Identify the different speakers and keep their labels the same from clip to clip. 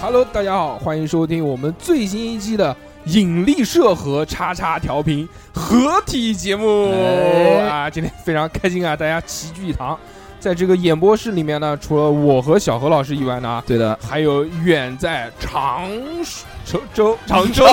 Speaker 1: Hello，大家好，欢迎收听我们最新一期的引力社和叉叉调频合体节目、
Speaker 2: 哎
Speaker 1: 啊！今天非常开心啊，大家齐聚一堂，在这个演播室里面呢，除了我和小何老师以外呢，
Speaker 2: 对的，
Speaker 1: 还有远在长州州长州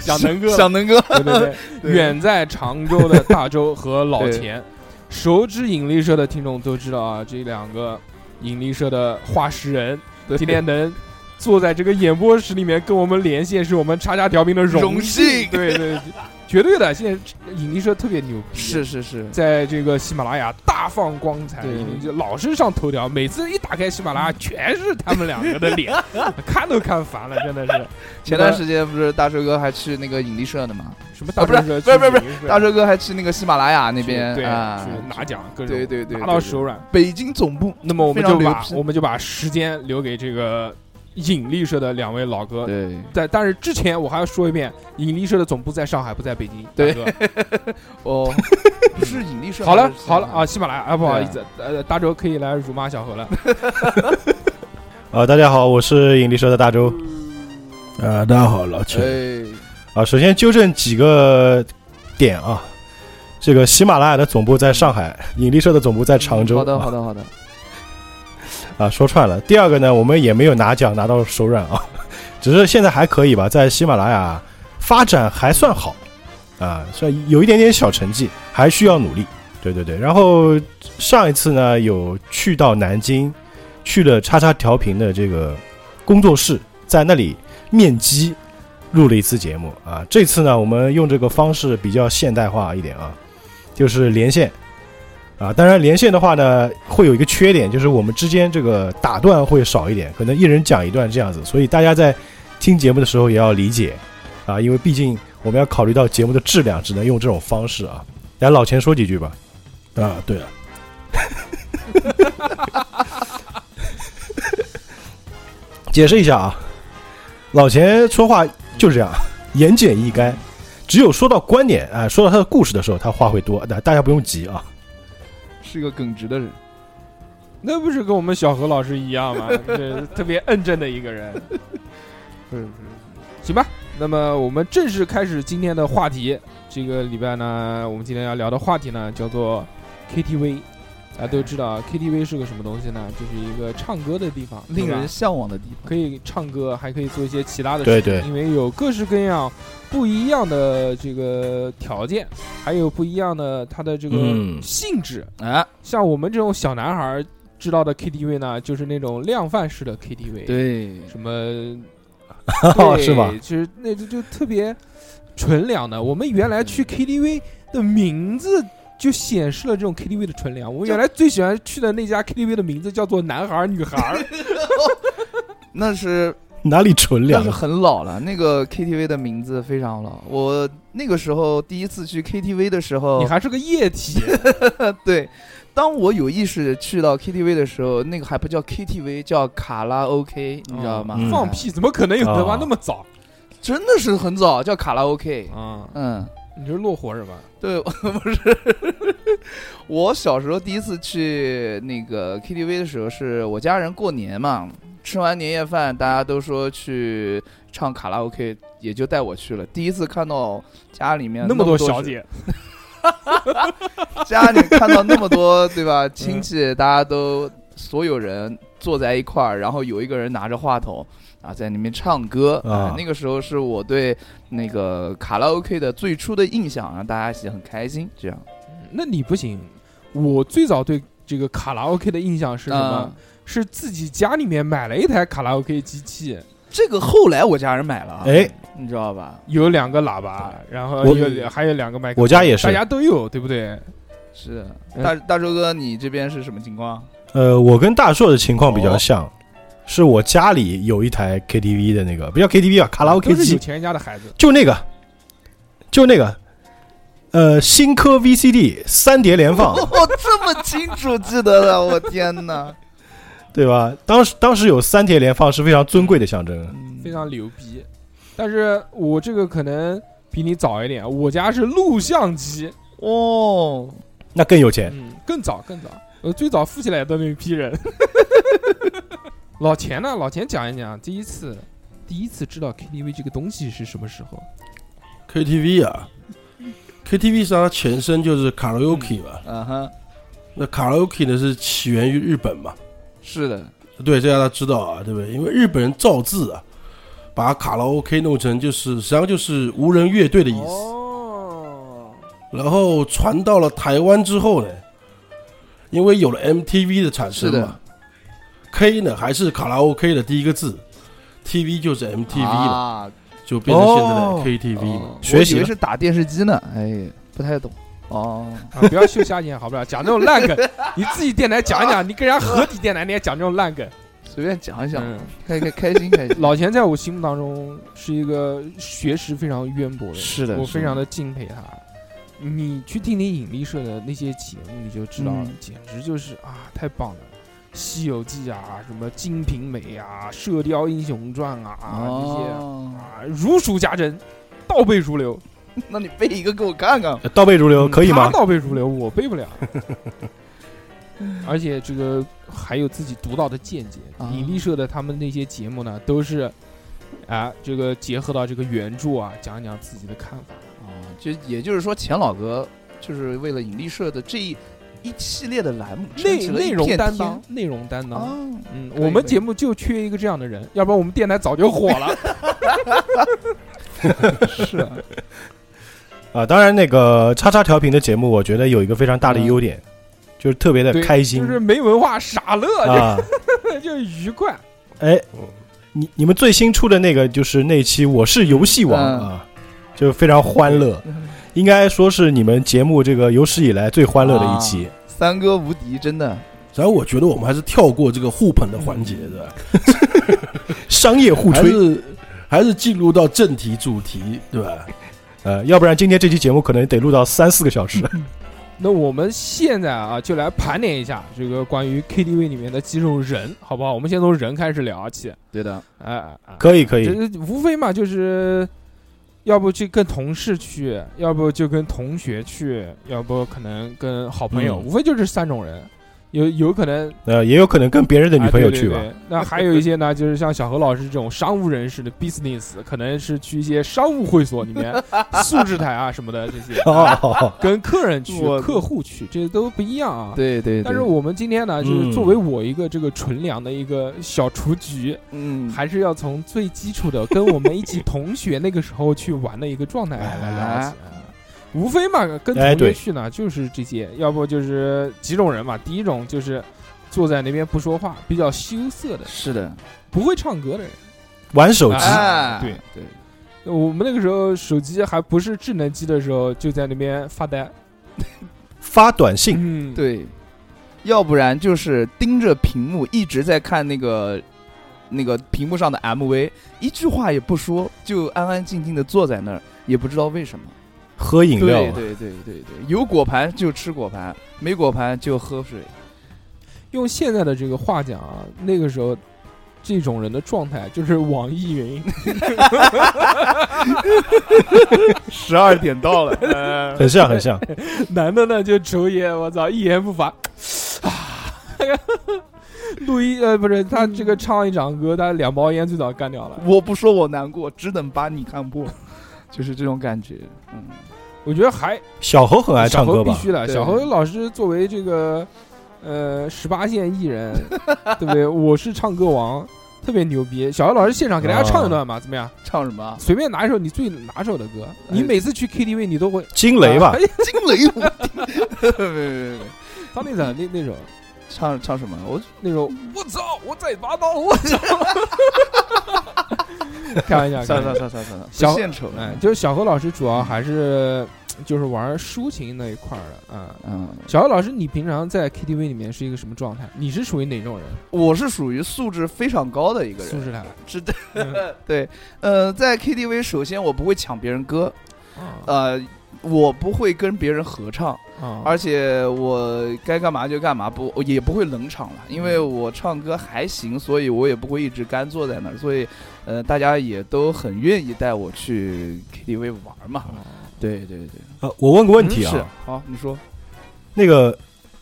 Speaker 1: 小能哥，
Speaker 2: 小能哥，
Speaker 1: 对对对，
Speaker 2: 对
Speaker 1: 远在常州的大周和老
Speaker 2: 对
Speaker 1: 钱，熟知引力社的听众都知道啊，这两个引力社的化石人
Speaker 2: 对
Speaker 1: 今天能坐在这个演播室里面跟我们连线，是我们叉叉调频的荣
Speaker 2: 荣幸
Speaker 1: 对对，绝对的。现在引力社特别牛逼，
Speaker 2: 是是是，
Speaker 1: 在这个喜马拉雅大放光彩，
Speaker 2: 对
Speaker 1: 已经老是上头条，每次一打开喜马拉雅，全是他们两个的 脸，看都看烦了，真的是。
Speaker 2: 前段时间不是大周哥还去那个引力社呢嘛？
Speaker 1: 什么
Speaker 2: 啊
Speaker 1: 大
Speaker 2: 不是
Speaker 1: 学
Speaker 2: 不是不是
Speaker 1: 去引力社
Speaker 2: 大周哥还去那个喜马拉雅那边
Speaker 1: 对，
Speaker 2: 啊，
Speaker 1: 啊去拿奖，各种
Speaker 2: 对对对，
Speaker 1: 拿到
Speaker 2: 对
Speaker 1: 手软。
Speaker 2: 北京总部，
Speaker 1: 那么我们
Speaker 2: 非常
Speaker 1: 就把
Speaker 2: 牛逼
Speaker 1: 我们就把时间留给这个引力社的两位老哥。
Speaker 2: 对，
Speaker 1: 在但是之前我还要说一遍，引力社的总部在上海，不在北京。
Speaker 2: 对
Speaker 1: 大
Speaker 2: 哦，不是引力社，
Speaker 1: 哥，好了
Speaker 2: 还是
Speaker 1: 好了啊，，喜马拉雅啊，不好
Speaker 2: 对
Speaker 1: 意思，呃，大周可以来辱骂小何了。
Speaker 3: 啊、大家好，我是引力社的大周。
Speaker 4: 啊，大家好，老
Speaker 2: 哎
Speaker 4: 陈。，
Speaker 3: 啊，首先纠正几个点啊，这个喜马拉雅的总部在上海，引力社的总部在常州。
Speaker 2: 好的好的好的，
Speaker 3: 啊，说串了。第二个呢，我们也没有拿奖拿到手软啊，只是现在还可以吧，在喜马拉雅发展还算好啊，算有一点点小成绩，还需要努力。对对对，然后上一次呢，有去到南京，去了叉叉调频的这个工作室，在那里面基录了一次节目啊。这次呢，我们用这个方式比较现代化一点啊，就是连线啊，当然连线的话呢，会有一个缺点，就是我们之间这个打断会少一点，可能一人讲一段这样子，所以大家在听节目的时候也要理解啊，因为毕竟我们要考虑到节目的质量，只能用这种方式啊。来，老钱说几句吧。
Speaker 4: 啊，对了，
Speaker 3: 解释一下啊，老钱说话就是这样，言简意赅，只有说到观点啊，说到他的故事的时候，他话会多，大大家不用急啊。
Speaker 2: 是个耿直的人，
Speaker 1: 那不是跟我们小何老师一样吗？ 这特别摁正的一个 人。
Speaker 2: 嗯
Speaker 1: 行吧，那么我们正式开始今天的话题。这个礼拜呢，我们今天要聊的话题呢，叫做 KTV。大家都知道
Speaker 2: 哎
Speaker 1: 啊 KTV 是个什么东西呢？就是一个唱歌的地方，
Speaker 2: 令
Speaker 1: 对吧
Speaker 2: 人向往的地方。
Speaker 1: 可以唱歌，还可以做一些其他的事
Speaker 3: 对
Speaker 1: 情。
Speaker 3: 对
Speaker 1: 因为有各式各样不一样的这个条件，还有不一样的它的这个
Speaker 3: 嗯，
Speaker 1: 性质。
Speaker 2: 哎，
Speaker 1: 像我们这种小男孩儿知道的 KTV 呢，就是那种量贩式的 KTV。
Speaker 2: 对，
Speaker 1: 什 么
Speaker 3: 哦
Speaker 1: 对
Speaker 3: 是吧
Speaker 1: 其实那就就特别纯良的。我们原来
Speaker 3: 嗯
Speaker 1: 去 KTV 的名字就显示了这种 KTV 的纯良。我们原来最喜欢去的那家 KTV 的名字叫做“男孩儿女孩 儿
Speaker 2: 那是
Speaker 3: 哪里纯
Speaker 2: 那
Speaker 3: 良
Speaker 2: 是？很老了，那个 KTV 的名字非常老。我那个时候第一次去 KTV 的时”，候
Speaker 3: 哦
Speaker 1: 你，还是个液体。
Speaker 2: 对，当我有意识去到 KTV 的时候，那个还不叫 KTV，叫卡拉 OK，你知道吗？
Speaker 3: 嗯
Speaker 1: 放屁！怎么可能有的吧
Speaker 3: 哦？
Speaker 1: 那么早
Speaker 2: 哎！真的是很早叫卡拉 OK。
Speaker 1: 啊？
Speaker 2: 嗯，
Speaker 1: 你这是落火是吧？
Speaker 2: 对， 我不是。我小时候第一次去那个 KTV 的时候，是我家人过年嘛，吃完年夜饭，大家都说去唱卡拉 OK，也就带我去了。第一次看到家里
Speaker 3: 哎
Speaker 2: 面
Speaker 1: 那么
Speaker 2: 么
Speaker 1: 多
Speaker 2: 小
Speaker 1: 小
Speaker 2: 姐。
Speaker 1: 姐，
Speaker 2: 家里看到那么多，对吧？亲戚，大家都所有人坐在一块儿，然后有一个人拿着话筒啊，在里面唱歌
Speaker 3: 啊
Speaker 2: 那个时候是我对那个卡拉 OK 的最初的印象，让大家一起很开心。这样
Speaker 1: 那你不行。我最早对这个卡拉 OK 的印象是什么
Speaker 2: 啊？
Speaker 1: 是自己家里面买了一台卡拉 OK 机器，
Speaker 2: 这个后来我家人买了，啊
Speaker 3: 哎，
Speaker 2: 你知道吧？
Speaker 1: 有两个喇叭，然后
Speaker 3: 我
Speaker 1: 有还有两个麦克风，
Speaker 3: 我家也是
Speaker 1: 大家都有，对不对？
Speaker 2: 是
Speaker 1: 嗯
Speaker 2: 的，大大周哥，你这边是什么情况？
Speaker 3: 呃，我跟大硕的情况
Speaker 1: 哦
Speaker 3: 比较像，是我家里有一台 KTV 的那个，不叫 KTV 啊，卡拉 OK
Speaker 1: 都是有
Speaker 3: 机，
Speaker 1: 钱人家的孩子，
Speaker 3: 就那个，就那个，呃，新科 VCD 三碟连放，
Speaker 2: 哦，这么清楚记得的，我天哪！
Speaker 3: 对吧？当时当时有三碟连放是非常尊贵的象征，
Speaker 2: 嗯
Speaker 1: 非常牛逼。但是我这个可能比你早一点，我家是录像机，
Speaker 2: 哦，
Speaker 3: 那更有钱。
Speaker 1: 呃嗯，更早更早。我最早富起来的那批人， 老钱呢？老钱讲一讲第一次，第一次知道 KTV 这个东西是什么时候？
Speaker 4: KTV 啊，KTV 是它前身就是卡拉 OK 嘛。
Speaker 2: 嗯哼，
Speaker 4: 那卡拉 OK 呢是起源于日本嘛？
Speaker 2: 是的，
Speaker 4: 对，这让大家知道啊，对不对？因为日本人造字啊，把卡拉 OK 弄成就是实际上就是无人乐队的意思。
Speaker 1: 哦，
Speaker 4: 然后传到了台湾之后呢，因为有了 MTV 的产生
Speaker 2: 是
Speaker 4: 嘛，K 呢还是卡拉 OK 的第一个字，TV 就是 MTV 了，
Speaker 2: 啊，
Speaker 4: 就变成现在的
Speaker 3: 哦
Speaker 4: KTV 嘛。
Speaker 2: 哦
Speaker 3: 学习
Speaker 2: 我以为
Speaker 3: 了
Speaker 2: 是打电视机呢，哎，不太懂。哦，
Speaker 1: 啊，不要秀下限，好不了，讲这种烂 梗，你自己电台讲一讲，你跟人家合体电台你也讲这种烂梗。
Speaker 2: 随便讲一讲，
Speaker 1: 嗯，
Speaker 2: 开开开心开心。
Speaker 1: 老钱在我心目当中是一个学识非常渊博的人，
Speaker 2: 是的
Speaker 1: 我
Speaker 2: 是的
Speaker 1: 非常的敬佩他。你去听听引力社的那些节目，你就知道了，
Speaker 2: 嗯
Speaker 1: 简直就是啊，太棒了。《西游记》啊，什么《金瓶梅》啊，《射雕英雄传》啊，这些
Speaker 2: 哦，
Speaker 1: 啊，如数家珍，倒背如流。
Speaker 2: 那你背一个给我看看。
Speaker 3: 呃倒背如流
Speaker 1: 嗯
Speaker 3: 可以吗
Speaker 1: 他？倒背如流，我背不了。 而且这个还有自己独到的见解。
Speaker 2: 啊
Speaker 1: 引力社的他们那些节目呢，都是啊，这个结合到这个原著啊，讲一讲自己的看法。
Speaker 2: 哦，就也就是说，钱老哥就是为了引力社的这一一系列的栏目撑
Speaker 1: 内
Speaker 2: 起了一
Speaker 1: 内容
Speaker 2: 片
Speaker 1: 担
Speaker 2: 天
Speaker 1: 当，内容担当。
Speaker 2: 哦，
Speaker 1: 嗯，
Speaker 2: 可
Speaker 1: 我
Speaker 2: 以
Speaker 1: 们
Speaker 2: 可以
Speaker 1: 节目就缺一个这样的人，要不然我们电台早就火 了。
Speaker 2: 是啊，
Speaker 3: 啊，当然那个叉叉调频的节目，我觉得有一个非常大的优点，就是特别的
Speaker 1: 嗯对
Speaker 3: 开心
Speaker 1: 就是没文化傻乐，
Speaker 3: 啊。
Speaker 1: 就就是愉快。
Speaker 3: 哎，你你们最新出的那个就是那期我是游戏王
Speaker 2: 嗯
Speaker 3: 啊，就非常欢乐，应该说是你们节目这个有史以来最欢乐的一
Speaker 2: 啊
Speaker 3: 期。
Speaker 2: 三哥无敌，真的。
Speaker 4: 然后我觉得我们还是跳过这个互捧的环节，是吧？
Speaker 3: 商业互
Speaker 4: 还
Speaker 3: 吹，
Speaker 4: 是还是进入到正题主题，对吧？
Speaker 3: 呃，要不然今天这期节目可能得录到三四个小时。
Speaker 2: 嗯
Speaker 1: 那我们现在啊，就来盘点一下这个关于 KTV 里面的几种人，好不好？我们先从人开始聊起。
Speaker 2: 对的，
Speaker 1: 哎哎哎，
Speaker 3: 可以可以，
Speaker 1: 这无非嘛就是，要不就跟同事去，要不就跟同学去，要不可能跟好朋友，
Speaker 3: 嗯
Speaker 1: 无非就这三种人。有有可能
Speaker 3: 呃，也有可能跟别人的女朋友去吧
Speaker 1: 啊。对对对那还有一些呢，就是像小何老师这种商务人士的 business，可能是去一些商务会所里 面素质台啊什么的这些，
Speaker 3: 哦，
Speaker 1: 跟客人 去、
Speaker 2: 我
Speaker 1: 客户去，这都不一样啊。
Speaker 2: 对对对。
Speaker 1: 但是我们今天呢，就是
Speaker 3: 嗯
Speaker 1: 作为我一个这个纯良的一个小雏菊，
Speaker 2: 嗯，
Speaker 1: 还是要从最基础的跟我们一起同学那个时候去玩的一个状态来聊起。无非嘛，跟
Speaker 3: 啊
Speaker 1: 同学
Speaker 3: 哎对
Speaker 1: 去呢，就是这些，要不就是几种人嘛。第一种就是坐在那边不说话，比较羞涩的，
Speaker 2: 是的，
Speaker 1: 不会唱歌的人。
Speaker 3: 玩手机，
Speaker 1: 哎
Speaker 2: 啊，
Speaker 1: 对
Speaker 2: 对，
Speaker 1: 我们那个时候手机还不是智能机的时候，就在那边发呆。
Speaker 3: 发短信，
Speaker 1: 嗯，，
Speaker 2: 对，要不然就是盯着屏幕一直在看那个那个屏幕上的 MV，一句话也不说，就安安静静的坐在那儿，也不知道为什么。
Speaker 3: 喝饮料
Speaker 2: 对，对对对对，有果盘就吃果盘，没果盘就喝水。
Speaker 1: 用现在的这个话讲啊，那个时候这种人的状态就是网易 云。
Speaker 2: 十二点到 了，呃
Speaker 3: 很像很像。
Speaker 1: 男的呢就抽烟，我操，一言不发，啊，录音呃不是他这
Speaker 3: 嗯
Speaker 1: 个唱一场歌，他两包烟最早干掉了。
Speaker 2: 我不说我难过，只等把你看破， 就是这种感觉。嗯，
Speaker 1: 我觉得还
Speaker 3: 小侯很爱
Speaker 1: 小
Speaker 3: 唱
Speaker 1: 侯
Speaker 3: 歌
Speaker 1: 必
Speaker 3: 吧？
Speaker 1: 须的，
Speaker 2: 对
Speaker 1: 小侯老师作为这个呃十八线艺人，对不对？我是唱歌王，特别牛逼。小侯老师现场给大家唱一段嘛，怎么样？
Speaker 2: 唱什么啊？
Speaker 1: 随便拿一首你最拿手的歌，
Speaker 2: 哎
Speaker 1: 你每次去 KTV 你都会
Speaker 3: 惊雷吧
Speaker 1: 哎？呀
Speaker 2: 惊雷舞， 没没没没，
Speaker 1: 张天才那那首
Speaker 2: 唱唱什么？我
Speaker 1: 那首，我操，我再拔刀，我操！ 开玩笑，开
Speaker 2: 算
Speaker 1: 玩笑
Speaker 2: 了算了。算了算了，
Speaker 1: 小
Speaker 2: 不献丑。
Speaker 1: 哎，就是小何老师主要还是就是玩抒情那一块儿的啊。
Speaker 2: 嗯，
Speaker 1: 小何老师，你平常在 KTV 里面是一个什么状态？你是属于哪种人？
Speaker 2: 我是属于素质非常高的一个
Speaker 1: 素
Speaker 2: 人，
Speaker 1: 质台
Speaker 2: 是的，
Speaker 1: 嗯
Speaker 2: 对，呃，在 KTV 首先我不会抢别人歌，
Speaker 1: 啊
Speaker 2: 呃，我不会跟别人合唱，
Speaker 1: 啊
Speaker 2: 而且我该干嘛就干嘛，不我也不会冷场了，因为我唱歌还行，所以我也不会一直干坐在那儿，所以呃，大家也都很愿意带我去 KTV 玩嘛，
Speaker 1: 哦
Speaker 2: 对对对，
Speaker 3: 呃，我问个问题
Speaker 2: 是
Speaker 3: 啊，，
Speaker 2: 好，你说
Speaker 3: 那个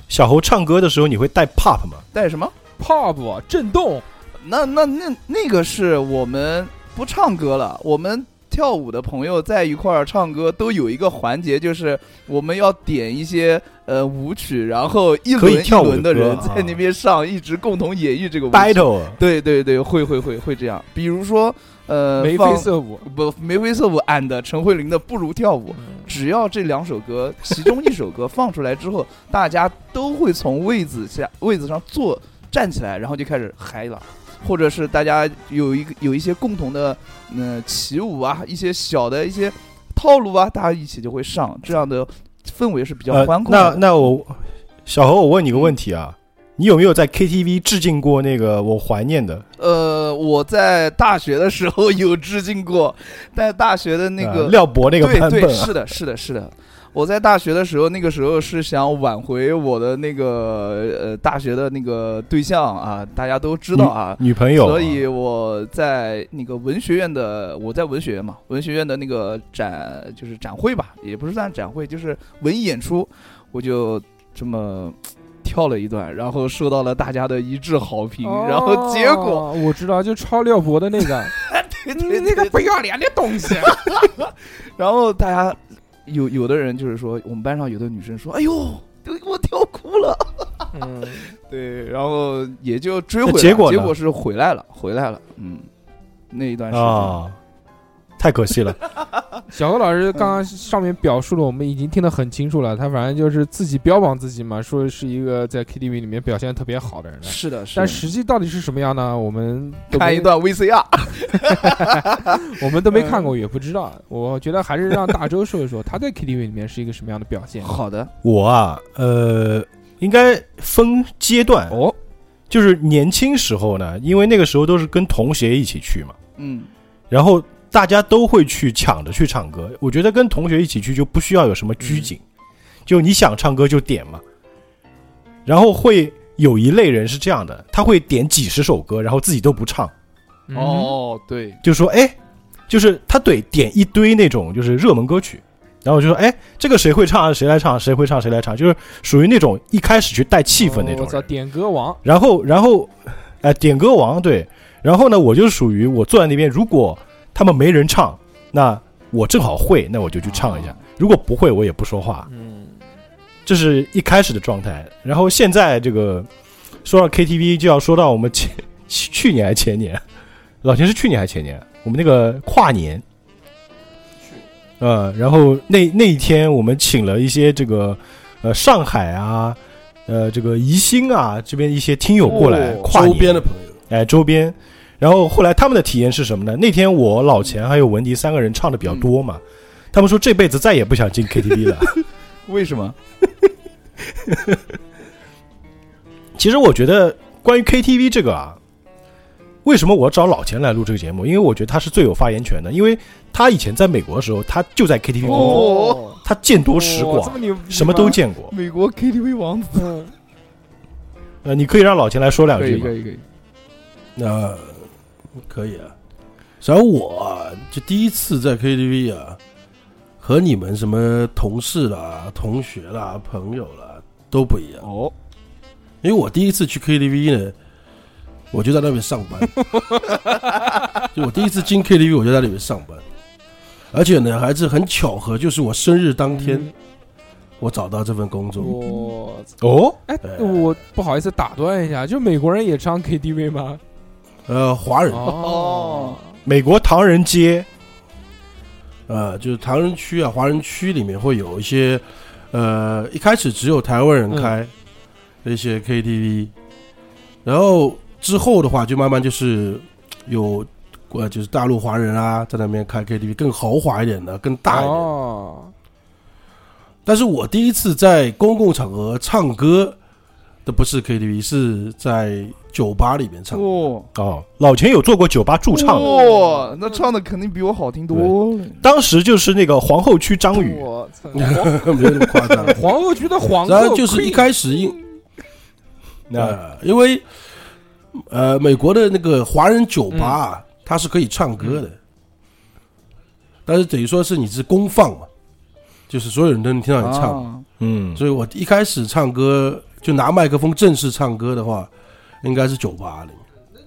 Speaker 3: 小侯唱歌的时候，你会带 pop 吗？
Speaker 2: 带什么？
Speaker 1: ，pop 震动，
Speaker 2: 那那那那个是我们不唱歌了，我们跳舞的朋友在一块儿唱歌都有一个环节，就是我们要点一些呃舞曲，然后一
Speaker 3: 可以
Speaker 2: 轮一
Speaker 3: 跳舞
Speaker 2: 轮
Speaker 3: 的歌
Speaker 2: 人
Speaker 3: 啊
Speaker 2: 在那边上，一直共同演绎这个舞曲。
Speaker 3: battle
Speaker 4: 啊
Speaker 2: 对对对，会会会会这样。比如说呃，
Speaker 1: 眉飞
Speaker 2: 放
Speaker 1: 色舞，
Speaker 2: 不眉飞色舞 and 陈慧琳的《不如跳舞》，只要这两首歌其中一首歌放出来之后，大家都会从位子下位子上坐站起来，然后就开始嗨了，或者是大家有一个有一些共同的嗯、呃起舞啊，一些小的一些套路啊，大家一起就会上，这样的氛围是比较
Speaker 3: 呃
Speaker 2: 欢，快
Speaker 3: 那
Speaker 2: 的。
Speaker 3: 那我小何，我问你个问题啊，你有没有在 KTV 致敬过那个我怀念的
Speaker 2: 呃，我在大学的时候有致敬过，在大学的那个、
Speaker 3: 呃廖博那个版
Speaker 2: 对
Speaker 3: 本
Speaker 2: 对，
Speaker 3: 啊？
Speaker 2: 是的，是的，是的。我在大学的时候，那个时候是想挽回我的那个呃大学的那个对象啊，大家都知道啊，
Speaker 3: 女朋友啊，
Speaker 2: 所以我在那个文学院的，我在文学院嘛，文学院的那个展就是展会吧，也不是算展会，就是文艺演出，我就这么跳了一段，然后受到了大家的一致好评，然后结果
Speaker 1: 哦我知道，就抄廖博的那个，
Speaker 2: 对
Speaker 1: 你
Speaker 2: 对
Speaker 1: 嗯那个
Speaker 2: 对
Speaker 1: 不要脸的东西，
Speaker 2: 然后大家有有的人就是说，我们班上有的女生说：“哎呦，都给我跳哭了。
Speaker 1: 嗯，”
Speaker 2: 对，然后也就追回来。
Speaker 3: 那结
Speaker 2: 结
Speaker 3: 果呢
Speaker 2: 果是回来了，回来了。嗯，那一段时间，
Speaker 3: 啊，太 可惜了。
Speaker 1: 小何老师刚刚
Speaker 2: 嗯
Speaker 1: 上面表述了，我们已经听得很清楚了。他反正就是自己标榜自己嘛，说是一个在 KTV 里面表现特别好的人。
Speaker 2: 是的，是
Speaker 1: 但
Speaker 2: 的。
Speaker 1: 实际到底是什么样呢？我 们都没
Speaker 2: 看一，段嗯 VCR，
Speaker 1: 我们都没看过，也不知道。我觉得还是让大周说一说，他在 KTV 里面是一个什么样的表 现。
Speaker 2: 好的，
Speaker 3: 我啊，呃，应该分阶段，
Speaker 1: 哦，
Speaker 3: 就是年轻时候呢，因为那个时候都是跟同学一起去嘛，
Speaker 2: 嗯，
Speaker 3: 然后大家都会去抢着去唱歌。我觉得跟同学一起去就不需要有什么拘谨，
Speaker 2: 嗯
Speaker 3: 就你想唱歌就点嘛。然后会有一类人是这样的，他会点几十首歌，然后自己都不唱，
Speaker 1: 嗯，
Speaker 2: 哦，对，
Speaker 3: 就说哎，就是他对点一堆那种就是热门歌曲，然后就说哎，这个谁会唱啊谁来唱谁会唱谁来唱，就是属于那种一开始去带气氛那
Speaker 1: 哦我
Speaker 3: 种
Speaker 1: 操，
Speaker 3: 人。
Speaker 1: 点歌王，
Speaker 3: 然后然后，呃，点歌王对，然后呢，我就属于我坐在那边，如果他们没人唱，那我正好会，那我就去唱一下；如果不会，我也不说话。
Speaker 1: 嗯，
Speaker 3: 这是一开始的状态。然后现在这个说到 KTV，就要说到我们前 去去年还前年，老田是去年还前年，我们那个跨年，呃，然后那那一天我们请了一些这个呃上海啊。呃，这个宜兴啊，这边一些听友过来、
Speaker 1: 哦
Speaker 3: 跨
Speaker 4: 周
Speaker 3: 年
Speaker 4: 边的朋友，
Speaker 3: 哎，周边。然后后来他们的体验是什么呢？那天我老钱还有文迪三个人唱的比较多嘛，他们说这辈子再也不想进 KTV 了。
Speaker 2: 为什么？
Speaker 3: 其实我觉得关于 KTV 这个啊，为什么我找老钱来录这个节目？因为我觉得他是最有发言权的，因为他以前在美国的时候，他就在 KTV 工作，
Speaker 2: 哦，
Speaker 3: 他见嗯多识
Speaker 1: 哇哦这
Speaker 3: 广，
Speaker 1: 么牛逼吗
Speaker 3: 什么都见过。
Speaker 2: 美国 KTV 王子，
Speaker 1: 嗯
Speaker 3: 呃，你可以让老钱来说两
Speaker 2: 可
Speaker 3: 句
Speaker 2: 以，
Speaker 3: 吗
Speaker 2: 可？以，可以，
Speaker 4: 那可以啊。然后我啊就第一次在 KTV 啊，和你们什么同事啦、同学啦、朋友啦都不一样。
Speaker 2: 哦，
Speaker 4: 因为我第一次去 KTV 呢，我就在那边上班。就我第一次进 KTV，我就在那边上班，而且呢还是很巧合，就是我生日当天，
Speaker 1: 嗯
Speaker 4: 我找到这份工作。
Speaker 1: 我操
Speaker 3: 哦，
Speaker 1: 哎
Speaker 4: 哎，
Speaker 1: 我不好意思打断一下，就美国人也唱 KTV 吗？
Speaker 4: 呃，华人
Speaker 1: 哦，
Speaker 3: 美国唐人街
Speaker 4: 呃，就是唐人区啊、华人区里面会有一些，呃，一开始只有台湾人开的一些 KTV，、然后之后的话就慢慢就是有，呃，就是大陆华人啊在那边开 KTV 更豪华一点的、更大一点的
Speaker 1: 哦，
Speaker 4: 但是我第一次在公共场合唱歌的不是 KTV，是在酒吧里面唱。
Speaker 2: 哦，
Speaker 3: 哦，老钱有做过酒吧驻唱的，
Speaker 2: 哇，哦
Speaker 1: 嗯
Speaker 2: 那唱的肯定比我好听多了。
Speaker 3: 当时就是那个皇后区张宇，
Speaker 2: 我操！
Speaker 4: 没有那么夸张。
Speaker 1: 皇后区的皇后，
Speaker 4: 然后就是一开始因
Speaker 3: 那
Speaker 4: 呃，因为呃，美国的那个华人酒吧、啊，它是可以唱歌的，但是等于说是你是公放嘛，就是所有人都能听到你唱。
Speaker 2: 啊
Speaker 3: 嗯，
Speaker 4: 所以我一开始唱歌就拿麦克风正式唱歌的话，应该是酒吧里面。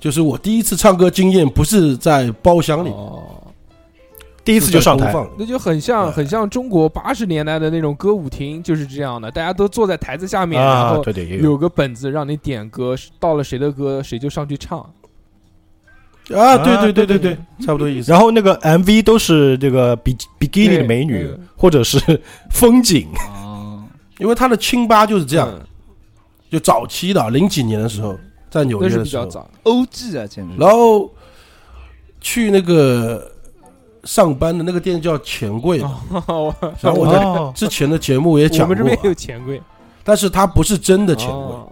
Speaker 4: 就是我第一次唱歌经验不是在包厢里，
Speaker 1: 哦，
Speaker 3: 第一次就上台
Speaker 4: 是在公放里
Speaker 1: 那就很像
Speaker 4: 对
Speaker 1: 很像中国八十年代的那种歌舞厅，就是这样的，大家都坐在台子下面，然
Speaker 3: 啊，
Speaker 1: 后
Speaker 3: 对对，也有
Speaker 1: 有个本子让你点歌，到了谁的歌谁就上去唱。
Speaker 4: 啊，
Speaker 3: 啊
Speaker 4: 对对对
Speaker 3: 对
Speaker 4: 对对，差不多意思。
Speaker 3: 然后那个 MV 都是这个比比基尼的美女
Speaker 1: 对对，
Speaker 3: 或者是 风景，
Speaker 2: 哦，
Speaker 4: 因为他的清吧就是这样，
Speaker 1: 嗯
Speaker 4: 就早期的零几年的时候，在纽
Speaker 1: 那
Speaker 4: 约
Speaker 1: 是
Speaker 4: 的
Speaker 1: 比
Speaker 4: 时
Speaker 1: 较
Speaker 4: 候，
Speaker 1: 早。
Speaker 2: 欧记啊，简直
Speaker 4: 然后去那个上班的那个店叫钱柜，
Speaker 1: 我
Speaker 4: 然后我在
Speaker 3: 哦
Speaker 4: 之前的节目也
Speaker 1: 哦我
Speaker 4: 讲
Speaker 1: 们这
Speaker 4: 过
Speaker 1: 边有
Speaker 4: 啊，
Speaker 1: 钱柜
Speaker 4: 但是它不是真的钱柜，
Speaker 1: 哦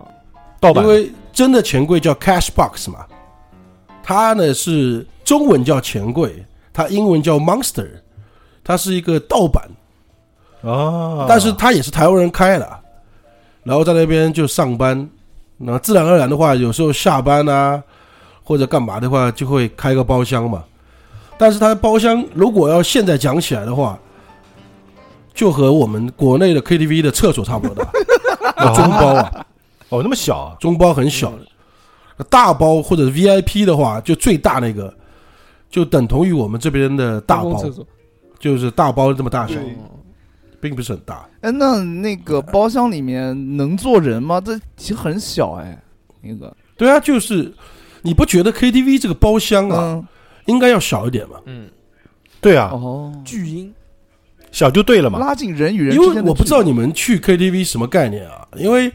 Speaker 3: 盗版
Speaker 4: 因为真的钱柜叫 cash box 嘛，它呢是中文叫钱柜，它英文叫 monster，它是一个盗版，
Speaker 3: 哦，
Speaker 4: 但是它也是台湾人开的，然后在那边就上班，那自然而然的话，有时候下班啊或者干嘛的话，就会开个包厢嘛。但是它的包厢如果要现在讲起来的话，就和我们国内的 KTV 的厕所差不多大，那中包啊。
Speaker 3: 哦那么小啊，
Speaker 4: 中包很小
Speaker 1: 嗯
Speaker 4: 的，大包或者 VIP 的话，就最大那个，就等同于我们这边的大
Speaker 1: 公
Speaker 4: 包
Speaker 1: 共，厕所
Speaker 4: 就是大包这么大小，
Speaker 2: 对
Speaker 4: 并不是很大。
Speaker 2: 哎，那那个包厢里面能坐人吗？这其实很小哎，那个，
Speaker 4: 对啊，就是你不觉得 KTV 这个包厢啊，
Speaker 2: 嗯，
Speaker 4: 应该要小一点吗？
Speaker 1: 嗯，
Speaker 3: 对啊，
Speaker 2: 哦，
Speaker 1: 巨婴
Speaker 3: 小就对了嘛，
Speaker 2: 拉近人与人之
Speaker 4: 因为
Speaker 2: 间的距离，
Speaker 4: 我不知道你们去 KTV 什么概念啊，因为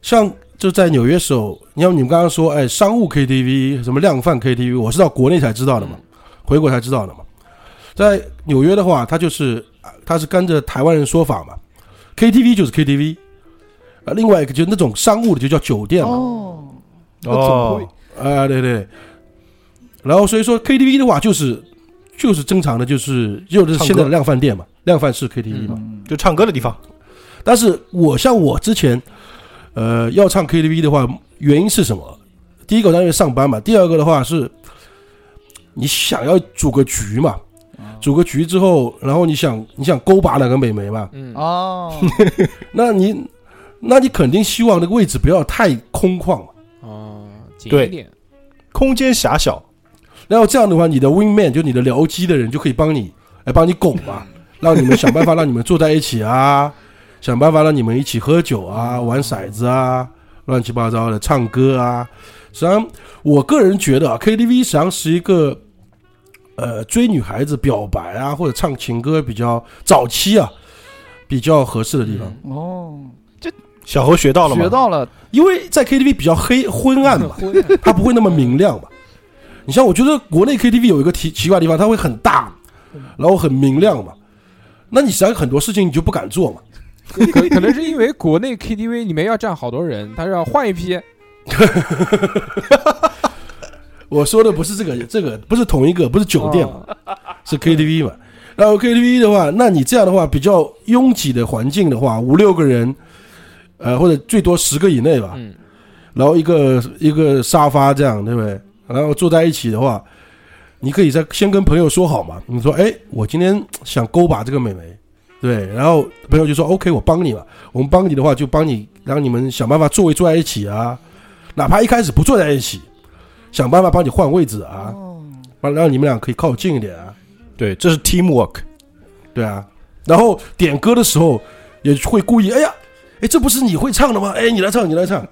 Speaker 4: 像就在纽约时候，你像你们刚刚说，哎，商务 KTV 什么量贩 KTV，我是到国内才知道的
Speaker 2: 嗯
Speaker 4: 嘛，回国才知道的嘛。在纽约的话，它就是它是跟着台湾人说法嘛，KTV 就是 KTV，啊，另外一个就是那种商务的就叫酒店嘛，
Speaker 2: 哦，那个总
Speaker 3: 哦
Speaker 2: 会，
Speaker 4: 啊，对对。然后所以说 KTV 的话，就是就是正常的，就是就是
Speaker 3: 唱歌
Speaker 4: 现在的量贩店嘛，量贩式 KTV 嘛。
Speaker 2: 嗯
Speaker 3: 就唱歌的地方，
Speaker 4: 但是我像我之前，呃，要唱 KTV 的话，原因是什么？第一个当然因为上班嘛，第二个的话是，你想要组个局嘛，组个局之后，然后你想你想勾拔哪个美眉嘛，
Speaker 1: 嗯
Speaker 2: 哦，
Speaker 4: 那你那你肯定希望那个位置不要太空旷嘛，
Speaker 1: 哦，紧
Speaker 3: 对
Speaker 1: 一点
Speaker 3: 空间狭小，
Speaker 4: 然后这样的话，你的 wing man 就你的僚机的人就可以帮你来帮你拱嘛，让你们想办法让你们坐在一起啊，想办法让你们一起喝酒啊，玩骰子啊，乱七八糟的唱歌啊。实际上，我个人觉得啊，KTV 实际上是一个呃追女孩子表白啊或者唱情歌比较早期啊比较合适的地方，
Speaker 1: 嗯
Speaker 2: 哦，
Speaker 3: 小猴学到了吗？
Speaker 2: 学到了，
Speaker 4: 因为在 KTV 比较黑昏暗嘛，
Speaker 1: 昏暗
Speaker 4: 它不会那么明亮吧？你像我觉得国内 KTV 有一个奇奇怪的地方，它会很大，然后很明亮嘛。那你想很多事情你就不敢做嘛？
Speaker 1: 可可能是因为国内 KTV 里面要站好多人，他要换一批。
Speaker 4: 我说的不是这个，这个不是同一个，不是酒店嘛，
Speaker 1: 哦
Speaker 4: 是 KTV 嘛。然后 KTV 的话，那你这样的话比较拥挤的环境的话，五六个人，呃，或者最多十个以内吧，
Speaker 1: 嗯，
Speaker 4: 然后一个一个沙发这样，对不对？然后坐在一起的话，你可以在先跟朋友说好嘛，你说，哎，我今天想勾把这个美眉，对，然后朋友就说 OK，我帮你嘛。我们帮你的话，就帮你让你们想办法座位坐在一起啊，哪怕一开始不坐在一起，想办法帮你换位置啊，
Speaker 2: 哦，
Speaker 4: 让让你们俩可以靠近一点啊，
Speaker 3: 对，这是 teamwork，
Speaker 4: 对啊。然后点歌的时候也会故意，哎呀，哎，这不是你会唱的吗？哎，你来唱，你来唱，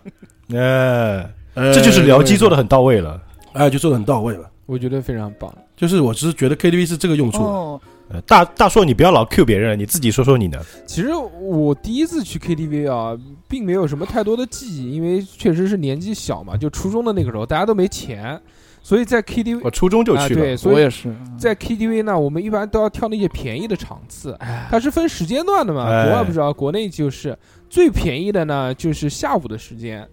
Speaker 3: 呃，
Speaker 4: 呃
Speaker 3: 这就是僚机做的，很到位了。
Speaker 4: 哎，就做的很到位嘛。
Speaker 1: 我觉得非常棒。
Speaker 4: 就是我只是觉得 KTV 是这个用处。
Speaker 2: 哦，
Speaker 3: 呃大大硕，你不要老 Q 别人，你自己说说你的。
Speaker 1: 其实我第一次去 KTV 啊，并没有什么太多的记忆，因为确实是年纪小嘛，就初中的那个时候，大家都没钱，所以在 KTV
Speaker 3: 我初中就
Speaker 1: 啊，
Speaker 3: 去了，
Speaker 1: 对，所
Speaker 2: 我
Speaker 1: 以
Speaker 2: 也是，
Speaker 1: 在 KTV 呢，我们一般都要挑那些便宜的场次，它是分时间段的嘛，
Speaker 3: 哎
Speaker 1: 国外不知道，国内就是最便宜的呢，就是下午的时间，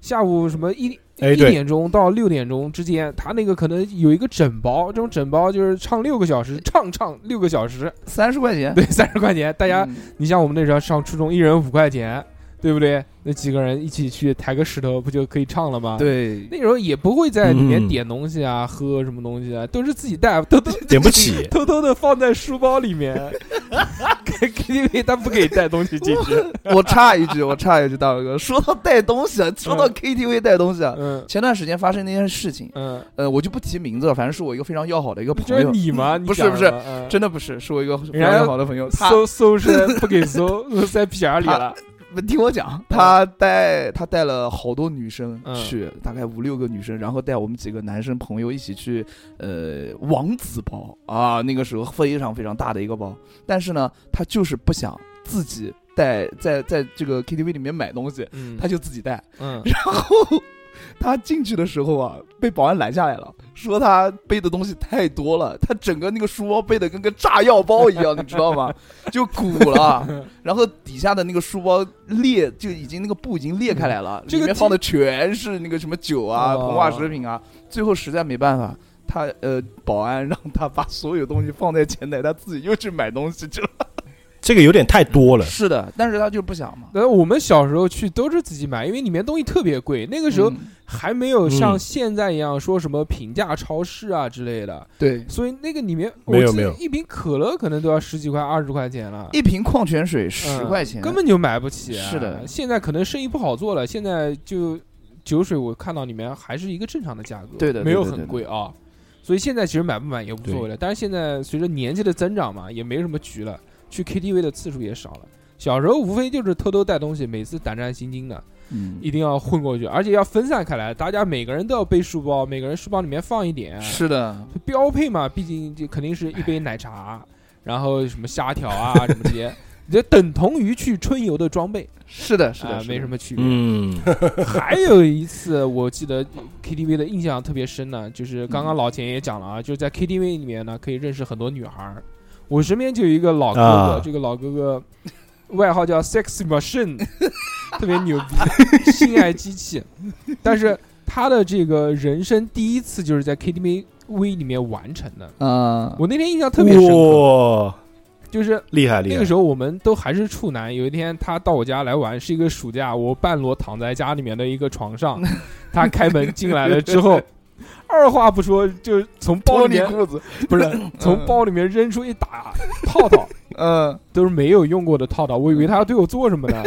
Speaker 1: 下午什么一。
Speaker 3: 哎
Speaker 1: 一
Speaker 3: 对
Speaker 1: 点钟到六点钟之间，它那个可能有一个整包，这种整包就是唱六个小时，唱唱六个小 时，
Speaker 2: 三十块钱，
Speaker 1: 对，三十块钱，大家
Speaker 2: 嗯
Speaker 1: 你像我们那时候上初中，一人五块钱，对不对？那几个人一起去抬个石头，不就可以唱了吗？，
Speaker 2: 对，
Speaker 1: 那时候也不会在里面
Speaker 3: 嗯
Speaker 1: 点东西啊、喝什么 东西啊，都是自己带，偷偷。
Speaker 3: 点不起
Speaker 1: 偷偷的放在书包里面， KTV 他不可以带东西进去。
Speaker 2: 我插一句，我插一句，大伟哥，说到带东西啊，说到 KTV 带东西啊，
Speaker 1: 嗯
Speaker 2: 前段时间发生那件事情，
Speaker 1: 嗯，
Speaker 2: 呃，我就不提名字了，反正是我一个非常要好的一个
Speaker 1: 不
Speaker 2: 朋
Speaker 1: 就是
Speaker 2: 友，
Speaker 1: 你吗？你
Speaker 2: 不是
Speaker 1: 讲
Speaker 2: 不是
Speaker 1: 了嗯
Speaker 2: 真的不是，是我一个非
Speaker 1: 人
Speaker 2: 常
Speaker 1: 家
Speaker 2: 要好的朋友，他
Speaker 1: 搜搜是不给搜，都塞屁眼儿里了。
Speaker 2: 不听我讲，他带他带了好多女生
Speaker 1: 嗯
Speaker 2: 去，大概五六个女生，然后带我们几个男生朋友一起去，呃，王子包啊，那个时候非常非常大的一个包，但是呢，他就是不想自己带在在这个 KTV 里面买东西，
Speaker 1: 嗯，
Speaker 2: 他就自己带，
Speaker 1: 嗯
Speaker 2: 然后他进去的时候啊，被保安拦下来了，说他背的东西太多了，他整个那个书包背的跟个炸药包一样，你知道 吗？就鼓了，然后底下的那个书包裂，就已经那个布已经裂开来了，
Speaker 1: 这个
Speaker 2: 里面放的全是那个什么酒啊、
Speaker 1: 哦
Speaker 2: 膨化食品啊，最后实在没办法。他呃，保安让他把所有东西放在前台，他自己又去买东西去了。
Speaker 3: 这个有点太多 了。
Speaker 2: 是的，但是他就不想嘛。
Speaker 1: 那我们小时候去都是自己买，因为里面东西特别贵，那个
Speaker 2: 那
Speaker 1: 时候还没有像
Speaker 4: 嗯
Speaker 1: 现在一样说什么平价超市啊之类的，
Speaker 2: 对
Speaker 1: 所以那个里面
Speaker 3: 没有
Speaker 1: 我记得
Speaker 3: 没有
Speaker 1: 一瓶可乐可能都要十几块、二十块钱了，
Speaker 2: 一瓶矿泉水十
Speaker 1: 嗯
Speaker 2: 块钱，
Speaker 1: 根本就买不起、啊
Speaker 2: 是的
Speaker 1: 现在可能生意不好做了，现在就酒水我看到里面还是一个正常的价格，
Speaker 2: 对的
Speaker 1: 没有
Speaker 2: 对的
Speaker 1: 很
Speaker 2: 对的
Speaker 1: 贵啊。所以现在其实买不买也无所谓了，但是现在随着年纪的增长嘛，也没什么局了，去 KTV 的次数也少了。小时候无非就是偷偷带东西，每次胆战心惊的，
Speaker 2: 嗯
Speaker 1: 一定要混过去，而且要分散开来，大家每个人都要背书包，每个人书包里面放一点，啊
Speaker 2: 是的，
Speaker 1: 标配嘛，毕竟就肯定是一杯奶茶， 然后什么虾条啊什么这些， 你这等同于去春游的装备，
Speaker 2: 是的，是
Speaker 1: 啊
Speaker 2: 的，，
Speaker 1: 没什
Speaker 2: 么。
Speaker 1: 么区 别。
Speaker 3: 嗯，
Speaker 1: 还有一次我记得 KTV 的印象特别深呢，就是刚
Speaker 2: 嗯
Speaker 1: 刚老钱也讲了啊，就是在 KTV 里面呢可以认识很多女孩儿。我身边就有一个老哥哥，
Speaker 3: 啊
Speaker 1: 这个老哥哥外号叫 Sexy Machine，特别牛逼，性爱机器。但是他的这个人生第一次就是在 KTV 里面完成的。
Speaker 2: 啊，
Speaker 1: 我那天印象特别深刻，
Speaker 3: 哇，
Speaker 1: 就是
Speaker 3: 厉害厉害！
Speaker 1: 那个时候我们都还是处男。有一天他到我家来玩，是一个暑假，我半裸躺在家里面的一个床上，他开门进来了之后，二话不说就从包
Speaker 2: 脱
Speaker 1: 里
Speaker 2: 你
Speaker 1: 面
Speaker 2: 裤子，
Speaker 1: 不是 从包里面扔出一打套套，
Speaker 2: 嗯，
Speaker 1: 都是没有用过的套套，我以为他要对我做什么呢。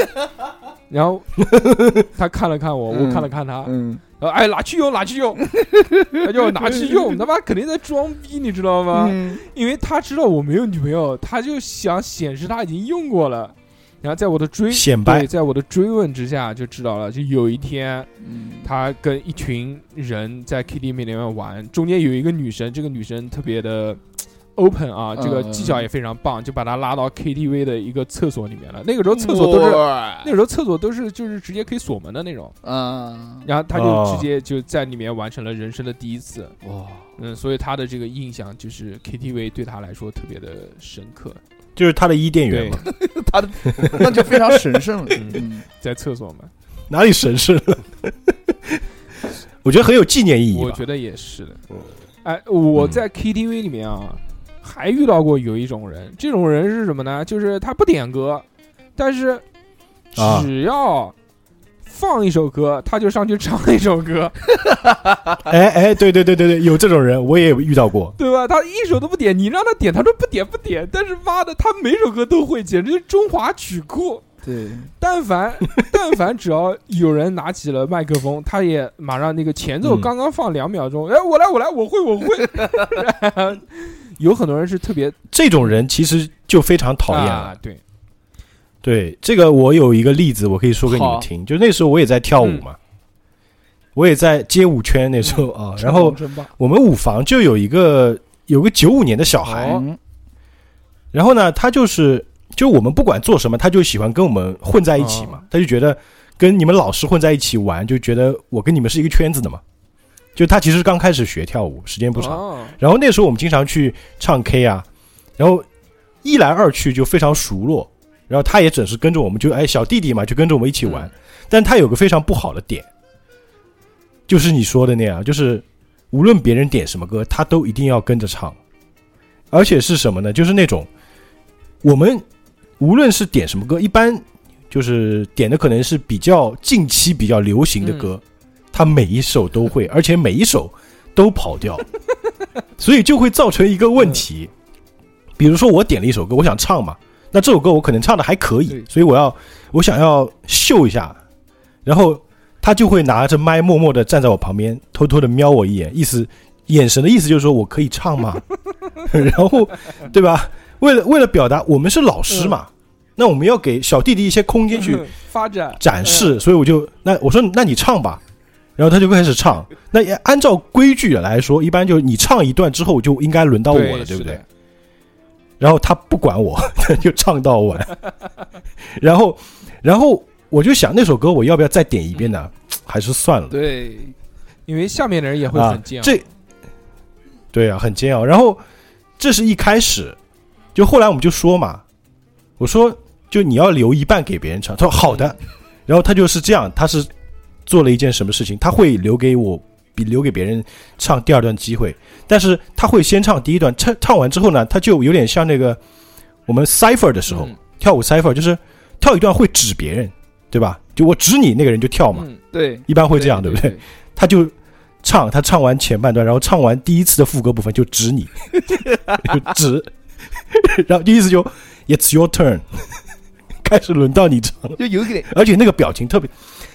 Speaker 1: 然后他看了看我，我看了看他，
Speaker 2: 嗯，
Speaker 1: 然后哎拿去用拿去用，他就拿去用，他妈肯定在装逼，你知道吗？
Speaker 2: 嗯
Speaker 1: 因为他知道我没有女朋友，他就想显示他已经用过了。然后在我的追
Speaker 3: 显摆
Speaker 1: 对，在我的追问之下就知道了。就有一天，
Speaker 2: 嗯
Speaker 1: 他跟一群人在 KTV 里面玩，中间有一个女生，这个女生特别的 open 啊，这个
Speaker 2: 嗯
Speaker 1: 技巧也非常棒，就把她拉到 KTV 的一个厕所里面了。那个时候厕所都
Speaker 3: 嗯
Speaker 1: 是，那个时候厕所都是就是直接可以锁门的那种。
Speaker 2: 啊，
Speaker 1: 然后他就
Speaker 3: 哦
Speaker 1: 直接就在里面完成了人生的第一次。
Speaker 2: 哇，
Speaker 1: 嗯，所以他的这个印象就是 KTV 对他来说特别的深刻。
Speaker 3: 就是他的伊甸
Speaker 1: 对
Speaker 3: 园嘛，，
Speaker 2: 他的 那就非常神圣了，嗯，
Speaker 1: 在厕所嘛，
Speaker 3: 哪里神圣 了？我觉得很有纪念意义
Speaker 1: 我
Speaker 3: 吧。
Speaker 1: 觉得也是的
Speaker 3: 嗯。
Speaker 1: 哎，我在 KTV 里面啊，还遇到过有一种人，这种人是什么呢？就是他不点歌，但是
Speaker 3: 啊
Speaker 1: 只要放一首歌，他就上去唱一首歌，
Speaker 3: 哎哎，对对对对对，有这种人，我也遇到过。
Speaker 1: 对吧？他一首都不点，你让他点，他说不点不点，但是妈的，他每首歌都会，简直是中华曲库。
Speaker 2: 对，
Speaker 1: 但 凡但凡只要有人拿起了麦克风，他也马上那个前奏
Speaker 3: 嗯
Speaker 1: 刚刚放两秒钟，哎，我来我来，我会 我会。然后有很多人是特别
Speaker 3: 这种人其实就非常讨厌了。
Speaker 1: 啊，对，
Speaker 3: 对，这个我有一个例子，我可以说给你
Speaker 2: 好
Speaker 3: 们听。就那时候我也在跳舞
Speaker 1: 嗯
Speaker 3: 嘛，我也在街舞圈那时候
Speaker 1: 嗯
Speaker 3: 啊。然后
Speaker 1: 真棒，
Speaker 3: 我们舞房就有一个有个九五年的小孩，
Speaker 1: 哦
Speaker 2: 嗯
Speaker 3: 然后呢，他就是就我们不管做什么，他就喜欢跟我们混在一起嘛，他就觉得跟你们老师混在一起玩，就觉得我跟你们是一个圈子的嘛。就他其实刚开始学跳舞，时间不长。
Speaker 1: 哦
Speaker 3: 然后那时候我们经常去唱 K 啊，然后一来二去就非常熟络。然后他也准是跟着我们就，哎小弟弟嘛，就跟着我们一起玩。但他有个非常不好的点，就是你说的那样，就是无论别人点什么歌，他都一定要跟着唱，而且是什么呢？就是那种我们无论是点什么歌，一般就是点的可能是比较近期比较流行的歌，他每一首都会，而且每一首都跑 调，所以就会造成一个问题，比如说我点了一首歌，我想唱嘛，那这首歌我可能唱的还可以
Speaker 1: 对，
Speaker 3: 所以我要我想要秀一下，然后他就会拿着麦默默的站在我旁边，偷偷的瞄我一眼，意思眼神的意思就是说我可以唱嘛， 然后对吧？为了为了表达我们是老师嘛，那我们要给小弟弟一些空间去
Speaker 1: 发展，
Speaker 3: 展示，
Speaker 1: 嗯
Speaker 3: 所以我就那我说那你唱吧，然后他就开始唱。那也按照规矩来说，一般就是你唱一段之后就应该轮到我了，对
Speaker 1: 是
Speaker 3: 不对
Speaker 1: 的？？
Speaker 3: 然后他不管我， 他就唱到完。 然后，然后我就想那首歌我要不要再点一遍呢？还是算了。
Speaker 2: 对，
Speaker 1: 因为下面的人也会
Speaker 3: 啊
Speaker 1: 很，煎熬。
Speaker 3: 这，对啊，很煎熬。然后这是一开始，就后来我们就说嘛，我说就你要留一半给别人唱，他说好的。然后他就是这样，他是做了一件什么事情，他会留给我比留给别人唱第二段机会，但是他会先唱第一段，唱唱完之后呢，他就有点像那个我们 cipher 的时候、
Speaker 1: 嗯
Speaker 3: 跳舞 cipher，就是跳一段会指别人，对吧？就我指你，那个人就跳嘛，
Speaker 1: 嗯，
Speaker 2: 对，
Speaker 3: 一般会这样，对不对？
Speaker 1: 对？
Speaker 3: 他就唱，他唱完前半段，然后唱完第一次的副歌部分就指 你，就指，然后就意思就 It's your turn，开始轮到你唱了，
Speaker 2: 就有点
Speaker 3: 而且那个表情特别，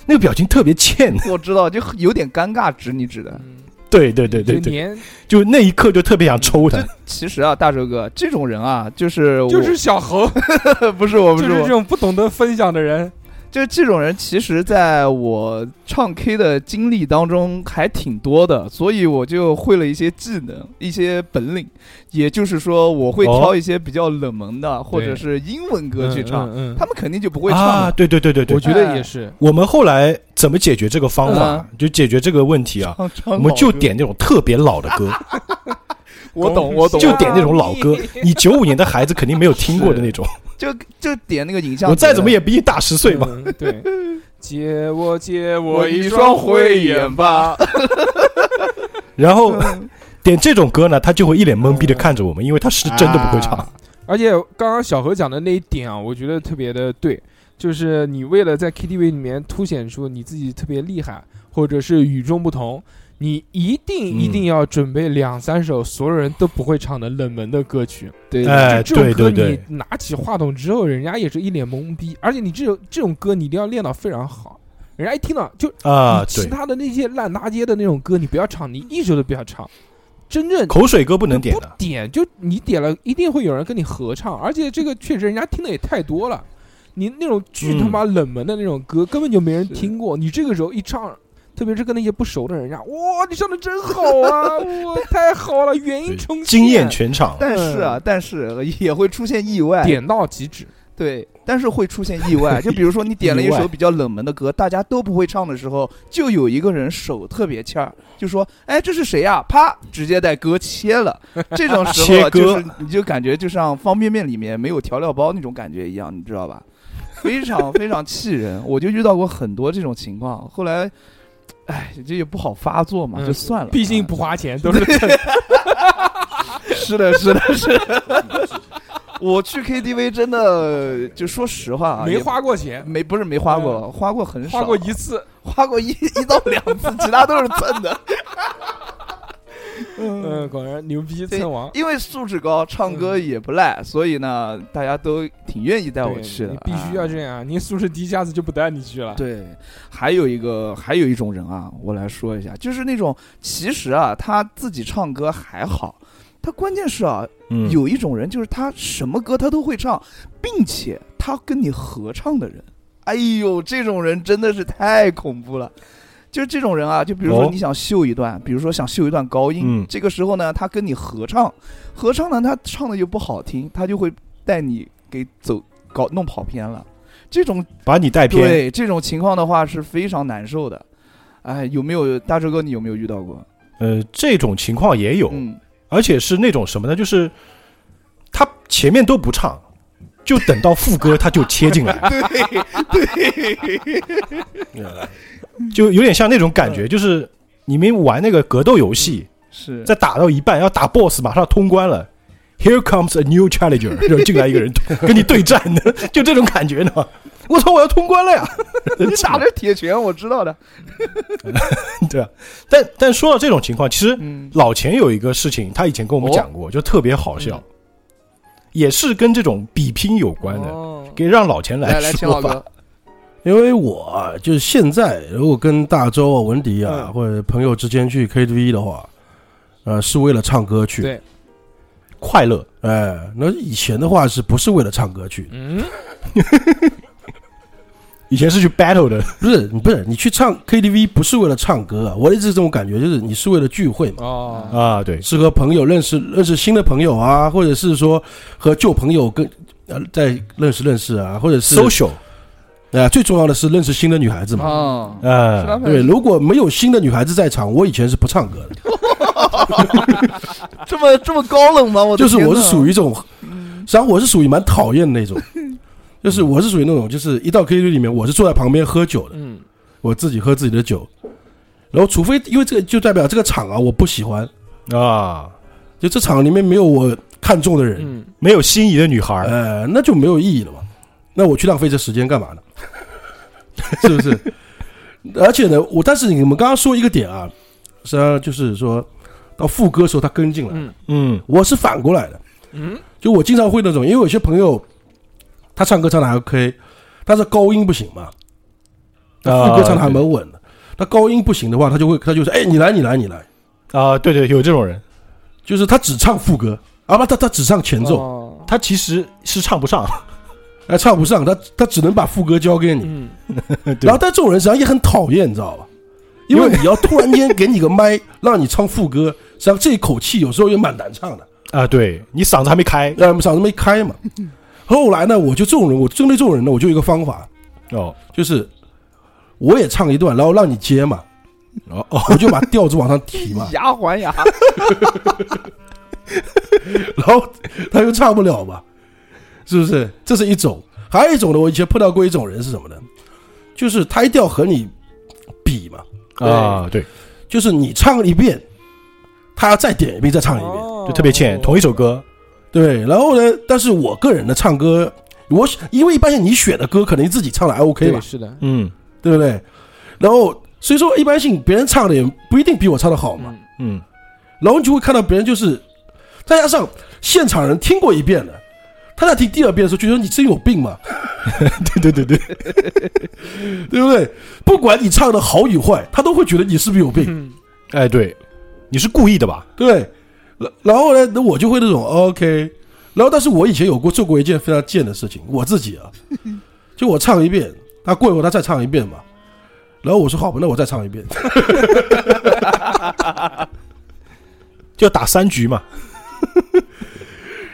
Speaker 3: 那个表情特别欠，
Speaker 2: 我知道，就有点尴尬，指你指的。
Speaker 1: 嗯
Speaker 3: 对对对对
Speaker 1: 就
Speaker 3: 对，
Speaker 1: 年
Speaker 3: 就那一刻就特别想抽他，
Speaker 2: 其实啊，大周哥这种人啊，就是我
Speaker 1: 就是小猴，
Speaker 2: 不是
Speaker 1: 就
Speaker 2: 我不
Speaker 1: 是
Speaker 2: 是
Speaker 1: 这
Speaker 2: 我，
Speaker 1: 种不懂得分享的人。
Speaker 2: 就是这种人，其实在我唱 K 的经历当中还挺多的，所以我就会了一些技能、一些本领。也就是说，我会
Speaker 3: 哦
Speaker 2: 挑一些比较冷门的、或者是英文歌去唱，
Speaker 1: 嗯，嗯
Speaker 2: 他们肯定就不会唱
Speaker 3: 啊，
Speaker 2: 了。
Speaker 3: 对对对对
Speaker 1: 我
Speaker 3: 对。
Speaker 1: 觉得也是。
Speaker 3: 我们后来怎么解决这个方
Speaker 2: 嗯
Speaker 3: 法？就解决这个问题啊，
Speaker 2: 唱唱
Speaker 3: 我
Speaker 2: 老
Speaker 3: 们就
Speaker 2: 歌，
Speaker 3: 点那种特别老的歌，
Speaker 2: 我懂，我懂，
Speaker 3: 就点那种老歌，你九五年的孩子肯定没有听过的那种。
Speaker 2: 就 就点那个影像。
Speaker 3: 我再怎么也比你大十岁嘛。
Speaker 1: 嗯对， 借我借
Speaker 2: 我
Speaker 1: 我
Speaker 2: 一
Speaker 1: 一
Speaker 2: 双
Speaker 1: 双
Speaker 2: 慧
Speaker 1: 慧
Speaker 2: 眼
Speaker 1: 眼
Speaker 2: 吧。
Speaker 3: 然后
Speaker 2: 嗯
Speaker 3: 点这种歌呢，他就会一脸懵逼的看着我们，因为他是 真的不会唱。
Speaker 2: 啊
Speaker 1: 而且刚刚小何讲的那一点啊，我觉得特别的对，就是你为了在 KTV 里面凸显出你自己特别厉害，或者是与众不同，你一定
Speaker 3: 嗯
Speaker 1: 一定要准备两三首所有人都不会唱的冷门的歌曲。
Speaker 2: 对
Speaker 3: 哎，
Speaker 1: 就这
Speaker 3: 对
Speaker 1: 种歌
Speaker 3: 对对，
Speaker 1: 你拿起话筒之后，人家也是一脸懵逼，而且你这种这种歌你一定要练到非常好，人家一听到就
Speaker 3: 啊，
Speaker 1: 你其
Speaker 3: 对，
Speaker 1: 他的那些烂大街的那种歌，你不要唱，你一首都不要唱。真正
Speaker 3: 口水歌不能点
Speaker 1: 不
Speaker 3: 的。
Speaker 1: 点就你点了，一定会有人跟你合唱，而且这个确实人家听的也太多了。你那种巨
Speaker 3: 嗯
Speaker 1: 他妈冷门的那种歌，根本就没人
Speaker 2: 是
Speaker 1: 听过。你这个时候一唱，特别是跟那些不熟的人家，哇，你唱的真好啊，哇，太好了，原音
Speaker 4: 对
Speaker 1: 重现，
Speaker 3: 惊艳全场，
Speaker 2: 啊但是啊，但是也会出现意外，
Speaker 1: 点到即止。
Speaker 2: 对，但是会出现意 外。就比如说你点了一
Speaker 3: 意
Speaker 2: 首
Speaker 3: 外
Speaker 2: 比较冷门的歌，大家都不会唱的时候，就有一个人手特别欠儿，就说：“哎，这是谁呀、啪，直接带歌切 了。这种时候
Speaker 3: 切
Speaker 2: 啊
Speaker 3: 歌
Speaker 2: 就是你就感觉就像方便面里面没有调料包那种感觉一样，你知道吧？非常非常气人，我就遇到过很多这种情况。后来，哎，这也不好发作嘛，
Speaker 1: 嗯
Speaker 2: 就算了。
Speaker 1: 毕竟不花钱都是
Speaker 2: 是的，是的，是的。我去 KTV 真的就说实话啊，
Speaker 1: 没
Speaker 2: 也
Speaker 1: 花过钱，
Speaker 2: 没不是没花过，花过很少，
Speaker 1: 花过一次。
Speaker 2: 花过一一到两次，其他都是蹭 的。
Speaker 1: 嗯，果然牛逼
Speaker 2: 对
Speaker 1: 称王。
Speaker 2: 因为素质高，唱歌也不赖，所以呢，大家都挺愿意带我
Speaker 1: 嗯对
Speaker 2: 哎去的。
Speaker 1: 你必须
Speaker 2: 啊
Speaker 1: 要这样。你素质低，下次就不带你去了。
Speaker 2: 对，还有一个，还有一种人啊，我来说一下，就是那种其实啊，他自己唱歌还好，他关键是啊，
Speaker 3: 嗯，
Speaker 2: 有一种人就是他什么歌他都会唱，并且他跟你合唱的人，哎呦，这种人真的是太恐怖了。就是这种人啊，就比如说
Speaker 3: 哦
Speaker 2: 你想秀一段，比如说想秀一段高音，
Speaker 3: 嗯
Speaker 2: 这个时候呢，他跟你合唱，合唱呢，他唱的又不好听，他就会带你给走搞弄跑偏了。这种
Speaker 3: 把你带偏。
Speaker 2: 对这种情况的话是非常难受的。哎，有没有大周哥？你有没有遇到过？
Speaker 3: 呃，这种情况也有，
Speaker 2: 嗯，
Speaker 3: 而且是那种什么呢？就是他前面都不唱，就等到副歌他就切 进来，
Speaker 2: 对对，
Speaker 3: 就有点像那种感觉，就是你们玩那个格斗游戏，
Speaker 2: 是
Speaker 3: 在打到一半要打 BOSS，马上通关了。Here comes a new challenger，就 进来一个人跟你对战的， 就这种感觉呢。我操，我要通关了 呀！
Speaker 2: 打的铁拳，我知道的。
Speaker 3: 对啊，但但说到这种情况，其实
Speaker 2: 嗯，
Speaker 3: 老钱有一个事情，他以前跟我们讲过，就特别好笑。也是跟这种比拼有关的。
Speaker 2: 哦
Speaker 3: 给让老钱
Speaker 2: 来来，秦
Speaker 3: 说
Speaker 2: 老
Speaker 3: 吧。
Speaker 2: 哥，
Speaker 4: 因为我啊就是现在，如果跟大周啊、文迪啊、
Speaker 1: 嗯
Speaker 4: 或者朋友之间去 KTV 的话，呃，是为了唱歌去。
Speaker 1: 对，
Speaker 3: 快乐，
Speaker 4: 哎，那以前的话是不是为了唱歌去？
Speaker 1: 嗯，
Speaker 3: 以前是去 battle 的，
Speaker 4: 不是，不是，你去唱 KTV 不是为了唱歌啊！我一直这种感觉，就是你是为了聚会嘛，
Speaker 1: 哦，
Speaker 2: 嗯
Speaker 3: 啊，对，
Speaker 4: 是和朋友认识认识新的朋友啊，或者是说和旧朋友跟呃再认识认识啊，或者是
Speaker 3: social，
Speaker 4: 呃最重要的是认识新的女孩子嘛。
Speaker 2: 哦，是
Speaker 3: 呃
Speaker 2: 吧，
Speaker 4: 对，如果没有新的女孩子在场，我以前是不唱歌的，
Speaker 2: 这么这么高冷吗？我
Speaker 4: 就是我是属
Speaker 2: 于，
Speaker 4: 于这种，实际上我是属于蛮讨厌的那种，就是我是属于那种，就是一到 KTV 里面，我是坐在旁边喝酒的。
Speaker 1: 嗯，
Speaker 4: 我自己喝自己的酒，然后除非因为这个就代表这个场啊我不喜欢，
Speaker 3: 啊，
Speaker 4: 就这场里面没有我看中的人，
Speaker 1: 嗯，
Speaker 3: 没有心仪的女孩儿，
Speaker 4: 呃，那就没有意义了嘛。那我去浪费这时间干嘛呢？ 是不是？而且呢，我但是你们刚刚说一个点啊，实际上就是说到副歌的时候他跟进来，
Speaker 1: 嗯，
Speaker 3: 嗯，
Speaker 4: 我是反过来的，
Speaker 1: 嗯，
Speaker 4: 就我经常会那种，因为有些朋友他唱歌唱的还 OK，但是高音不行嘛，他副歌唱的还蛮稳的，他高音不行的话，他就会他就是哎你来你来你来，
Speaker 3: 啊，对对，有这种人，
Speaker 4: 就是他只唱副歌啊，不，他他只唱前奏，
Speaker 1: 奏，
Speaker 3: 他其实是唱不上，
Speaker 4: 哎，唱不上，他他只能把副歌交给你。
Speaker 1: 嗯，
Speaker 3: 对
Speaker 4: 然后，但这种人实际上也很讨厌，你知道吧？因为你要突然间给你个麦， 让你唱副歌，实际上这一口气有时候也蛮难唱的，
Speaker 3: 啊，对你嗓子还没开
Speaker 4: 呃，嗓子没开嘛。后来呢，我就这种人，我针对这种人呢，我就有一个方法，
Speaker 3: 哦，
Speaker 4: 就是我也唱一段，然后让你接嘛，
Speaker 3: 哦哦，
Speaker 4: 我就把调子往上提嘛
Speaker 2: 牙还牙，
Speaker 4: 然后他又唱不了嘛，是不是？这是一种，还有一种呢，我以前碰到过一种人是什么呢？就是他一定要和你比嘛，
Speaker 3: 啊，对，
Speaker 4: 就是你唱一遍，他要再点一遍，再唱一遍，
Speaker 1: 哦
Speaker 3: 就特别欠同一首，歌，
Speaker 4: 对。然后呢，但是我个人的唱歌，我因为一般性你选的歌，可能自己唱的还 OK
Speaker 1: 对，
Speaker 4: 吧，
Speaker 1: 是的，
Speaker 3: 嗯
Speaker 4: 对不对？然后所以说一般性别人唱的也不一定比我唱的好嘛，
Speaker 1: 嗯，
Speaker 3: 嗯，
Speaker 4: 然后你就会看到别人就是，再加上现场人听过一遍了，他在听第二遍的时候就说你真有病嘛，
Speaker 3: 对对对对，
Speaker 4: 对不对？不管你唱的好与坏，他都会觉得你是不是有病，
Speaker 1: 嗯
Speaker 3: 哎，对，你是故意的吧？
Speaker 4: 对。然然后呢，那我就会那种 OK。然后，但是我以前有过做过一件非常贱的事情，我自己啊，就我唱一遍，他过一会儿他再唱一遍嘛，然后我说好吧，那我再唱一遍，
Speaker 3: 就打三局嘛，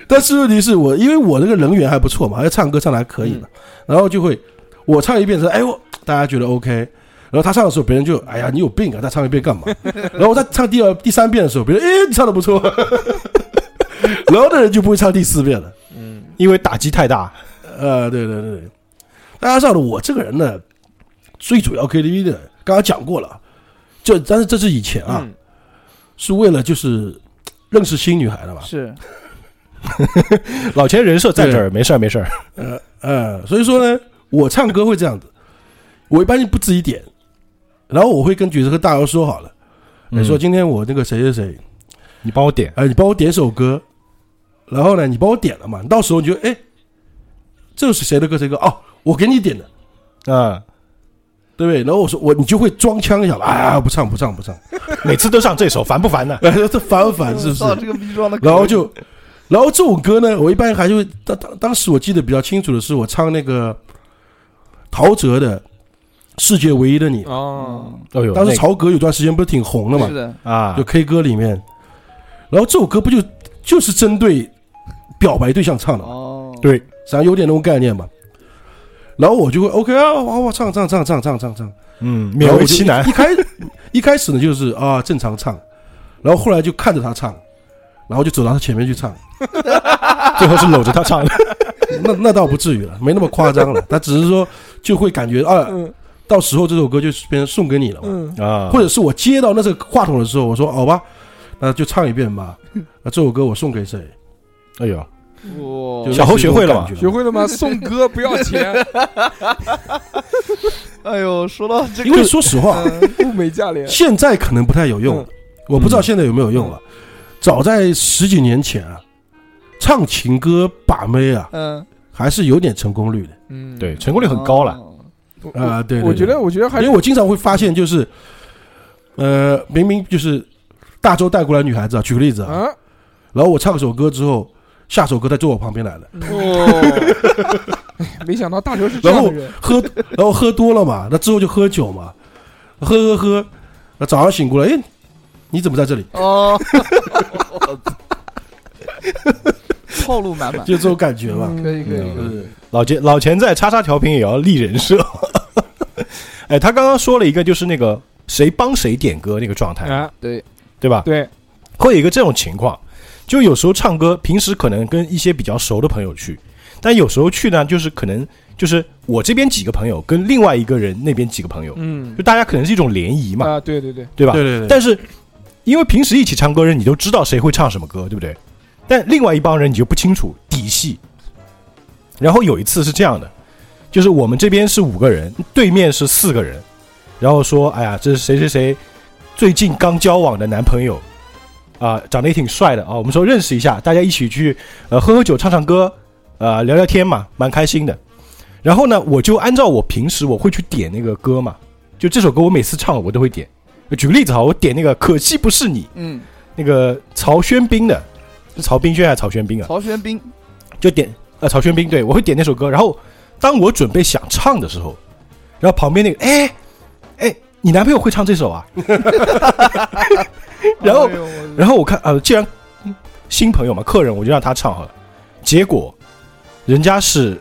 Speaker 4: 但是问题是我，因为我这个人缘还不错嘛，还唱歌唱的还可以呢，然后就会我唱一遍是哎我大家觉得 OK，然后他唱的时候别人就哎呀你有病啊，他唱一遍干嘛？然后他唱第二第三遍的时候，别人哎你唱的不错， 然后那人就不会唱第四遍了。
Speaker 1: 嗯，
Speaker 3: 因为打击太大，
Speaker 4: 呃，对对对对，大家知道的，我这个人呢，最主要 KTV 的，刚刚讲过了，这但是这是以前啊，
Speaker 1: 嗯
Speaker 4: 是为了就是认识新女孩的嘛，
Speaker 2: 是
Speaker 3: 老钱人设在这儿，没事儿没事儿，
Speaker 4: 呃呃，所以说呢，我唱歌会这样子，我一般就不自己点，然后我会跟爵士和大姚说好了，你说
Speaker 3: 嗯
Speaker 4: 今天我那个谁谁谁，
Speaker 3: 你帮我点，
Speaker 4: 哎、你帮我点首歌，然后呢，你帮我点了嘛，到时候你就哎，这是谁的歌谁的歌哦，我给你点的，
Speaker 3: 嗯，
Speaker 4: 对不对？然后我说我你就会装腔一下，哎呀不唱不唱不唱，
Speaker 3: 每次都上这首，烦不 烦呢？
Speaker 4: 哎这烦不烦是不是？
Speaker 2: 操这个逼装的，
Speaker 4: 然后就，然后这首歌呢，我一般还就会当当当时我记得比较清楚的是，我唱那个陶喆的《世界唯一的你》，
Speaker 1: 哦，
Speaker 2: 嗯，
Speaker 3: 哎呦，
Speaker 4: 当时
Speaker 3: 那个
Speaker 4: 曹格有段时间不是挺红的嘛
Speaker 2: 是，的，
Speaker 3: 啊
Speaker 4: 就，K 歌里面，然后这首歌不就就是针对表白对象唱的嘛，
Speaker 2: 哦，
Speaker 3: 对，
Speaker 4: 实际上有点那种概念嘛。然后我就会 OK 啊，哇哇唱唱唱唱唱唱唱，
Speaker 3: 嗯，勉
Speaker 4: 然后我
Speaker 3: 为
Speaker 4: 就
Speaker 3: 其难
Speaker 4: 一，开一开始呢就是啊正常唱，然后后来就看着他唱，然后就走到他前面去唱。
Speaker 3: 最后是搂着他唱的，
Speaker 4: 那那倒不至于了，没那么夸张了。他只是说就会感觉啊，
Speaker 1: 嗯
Speaker 4: 到时候这首歌就是别人送给你了嘛。
Speaker 1: 嗯，
Speaker 3: 啊，
Speaker 4: 或者是我接到那这个话筒的时候，我说好吧，那就唱一遍吧。
Speaker 1: 嗯
Speaker 4: 那这首歌我送给谁？
Speaker 3: 哎呦，
Speaker 2: 哇
Speaker 4: 就
Speaker 3: 哦小侯学会了
Speaker 4: 嘛
Speaker 3: 嘛？
Speaker 1: 学会了吗？送歌不要钱，
Speaker 2: 哎呦，说到这个，
Speaker 4: 因为说实话，
Speaker 2: 嗯
Speaker 1: 物美价廉，
Speaker 4: 现在可能不太有用
Speaker 1: 嗯，
Speaker 4: 我不知道现在有没有用了。早在十几年前啊，唱情歌把妹啊，
Speaker 2: 嗯，
Speaker 4: 还是有点成功率的
Speaker 1: 嗯，
Speaker 3: 对，成功率很高了。
Speaker 2: 哦。
Speaker 1: 我
Speaker 4: 啊、对
Speaker 1: 我觉
Speaker 4: 得。对
Speaker 1: 得，我觉得还
Speaker 4: 因为
Speaker 1: 是
Speaker 4: 我经常会发现，就是，呃，明明就是大周带过来女孩子啊，举个例子啊，
Speaker 1: 啊，
Speaker 4: 然后我唱首歌之后，下首歌她坐我旁边来了，
Speaker 1: 哦，没想到大哲是这样的人，
Speaker 4: 喝， 然后喝多了嘛，那之后就喝酒嘛，喝喝喝，那早上醒过来，哎，你怎么在这里？
Speaker 2: 哦， 套路满满，
Speaker 4: 就这种感觉嘛，
Speaker 2: 可以可以，
Speaker 3: 嗯
Speaker 4: 嗯，
Speaker 3: 老钱老钱在叉叉调频也要立人设。 哎，他刚刚说了一个，就是那个谁帮谁点歌那个状态，
Speaker 1: 啊，
Speaker 3: 对吧？
Speaker 1: 对，
Speaker 3: 会有一个这种情况，就有时候唱歌，平时可能跟一些比较熟的朋友去，但有时候去呢，就是可能就是我这边几个朋友跟另外一个人那边几个朋友，
Speaker 1: 嗯
Speaker 3: 就大家可能是一种联谊嘛，
Speaker 1: 啊，对对对，
Speaker 3: 对吧？
Speaker 4: 对对对，
Speaker 3: 但是因为平时一起唱歌的人，你都知道谁会唱什么歌，对不对？但另外一帮人你就不清楚底细。然后有一次是这样的，就是我们这边是五个人，对面是四个人，然后说：“哎呀，这是谁谁谁最近刚交往的男朋友啊、长得也挺帅的啊。”我们说认识一下，大家一起去呃喝喝酒、唱唱歌，呃聊聊天嘛，蛮开心的。然后呢，我就按照我平时我会去点那个歌嘛，就这首歌我每次唱我都会点。呃举个例子哈，我点那个《可惜不是你》，
Speaker 2: 嗯，
Speaker 3: 那个曹轩宾的，是曹冰轩还是曹轩宾啊？
Speaker 2: 曹玄彬，
Speaker 3: 就点呃曹轩宾，对我会点那首歌。然后当我准备想唱的时候，然后旁边那个哎哎，你男朋友会唱这首啊？然后
Speaker 2: 哎呦我
Speaker 3: 然后我看啊、既然新朋友嘛，客人我就让他唱好了。结果人家是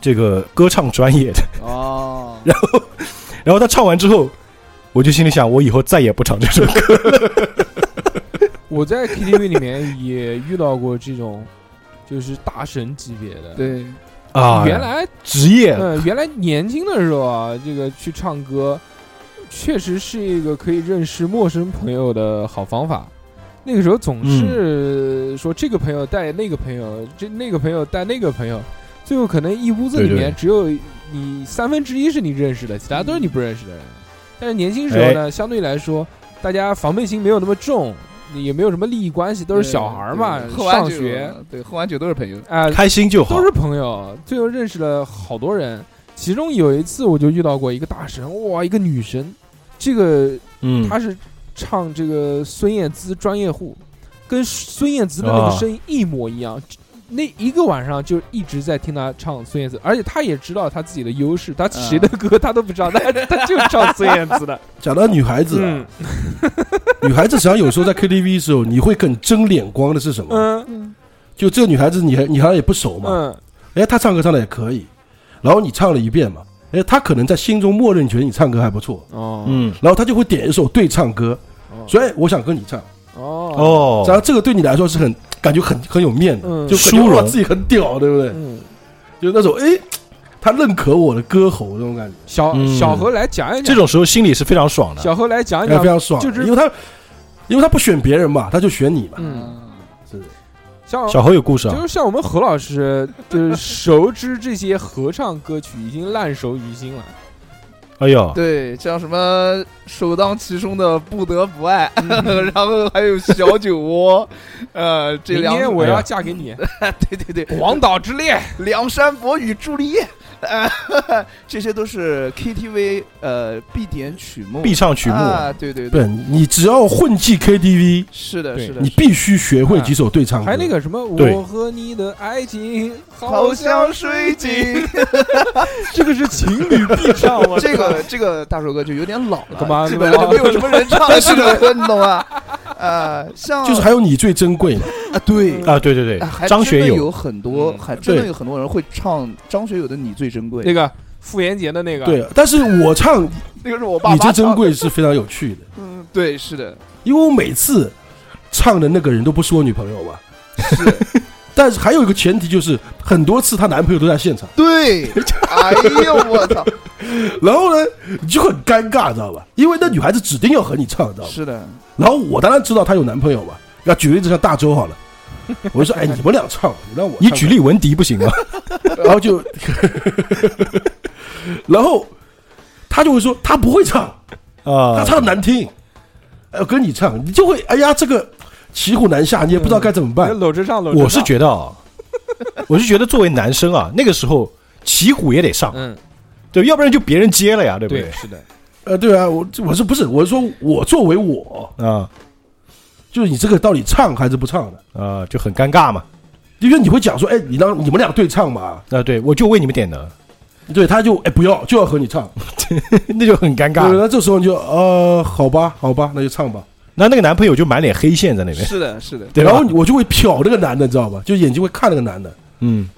Speaker 3: 这个歌唱专业的，
Speaker 2: 哦，
Speaker 3: 然后然后他唱完之后，我就心里想，我以后再也不唱这首 歌。
Speaker 1: 我在 KTV 里面也遇到过这种，就是大神级别的，，
Speaker 2: 对，
Speaker 3: 啊，
Speaker 1: 原来
Speaker 3: 职业
Speaker 1: 嗯，原来年轻的时候啊，这个去唱歌，确实是一个可以认识陌生朋友的好方法。那个时候总
Speaker 3: 嗯
Speaker 1: 是说这个朋友带那个朋友，这那个朋友带那个朋友，最后可能一屋子里
Speaker 3: 对对
Speaker 1: 面只有你三分之一是你认识的，其他都是你不认识的人。但是年轻时候
Speaker 3: 哎
Speaker 1: 呢，相对来说，大家防备心没有那么重，也没有什么利益关系，都是小孩儿嘛
Speaker 2: 对，喝完
Speaker 1: 上
Speaker 2: 酒
Speaker 1: 学，
Speaker 2: 对，喝完酒都是朋友，
Speaker 1: 啊，
Speaker 3: 开心就好
Speaker 1: 都。是朋友，最后认识了好多人。其中有一次我就遇到过一个大神，哇，一个女神，这个
Speaker 3: 嗯
Speaker 1: 她是唱这个孙燕姿专业户，跟孙燕姿的那个
Speaker 3: 啊
Speaker 1: 声音一模一样。那一个晚上就一直在听她唱孙燕姿，而且她也知道她自己的优势，她谁的歌她都不知 道，但是她就唱孙燕姿 的。
Speaker 4: 讲到女孩子啊，
Speaker 1: 嗯
Speaker 4: 女孩子实际上有时候在 KTV 的时候，你会更争脸光的是什么？
Speaker 1: 嗯
Speaker 4: 就这个女孩子，你还你好像也不熟嘛，
Speaker 1: 嗯，
Speaker 4: 哎，她唱歌唱的也可以，然后你唱了一遍嘛，哎，她可能在心中默认觉得你唱歌还不错，
Speaker 1: 哦
Speaker 3: 嗯
Speaker 4: 然后他就会点一首对唱歌，所以哎我想跟你唱，
Speaker 1: 哦
Speaker 4: 然
Speaker 3: 哦，
Speaker 4: 后这个对你来说是很感觉很很有面子，
Speaker 1: 嗯
Speaker 4: 就感觉
Speaker 3: 殊荣
Speaker 4: 哇自己很屌，对不对？
Speaker 1: 嗯，
Speaker 4: 就那种哎，他认可我的歌喉那种感觉，
Speaker 1: 小
Speaker 3: 嗯
Speaker 1: 小何来讲一
Speaker 3: 这
Speaker 1: 讲，
Speaker 3: 种时候心里是非常爽的。
Speaker 1: 小何来讲一
Speaker 4: 感
Speaker 1: 讲
Speaker 4: 觉哎非常爽，
Speaker 1: 哎就是
Speaker 4: 因为他因为他不选别人嘛，他就选你嘛，
Speaker 1: 嗯，
Speaker 4: 是
Speaker 1: 像
Speaker 3: 小何有故事啊
Speaker 1: 就，是像我们何老师，就是熟知这些合唱歌曲，已经烂熟于心了。
Speaker 3: 哎 呦，
Speaker 2: 对，像什么首当其冲的不得不爱， 然后还有小酒窝，呃，这
Speaker 1: 明
Speaker 2: 两哎
Speaker 1: 天我要嫁给你，
Speaker 2: 对对对，
Speaker 1: 《广岛之恋》
Speaker 2: 梁山伯与朱丽叶， 呃，这些都是 KTV 呃必点曲目，
Speaker 3: 必唱曲目
Speaker 2: 啊，对对对，
Speaker 4: 对你只要混迹 KTV，
Speaker 2: 是的，
Speaker 1: 对哎
Speaker 2: 是的，是
Speaker 4: 你
Speaker 2: 的
Speaker 4: 必须学会几首对唱歌，
Speaker 1: 还有那个什么，
Speaker 3: 对
Speaker 1: 我和你的爱情
Speaker 2: 好
Speaker 1: 好
Speaker 2: 像
Speaker 1: 像水
Speaker 2: 水晶
Speaker 1: 晶，，这个是情侣必唱。我
Speaker 2: 这个这个大寿哥就有点老了，
Speaker 1: 干嘛
Speaker 2: 基本上就没有什么人唱了，是的，你懂吗？呃，像
Speaker 1: 啊
Speaker 4: 就是还有你最珍贵嘛，
Speaker 2: 啊，对，
Speaker 3: 啊，对对
Speaker 2: 哎还
Speaker 3: 对，张学
Speaker 2: 真的
Speaker 3: 友
Speaker 2: 有很多，
Speaker 1: 嗯
Speaker 2: 还真的
Speaker 4: 对
Speaker 2: 有很多人会唱张学友的《你最珍贵》，
Speaker 1: 那个傅炎洁的那个，
Speaker 4: 对，但是 我唱你
Speaker 2: 那个是我爸妈
Speaker 4: 最珍
Speaker 2: 唱的，
Speaker 4: 贵是非常有趣的，
Speaker 2: 嗯，对，是的，
Speaker 4: 因为我每次唱的那个人都不是我女朋友嘛。
Speaker 2: 是，
Speaker 4: 但是还有一个前提就是，很多次她男朋友都在现场，
Speaker 2: 对，哎呦我操，
Speaker 4: 然后呢，你就很尴尬，知道吧？因为那女孩子指定要和你唱，知道吧？
Speaker 2: 是的，
Speaker 4: 然后我当然知道她有男朋友嘛。那举例子像大周好了，我就说，哎，你们俩唱，你让我
Speaker 3: 你
Speaker 4: 唱
Speaker 3: 举，例文迪不 行吗？
Speaker 4: 然后就， 然后他就会说他不会唱，他
Speaker 3: 啊，
Speaker 4: 哎唱得难听，呃，跟你唱，你就会，哎呀，这个骑虎难下，你也不知道该怎么办。
Speaker 1: 搂着上，搂着上。
Speaker 3: 我是觉得啊，我是觉得作为男生啊，那个时候骑虎也得上，
Speaker 1: 嗯，
Speaker 3: 对，要不然就别人接了呀，对不
Speaker 1: 对
Speaker 3: 对？，
Speaker 1: 是的，
Speaker 4: 呃，对啊，我我是不是我是说我作为我，
Speaker 3: 啊
Speaker 4: 就是你这个到底唱还是不唱的？
Speaker 3: 啊，就很尴尬嘛。
Speaker 4: 因为你会讲说，哎，你让你们俩对唱嘛，
Speaker 3: 啊，对，我就为你们点的，
Speaker 4: 对，他就哎不要就要和你唱，
Speaker 3: 那就很尴
Speaker 4: 对，
Speaker 3: 尬。
Speaker 4: 那这时候你就呃好吧好吧，那就唱吧。
Speaker 3: 那那个男朋友就满脸黑线在那边，
Speaker 2: 是的，是的，
Speaker 3: 对吧
Speaker 4: 然后我就会瞟那个男的，你知道吧？就眼睛会看那个男的，
Speaker 3: 嗯，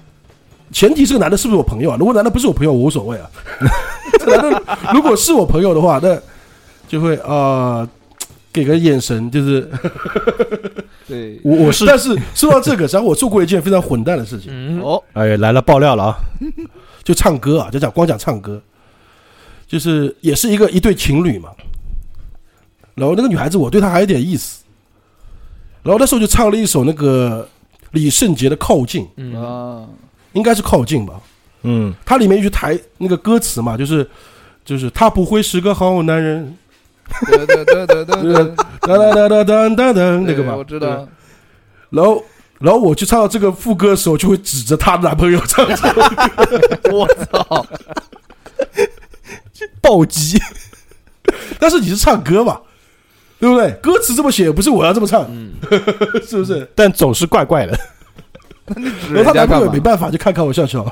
Speaker 4: 前提这个男的是不是我朋友啊？如果男的不是我朋友，我无所谓啊。 这男的如果是我朋友的话，那就会啊、呃给个眼神，就是
Speaker 2: 对，
Speaker 3: 我我是
Speaker 4: 但是说到这个，然后我做过一件非常混蛋的事情，
Speaker 1: 嗯，
Speaker 2: 哦，
Speaker 3: 哎呀来了爆料了啊，
Speaker 4: 就唱歌啊，就讲光讲唱歌，就是也是一个一对情侣嘛。然后那个女孩子，我对她还有点意思。然后那时候就唱了一首那个李圣杰的《靠近》，
Speaker 1: 嗯，
Speaker 2: 啊，
Speaker 4: 应该是《靠近》吧。
Speaker 3: 嗯，
Speaker 4: 它里面有一句台那个歌词嘛，就是就是他不会是个好男人，
Speaker 2: 得得得得得得，
Speaker 4: 哒哒哒哒哒哒哒，那个
Speaker 2: 对
Speaker 4: 嘛，
Speaker 2: 我知
Speaker 4: 对
Speaker 2: 道。
Speaker 4: 然后，然后我去唱到这个副歌的时候，就会指着她男朋友唱。
Speaker 2: 我 操，
Speaker 3: 暴击，
Speaker 4: 但是你是唱歌嘛，对不对？歌词这么写，不是我要这么唱，
Speaker 1: 嗯，
Speaker 4: 是不是？
Speaker 3: 但总是怪怪的，
Speaker 2: 指
Speaker 4: 然后
Speaker 2: 嗯人
Speaker 4: 她
Speaker 2: 家
Speaker 4: 男朋
Speaker 2: 干
Speaker 4: 友
Speaker 2: 嘛
Speaker 4: 也没？办法，就看看我笑笑。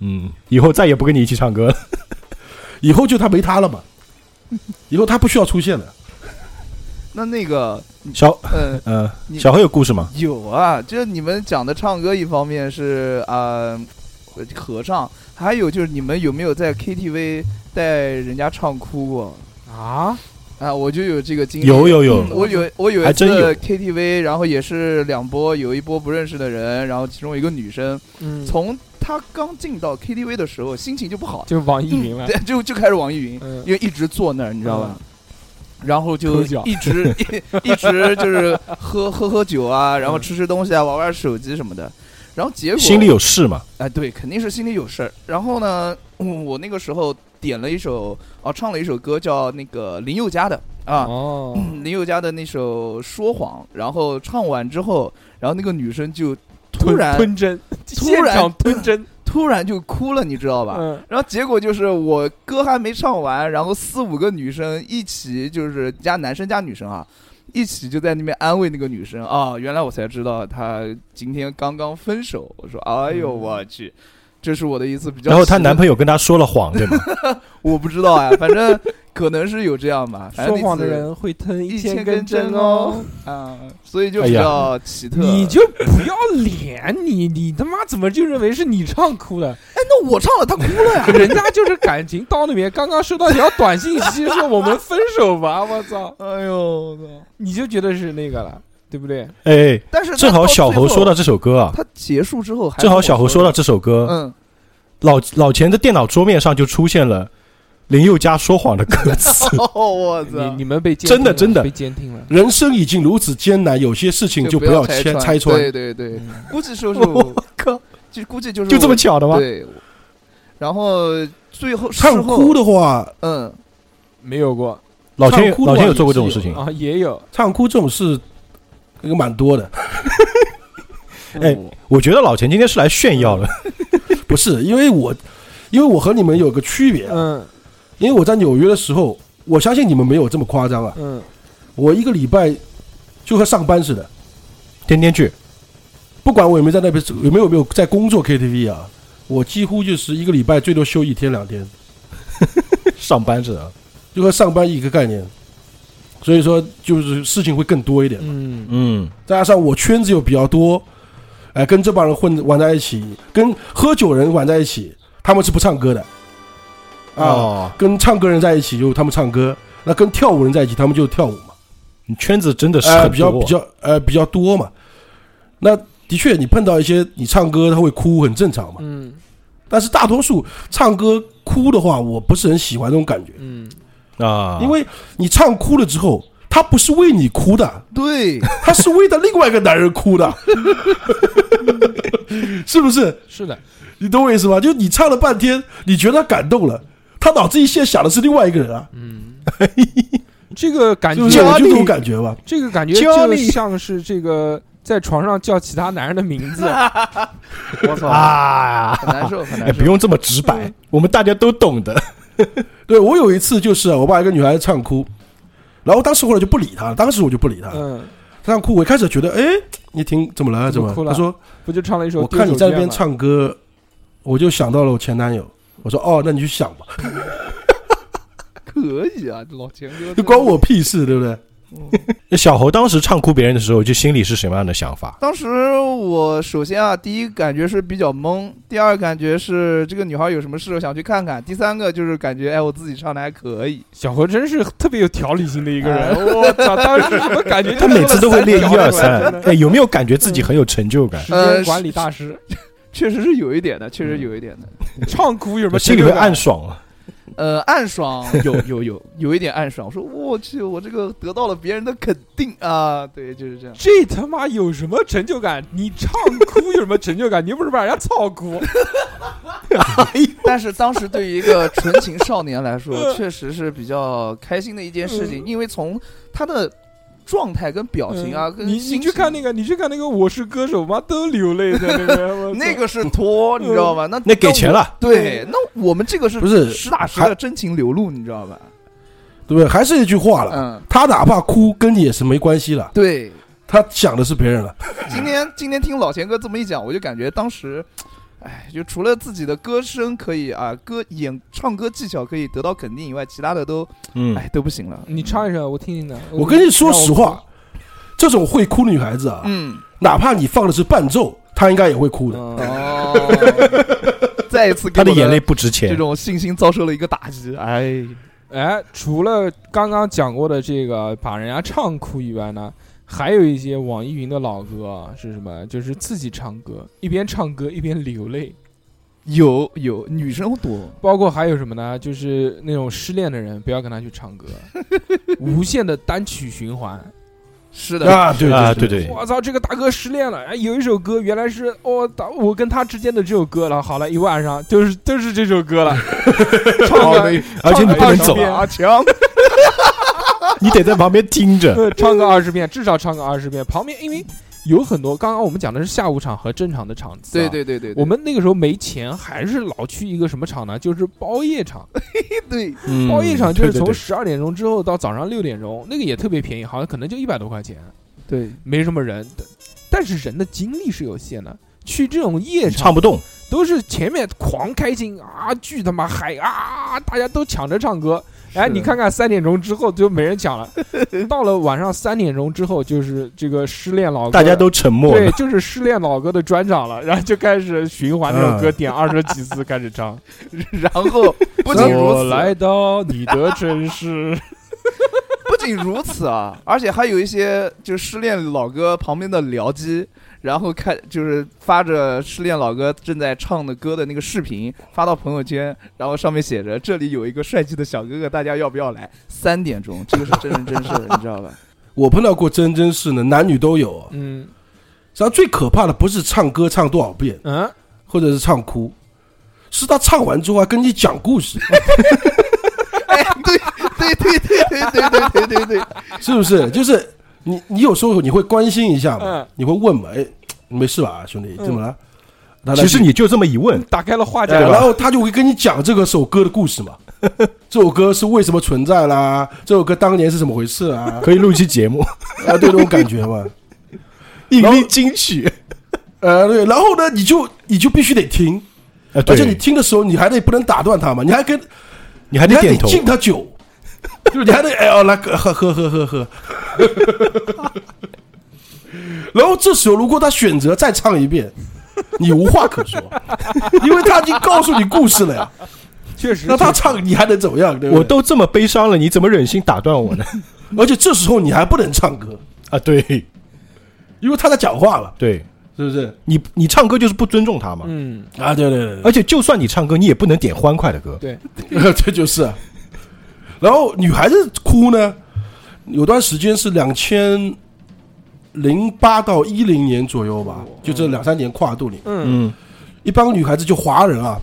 Speaker 3: 嗯，以后再也不跟你一起唱歌了，
Speaker 4: 以后就他没他了嘛，以后他不需要出现了。
Speaker 2: 那那个，
Speaker 3: 小
Speaker 2: 嗯，
Speaker 3: 呃
Speaker 2: 你
Speaker 3: 小何有故事吗？
Speaker 2: 有啊，就是你们讲的唱歌，一方面是啊、呃合唱，还有就是你们有没有在 KTV 带人家唱哭过？
Speaker 1: 啊，
Speaker 2: 啊，我就有这个经历。嗯
Speaker 3: 有有有，
Speaker 2: 我有我有一
Speaker 3: 还真有
Speaker 2: 次 KTV，然后也是两波，有一波不认识的人，然后其中一个女生，
Speaker 1: 嗯，
Speaker 2: 从她刚进到 KTV 的时候，心情就不好，
Speaker 1: 就 网易云了
Speaker 2: 对，， 就就开始网易云，
Speaker 1: 嗯
Speaker 2: 因为一直坐那儿，你知道吧？然后就
Speaker 1: 抠脚
Speaker 2: 一直一一直就是喝喝喝酒啊，
Speaker 1: 嗯
Speaker 2: 然后吃吃东西啊，玩玩手机什么的。然后结果
Speaker 3: 心里有事嘛，
Speaker 2: 哎，对，肯定是心里有事儿。然后呢，嗯我那个时候点了一首哦、唱了一首歌叫那个林宥嘉的啊，
Speaker 1: 哦，
Speaker 2: 林宥嘉的那首《说谎》，然后唱完之后，然后那个女生就突
Speaker 1: 吞
Speaker 2: 然
Speaker 1: 吞针，
Speaker 2: 突然
Speaker 1: 现场吞针，
Speaker 2: 突然就哭了，你知道吧？
Speaker 1: 嗯，
Speaker 2: 然后结果就是我歌还没唱完，然后四五个女生一起，就是加男生加女生啊，一起就在那边安慰那个女生啊。原来我才知道她今天刚刚分手。我说，哎呦
Speaker 1: 嗯
Speaker 2: 我去，这是我的一次比较。
Speaker 3: 然后她男朋友跟她说了谎，对吗？
Speaker 2: 友，我不知道啊，反正可能是有这样吧。反
Speaker 1: 说
Speaker 2: 正哎那
Speaker 1: 谎的
Speaker 2: 次
Speaker 1: 人会吞
Speaker 2: 一
Speaker 1: 千
Speaker 2: 千根
Speaker 1: 针
Speaker 2: 针哦。啊，所以就
Speaker 3: 哎
Speaker 2: 比
Speaker 3: 呀
Speaker 2: 较奇特。
Speaker 1: 你就不要脸，你你他妈怎么就认为是你唱哭了？
Speaker 2: 哎，那我唱了，她哭了呀。
Speaker 1: 人家就是感情到那边，刚刚收到一条短信息说我们分手吧，我操，
Speaker 2: 哎呦我操！
Speaker 1: 你就觉得是那个了，对不对？
Speaker 3: 哎，哎
Speaker 2: 但是
Speaker 3: 正好小
Speaker 2: 侯
Speaker 3: 侯说到，这首歌啊，
Speaker 2: 他结束之后还
Speaker 3: 正好小侯
Speaker 2: 侯
Speaker 3: 说到，这首歌，
Speaker 2: 嗯，
Speaker 3: 老老钱的电脑桌面上就出现了林宥嘉说谎的歌词，
Speaker 2: 哦 我操，
Speaker 1: 你你们被监
Speaker 3: 真的
Speaker 1: 听了
Speaker 3: 真的
Speaker 1: 被监听了。
Speaker 4: 人生已经如此艰难，有些事情
Speaker 2: 就
Speaker 4: 不要
Speaker 2: 拆
Speaker 4: 拆拆穿。
Speaker 2: 对对对，
Speaker 1: 嗯
Speaker 2: 估计就是
Speaker 3: 我
Speaker 2: 我，
Speaker 3: 靠，
Speaker 2: 就估计就是
Speaker 3: 就这么
Speaker 2: 我
Speaker 3: 巧的啊吗？
Speaker 2: 对。然后最后
Speaker 4: 唱哭
Speaker 2: 的，
Speaker 4: 的话，
Speaker 2: 嗯，
Speaker 1: 没有过
Speaker 3: 老钱
Speaker 4: 唱哭
Speaker 3: 有
Speaker 4: 的
Speaker 3: 老
Speaker 4: 话
Speaker 3: 钱有做过这种事情，
Speaker 1: 啊，也有
Speaker 4: 唱哭这种事，那个蛮多的。
Speaker 3: 哎我觉得老钱今天是来炫耀的，
Speaker 4: 不是因为我，因为我和你们有个区别啊，
Speaker 1: 嗯
Speaker 4: 因为我在纽约的时候，我相信你们没有这么夸张啊。
Speaker 1: 嗯，
Speaker 4: 我一个礼拜就和上班似的，
Speaker 3: 天天去，
Speaker 4: 不管我有没有在那边有没有有没有在工作 KTV 啊，我几乎就是一个礼拜最多休一天两天，
Speaker 3: 上班似的，
Speaker 4: 就和上班一个概念。所以说，就是事情会更多一点，
Speaker 1: 嗯
Speaker 3: 嗯，
Speaker 4: 再加上我圈子又比较多，哎，跟这帮人混玩在一起，跟喝酒人玩在一起，他们是不唱歌的，啊，
Speaker 3: 哦，
Speaker 4: 跟唱歌人在一起就他们唱歌，那跟跳舞人在一起他们就跳舞嘛，
Speaker 3: 你圈子真的是
Speaker 4: 呃，
Speaker 3: 很
Speaker 4: 比较
Speaker 3: 多
Speaker 4: 比较呃比较多嘛。那的确，你碰到一些你唱歌他会哭很正常嘛，
Speaker 1: 嗯
Speaker 4: 但是大多数唱歌哭的话，我不是很喜欢这种感觉，
Speaker 1: 嗯，
Speaker 3: 啊，
Speaker 4: 因为你唱哭了之后，他不是为你哭的，
Speaker 2: 对，
Speaker 4: 他是为了另外一个男人 哭的，是不是？
Speaker 1: 是的，
Speaker 4: 你懂我意思吗？就你唱了半天，你觉得他感动了，他脑子一现想的是另外一个人啊，
Speaker 1: 嗯，这个感觉，
Speaker 4: 就是我就这种感觉吧。
Speaker 1: 这个感觉
Speaker 3: 焦
Speaker 1: 就
Speaker 3: 虑
Speaker 1: 像是这个在床上叫其他男人的名字，
Speaker 2: 我操，
Speaker 3: 啊，
Speaker 2: 很难受，很难
Speaker 3: 哎，
Speaker 2: 受。
Speaker 3: 不用这么直白，我们大家都懂的。
Speaker 4: 对我有一次就是啊我把一个女孩子唱哭，然后当时我就不理她，当时我就不理她，
Speaker 1: 嗯，
Speaker 4: 她唱哭，我一开始觉得哎你挺怎么了啊
Speaker 1: 怎
Speaker 4: 怎
Speaker 1: 么
Speaker 4: 么
Speaker 1: 哭了
Speaker 4: 她说
Speaker 1: 不就唱了一首？
Speaker 4: 我看你在那边，唱歌，我就想到了我前男友。我说哦，那你去想吧，
Speaker 2: 可以啊，老钱哥，
Speaker 4: 就关我屁事，对不对？
Speaker 3: 小猴当时唱哭别人的时候，就心里是什么样的想法？
Speaker 2: 当时我首先啊，第一感觉是比较懵，第二感觉是这个女孩有什么事想去看看，第三个就是感觉哎，我自己唱的还可以。
Speaker 1: 小何真是特别有条理性的一个人，
Speaker 2: 哎
Speaker 1: 我操，当时什么感觉？
Speaker 3: 他每次都会列一 二三
Speaker 1: 真，的
Speaker 3: 哎，有没有感觉自己很有成就
Speaker 2: 呃
Speaker 3: 感？
Speaker 1: 时间管理大师，
Speaker 2: 确实是有一点的，确实有一点的。
Speaker 1: 唱哭有什
Speaker 3: 我
Speaker 1: 么？
Speaker 3: 心里会暗爽啊。
Speaker 2: 呃，暗爽有有有有一点暗爽，我说我去，我这个得到了别人的肯定啊，对，就是这 样。
Speaker 1: 这他妈有什么成就感？你唱哭有什么成就感？你又不是把人家操哭，
Speaker 2: 但是当时对于一个纯情少年 来说，确实是比较开心的一件事
Speaker 1: 嗯
Speaker 2: 情，因为从他的状态跟表情啊，
Speaker 1: 嗯
Speaker 2: 跟
Speaker 1: 你你
Speaker 2: 心
Speaker 1: 去
Speaker 2: 情
Speaker 1: 看那个，你去看那个《我是歌手》妈都流泪在那边，我操
Speaker 2: 那个是
Speaker 1: 嗯
Speaker 2: 托，你知道吧？那
Speaker 3: 那给钱。了，
Speaker 2: 对，那我们这个是
Speaker 4: 不是
Speaker 2: 实打实的真情流露，你知道吧？
Speaker 4: 对不对？还是那句话了，
Speaker 2: 嗯，
Speaker 4: 他哪怕哭跟你也是没关系了，
Speaker 2: 对。
Speaker 4: 他想的是别人了。
Speaker 2: 今天今天听老钱哥这么一讲，我就感觉当时，哎，就除了自己的歌声可以啊，歌演唱歌技巧可以得到肯定以外，其他的都
Speaker 3: 嗯，
Speaker 2: 哎都不行了。
Speaker 1: 你唱一首，我听听的。
Speaker 4: 我跟你说实话，，这种会哭的女孩子啊，
Speaker 2: 嗯，
Speaker 4: 哪怕你放的是伴奏，她应该也会哭的。
Speaker 1: 嗯，
Speaker 2: 哦， 再一次给
Speaker 3: 他
Speaker 2: 我
Speaker 3: 的眼泪不值钱
Speaker 2: 这。种信心遭受了一个打击，哎，
Speaker 1: 哎，除了刚刚讲过的这个把人家唱哭以外呢，还有一些网易云的老歌啊，是什么？就是自己唱歌，一边唱歌一边流泪。
Speaker 2: 有有女生多，
Speaker 1: 包括还有什么呢？就是那种失恋的人，不要跟他去唱歌，无限的单曲循环。
Speaker 2: 是的，
Speaker 4: 啊，对
Speaker 3: 啊，
Speaker 4: 对
Speaker 3: 对，对，
Speaker 1: 我操，这个大哥失恋了，哎，有一首歌原来是我打、我跟他之间的这首歌了，好了，一晚上就是就是这首歌了，唱
Speaker 2: 哦
Speaker 1: 个
Speaker 3: 而且你啊不
Speaker 1: 唱
Speaker 3: 能走
Speaker 1: 个，
Speaker 2: 阿啊强，
Speaker 3: 你得在旁边听 着。
Speaker 1: 对，呃唱个二十遍，至少唱个二十遍。旁边因为有很多，刚刚我们讲的是下午场和正常的场次、啊
Speaker 2: 对。对对对，对
Speaker 1: 我们那个时候没钱，还是老去一个什么场呢？就是包夜场。
Speaker 2: 对
Speaker 4: 嗯
Speaker 1: 包夜场就是
Speaker 4: 对对
Speaker 1: 从
Speaker 4: 对
Speaker 1: 十二点钟之后到早上六点钟，那个也特别便宜，好像可能就一百多块钱，
Speaker 2: 对，
Speaker 1: 没什么人。但但是人的精力是有限的，去这种夜场
Speaker 3: 唱不动，
Speaker 1: 都是前面狂开心啊，巨他妈嗨啊，大家都抢着唱歌。哎，
Speaker 2: 是的
Speaker 1: 你看看三点钟之后就没人抢了， 到了晚上三点钟之后就是这个失恋老歌，
Speaker 3: 大家都沉默
Speaker 1: 对
Speaker 3: 了，。
Speaker 1: 就是失恋老歌的专场了，然后就开始循环那首歌，
Speaker 4: 嗯
Speaker 1: 点二十几次开始 唱。
Speaker 2: 然后不仅如
Speaker 1: 我
Speaker 2: 此，
Speaker 1: 来到你的城市，
Speaker 2: 不仅如此啊，而且还有一些就是失恋老哥旁边的僚机，然后看就是发着失恋老哥正在唱的歌的那个视频发到朋友圈，然后上面写着这里有一个帅气的小哥哥，大家要不要来？三点钟，这个是真人真事，你知道吧？
Speaker 4: 我碰到过真真是呢，男女都有啊。
Speaker 1: 嗯
Speaker 4: 实际上最可怕的不是唱歌唱多少遍，
Speaker 1: 嗯，
Speaker 4: 或者是唱哭，是他唱完之后还跟你讲 故事，
Speaker 2: 哎，对对对对对对对对对对，
Speaker 4: 是不是？就是你你有时候你会关心一下嘛
Speaker 1: 嗯，
Speaker 4: 你会问嘛，哎，你没事吧，兄弟，
Speaker 1: 嗯
Speaker 4: 怎么了？他来
Speaker 3: 其实你就这么一问，
Speaker 1: 打开了话
Speaker 4: 哎
Speaker 1: 匣
Speaker 4: 然
Speaker 1: 了。
Speaker 4: 后他就会跟你讲这个首歌的故事 嘛，这首歌是为什么存在啦，这首歌当年是怎么回事 啊？
Speaker 3: 可以录一期节目，
Speaker 4: 啊，对，这种感觉嘛。
Speaker 3: 引
Speaker 4: 然后
Speaker 3: 力金曲。
Speaker 4: 呃，对，然后呢，你就你就必须得听，
Speaker 3: 啊，
Speaker 4: 而且你
Speaker 3: 对，
Speaker 4: 听的时候，你还得不能打断他嘛，你还跟
Speaker 3: 你还
Speaker 4: 你
Speaker 3: 得
Speaker 4: 还得
Speaker 3: 点头。
Speaker 4: 敬他酒， 就是你还得哎哦来个喝喝喝喝喝。 然后这时候，如果他选择再唱一遍，你无话可 说，因为他已经告诉你故事了呀。
Speaker 1: 确实，
Speaker 4: 那他唱你还能怎么样？对不
Speaker 3: 我
Speaker 4: 对？
Speaker 3: 都这么悲伤了，你怎么忍心打断我呢？
Speaker 4: 而且这时候你还不能唱歌，
Speaker 3: 啊，对
Speaker 4: 因为他在讲话了，
Speaker 3: 对，
Speaker 4: 是不是？
Speaker 3: 你你唱歌就是不尊重他嘛。
Speaker 1: 嗯，
Speaker 4: 啊，对对
Speaker 3: 而且就算你唱歌，你也不能点欢快的歌。
Speaker 1: 对，
Speaker 4: 对， 这就是啊。然后女孩子哭呢，有段时间是两千零八到一零年左右吧，就这两三年跨度里，
Speaker 1: 嗯，
Speaker 3: 嗯，
Speaker 4: 一帮女孩子就华人啊，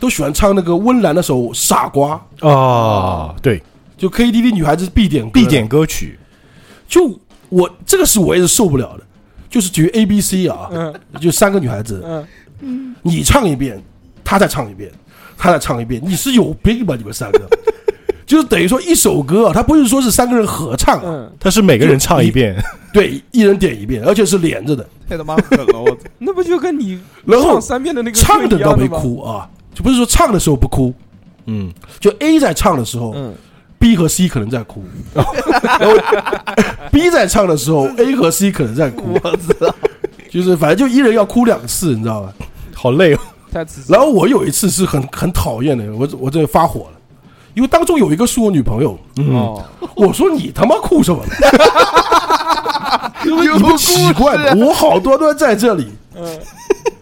Speaker 4: 都喜欢唱那个温岚那首《傻瓜》，
Speaker 3: 哦，对，
Speaker 4: 就 KTV 女孩子必点歌
Speaker 3: 必点歌曲，
Speaker 4: 就我这个是我也是受不了的，就是举 A、B、C 啊，
Speaker 1: 嗯
Speaker 4: 就三个女孩子，
Speaker 1: 嗯，
Speaker 4: 你唱一遍，她再唱一遍，她再唱一遍，你是有病吧？你们三个， 就是等于说一首歌啊，它不是说是三个人合唱啊，
Speaker 1: 嗯，
Speaker 3: 它是每个人唱一遍，
Speaker 4: 对，一人点一遍，而且是连着的，
Speaker 2: 太他妈狠了！我
Speaker 1: 那不就跟你
Speaker 4: 然后
Speaker 1: 唱三遍的那个
Speaker 4: 唱
Speaker 1: 歌
Speaker 4: 的
Speaker 1: 一
Speaker 4: 倒
Speaker 1: 样
Speaker 4: 没
Speaker 1: 吗？
Speaker 4: 哭啊，就不是说唱的时候不哭，
Speaker 3: 嗯，
Speaker 4: 就 A 在唱的时候
Speaker 1: 嗯，
Speaker 4: ，B 和 C 可能 在哭， 然后 B 在唱的时候，A 和 C 可能在哭，
Speaker 2: 我操！
Speaker 4: 就是反正就一人要哭两次，你知道吧？
Speaker 3: 好累哦，
Speaker 1: 太刺激了。
Speaker 4: 然后我有一次是很很讨厌的，我我真的发火了，因为当中有一个是我女朋友，
Speaker 3: 嗯，
Speaker 1: 哦，
Speaker 4: 我说你他妈哭什么 呢？因为
Speaker 2: 有
Speaker 4: 你
Speaker 2: 故
Speaker 4: 不
Speaker 2: 事
Speaker 4: 奇怪吗？我好端端在这里，
Speaker 1: 啊嗯，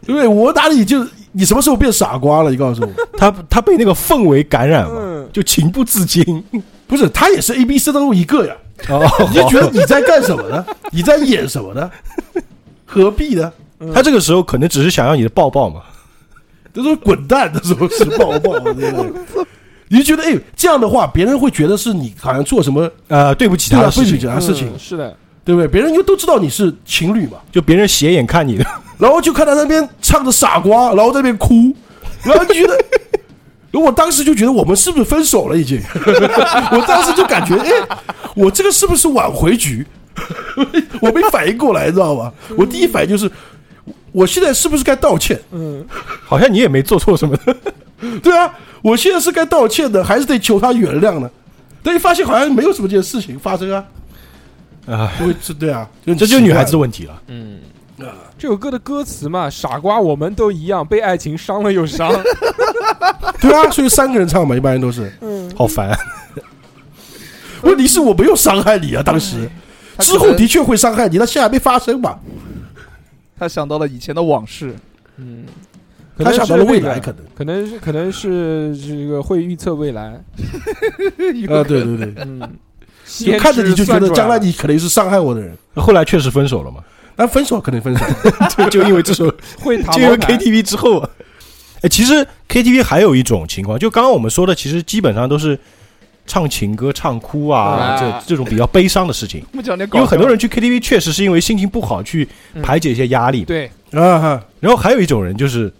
Speaker 4: 对不对？我哪里就你什么时候变傻瓜了？你告诉我，
Speaker 3: 他他被那个氛围感染了
Speaker 1: 嗯，
Speaker 3: 就情不自禁。
Speaker 4: 不是他也是 A B C 当中一个呀？
Speaker 3: 哦，
Speaker 4: 你就觉得你在干什么呢？你在演什么呢？何必呢？
Speaker 1: 嗯
Speaker 3: 他这个时候可能只是想要你的抱抱嘛，
Speaker 4: 都说滚蛋，这种是抱抱，啊对不对？你就觉得哎，这样的话，别人会觉得是你好像做什么
Speaker 3: 呃，对不起
Speaker 4: 其
Speaker 3: 他
Speaker 4: 他
Speaker 3: 的事
Speaker 4: 的情，
Speaker 3: 情，
Speaker 4: 其他事情
Speaker 1: 嗯，是的，
Speaker 4: 对不对？别人就都知道你是情侣嘛，
Speaker 3: 就别人斜眼看你的，
Speaker 4: 然后就看他那边唱着傻瓜，然后在那边哭， 然后就觉得，然后我当时就觉得我们是不是分手了已经？ 我当时就感觉，哎，我这个是不是挽回局？ 我没反应过来，你知道吧？我第一反应就是，我现在是不是该道歉？
Speaker 1: 嗯，
Speaker 3: 好像你也没做错什么的。
Speaker 4: 对啊，我现在是该道歉的，还是得求他原谅呢？但一发现好像没有什么件事情发 生啊，
Speaker 3: 啊，
Speaker 4: 因为这对啊，这
Speaker 3: 这就是女孩子的问题了。
Speaker 1: 嗯，这首歌的歌词嘛，傻瓜，我们都一样，被爱情伤了又 伤。
Speaker 4: 对啊，所以三个人唱嘛，一般人都是。
Speaker 1: 嗯
Speaker 3: 好烦，
Speaker 4: 问题是我没有伤害你啊，当时，
Speaker 2: 他可
Speaker 4: 之
Speaker 2: 能
Speaker 4: 后的确会伤害你，但现在还没发生嘛。
Speaker 2: 他想到了以前的往事，
Speaker 1: 嗯，可
Speaker 4: 他
Speaker 1: 能
Speaker 4: 想
Speaker 1: 是
Speaker 4: 到了未
Speaker 1: 那个
Speaker 4: 来，可能
Speaker 1: 可能是可能是这个会预测未来，
Speaker 4: 啊， 对对对，
Speaker 1: 嗯，
Speaker 4: 就看着你就觉得将来
Speaker 1: 你
Speaker 4: 你肯定是伤害我的人，
Speaker 3: 后来确实分手了嘛，
Speaker 4: 但分手肯定分手。
Speaker 3: 就就因为这首
Speaker 1: 会打
Speaker 3: 进入
Speaker 1: 王牌
Speaker 3: KTV 之后啊，哎，其实 KTV 还有一种情况，就刚刚我们说的，其实基本上都是唱情歌、唱哭啊，
Speaker 2: 啊
Speaker 3: 这这种比较悲伤的事情。
Speaker 2: 我们讲点搞笑
Speaker 3: 因为很多人去 KTV 确实是因为心情不好去
Speaker 1: 嗯
Speaker 3: 排解一些压力。
Speaker 1: 对
Speaker 4: 啊哈，
Speaker 3: 然后还有一种人就是，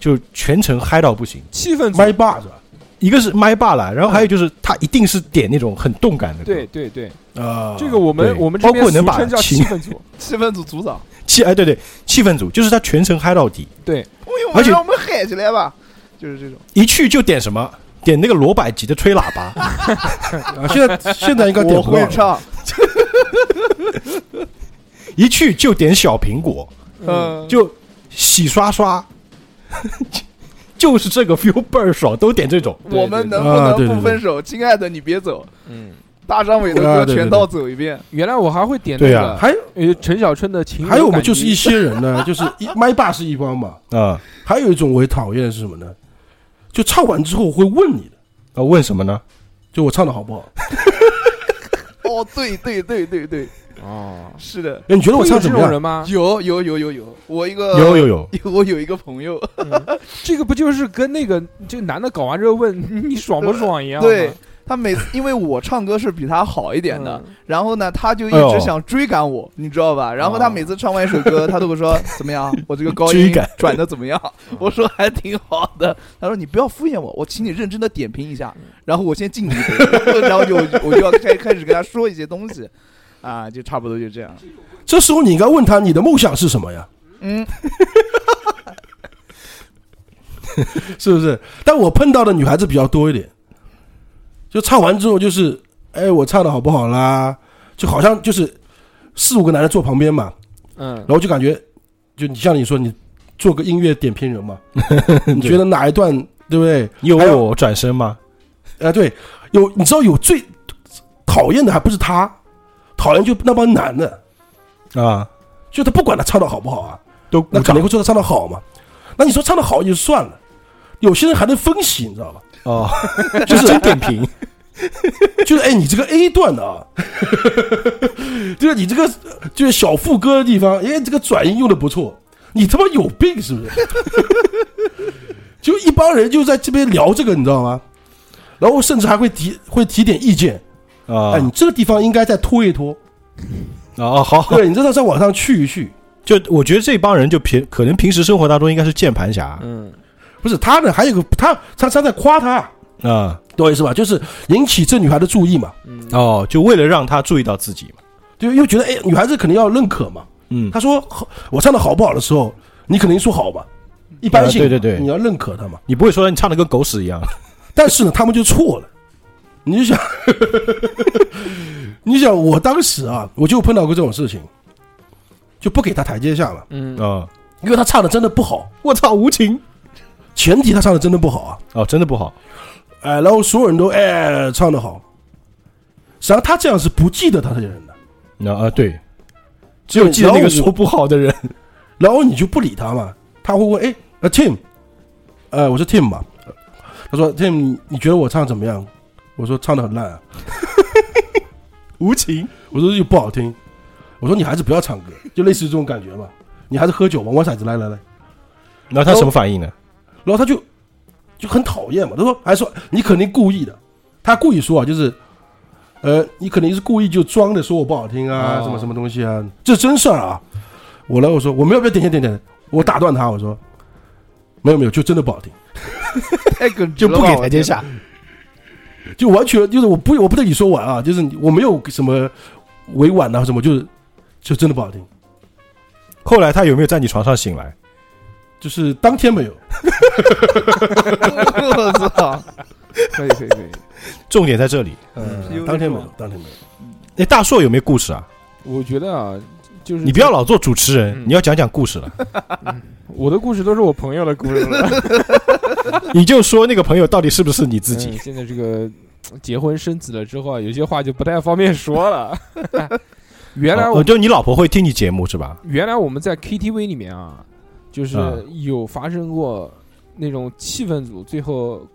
Speaker 3: 就全程嗨到不行，
Speaker 1: 气氛组
Speaker 4: 麦霸是吧？
Speaker 3: 一个是麦霸了，然后还有就是他一定是点那种很动感的歌。
Speaker 1: 对对对，
Speaker 4: 啊，
Speaker 1: 这个我们
Speaker 3: 对
Speaker 1: 我们这边
Speaker 3: 包括
Speaker 1: 俗
Speaker 3: 能把
Speaker 1: 称叫
Speaker 3: 情
Speaker 1: 气氛 组，
Speaker 2: 气氛组组长，
Speaker 3: 气哎对对，气氛组就是他全程嗨到底，
Speaker 2: 我以为
Speaker 3: 而且
Speaker 2: 让我们嗨起来吧，就是这种。
Speaker 3: 一去就点什么。点那个罗百吉的吹喇叭，
Speaker 4: 啊现在现在应该点
Speaker 2: 我
Speaker 4: 不到
Speaker 2: 会
Speaker 4: 了。
Speaker 2: 唱，
Speaker 3: 一去就点小苹果，
Speaker 1: 嗯，
Speaker 2: 嗯，
Speaker 3: 就洗刷刷， 就是这个 feel 倍儿爽，都点这种。
Speaker 1: 对
Speaker 2: 我们能
Speaker 4: 啊
Speaker 2: 不
Speaker 4: 对对
Speaker 2: 能不
Speaker 4: 对
Speaker 2: 分手？亲爱的，你别走，
Speaker 1: 嗯，
Speaker 2: 大张伟的
Speaker 4: 啊
Speaker 2: 歌
Speaker 4: 对对
Speaker 2: 全套走一遍。
Speaker 1: 原来我还会点那
Speaker 3: 对啊
Speaker 1: 个，
Speaker 4: 还
Speaker 1: 呃，陈小春的情，
Speaker 4: 还有我们就是一，些人呢，就是一麦霸是一帮嘛，
Speaker 3: 啊、
Speaker 4: 还有一种我也讨厌的是什么呢？就唱完之后会问你的，
Speaker 3: 呃，问什么呢？
Speaker 4: 就我唱的好不好？
Speaker 2: 哦，对对对对对，
Speaker 1: 哦，
Speaker 2: 是的，
Speaker 4: 哎，你觉得我
Speaker 1: 会有
Speaker 4: 唱
Speaker 1: 这
Speaker 4: 怎么
Speaker 1: 种
Speaker 4: 样？
Speaker 1: 人吗？
Speaker 2: 有有有有有，我一个
Speaker 3: 有有有，
Speaker 2: 我呃有一个朋友，
Speaker 1: 这个不就是跟那个这个男的搞完之后问 你爽不爽一样吗？
Speaker 2: 对他每次因为我唱歌是比他好一点的，
Speaker 1: 嗯
Speaker 2: 然后呢，他就一
Speaker 3: 哎呦
Speaker 2: 直想追赶我，你知道吧？然后他每次唱完一首歌，他都会说怎么样，我这个高
Speaker 3: 追
Speaker 2: 音
Speaker 3: 赶
Speaker 2: 转的怎么样？我说还挺好的。他说你不要敷衍我，我请你认真的点评一下。然后我先敬你一杯，然后就我就要开开始跟他说一些东西，啊，就差不多就这样。
Speaker 4: 这时候你应该问他你的梦想是什么呀？
Speaker 2: 嗯，
Speaker 4: 是不是？但我碰到的女孩子比较多一点，就唱完之后就是，哎，我唱的好不好啦？就好像就是四五个男的坐旁边嘛，
Speaker 1: 嗯
Speaker 4: 然，后就感觉，就你像你说你做个音乐点评人嘛， 你觉得哪一段对不对？
Speaker 3: 你有
Speaker 4: 还
Speaker 3: 为
Speaker 4: 有
Speaker 3: 我转身吗？
Speaker 4: 啊，对，有你知道有最讨厌的还不是他，讨厌就那帮男的，
Speaker 3: 啊，
Speaker 4: 就他不管他唱的好不好啊，
Speaker 3: 都鼓
Speaker 4: 那肯
Speaker 3: 掌
Speaker 4: 定会说他唱的好嘛。那你说唱的好也就算了，有些人还能分析，你知道吧？
Speaker 3: 哦，就是真点评，
Speaker 4: 就是哎，你这个 A 段的啊， 就是你这个就是小副歌的地方，哎，这个转音用的不错，你他妈有病 是不是？就一帮人就在这边聊这个，你知道吗？然后甚至还会提会提点意见，
Speaker 3: 啊
Speaker 4: 哎，你这个地方应该再拖一 拖，
Speaker 3: 啊，好，好
Speaker 4: 对你这再再往上去一去，
Speaker 3: 就我觉得这帮人就平可能平时生活当中应该是键盘侠
Speaker 1: 嗯，
Speaker 4: 不是他呢，还有个他他他在夸他，
Speaker 3: 啊，
Speaker 4: 懂我意思吧？就是引起这女孩的注意嘛，
Speaker 1: 嗯，
Speaker 3: 哦，就为了让他注意到自己嘛，
Speaker 4: 就又觉得哎，女孩子肯定要认可嘛。
Speaker 3: 嗯
Speaker 4: 他说好我唱的好不好的时候，你肯定说好嘛，一般性嘛、
Speaker 3: 啊对对对
Speaker 4: 你要认可他嘛。
Speaker 3: 你不会说你唱的跟狗屎一样，
Speaker 4: 但是呢，他们就错了。你就想， 你想我当时啊，我就碰到过这种事情，就不给他台阶下了，
Speaker 1: 嗯，
Speaker 3: 啊，
Speaker 4: 因为他唱的真的不好，
Speaker 3: 我操，无情，
Speaker 4: 前提他唱的真的不好啊，
Speaker 3: 哦，真的不好，
Speaker 4: 哎，然后所有人都哎唱的好，实际上他这样是不记得他这个人的，
Speaker 3: 那啊，对，
Speaker 4: 只
Speaker 3: 就记得那个说不好的人，
Speaker 4: 然后你就不理他嘛，他会问，哎，呃，Tim，呃，我是 Tim 嘛，他说 Tim，你你觉得我唱得怎么样？我说唱的很烂啊，
Speaker 3: 无情，
Speaker 4: 我说又不好听，我说你还是不要唱歌，就类似于这种感觉嘛，你还是喝酒吧，玩骰子，来来来，
Speaker 3: 那他什么反应呢？
Speaker 4: 然后他就就很讨厌嘛，他说还说你肯定故意的，他故意说啊，就是。呃，你肯定是故意就装的，说我不好听啊，
Speaker 1: 哦
Speaker 4: 什么什么东西啊，这真事儿啊。我来，我说我没有，不要点点点点，我打断他，我说没有没有，就真的不好听。
Speaker 2: 太耿直
Speaker 3: 就
Speaker 2: 了吧，
Speaker 3: 不给台阶下，
Speaker 4: 就完全就是我不我不对你说完啊，就是你我没有什么委婉啊什么，就是就真的不好听，
Speaker 3: 后来他有没有在你床上醒来？
Speaker 4: 就是当天没有，
Speaker 2: 我操！可以可以可以，
Speaker 3: 重点在这里。
Speaker 2: PU
Speaker 4: 嗯，当天没有，当天没有，
Speaker 3: 哎，大硕有没有故事啊？
Speaker 1: 我觉得啊，就是
Speaker 3: 你不要老做主持人，
Speaker 1: 嗯
Speaker 3: 你要讲讲故事了。
Speaker 1: 我的故事都是我朋友的故事了，
Speaker 3: 你就说那个朋友到底是不是你 自
Speaker 1: 嗯
Speaker 3: 己？
Speaker 1: 现在这个结婚生子了之后啊，有些话就不太方便说了。 原来
Speaker 3: 哦
Speaker 1: 我
Speaker 3: 哦就你老婆会听你节目是吧？
Speaker 1: 原来我们在 KTV 里面啊，就是
Speaker 3: 嗯
Speaker 1: 有发生过那种气氛组最后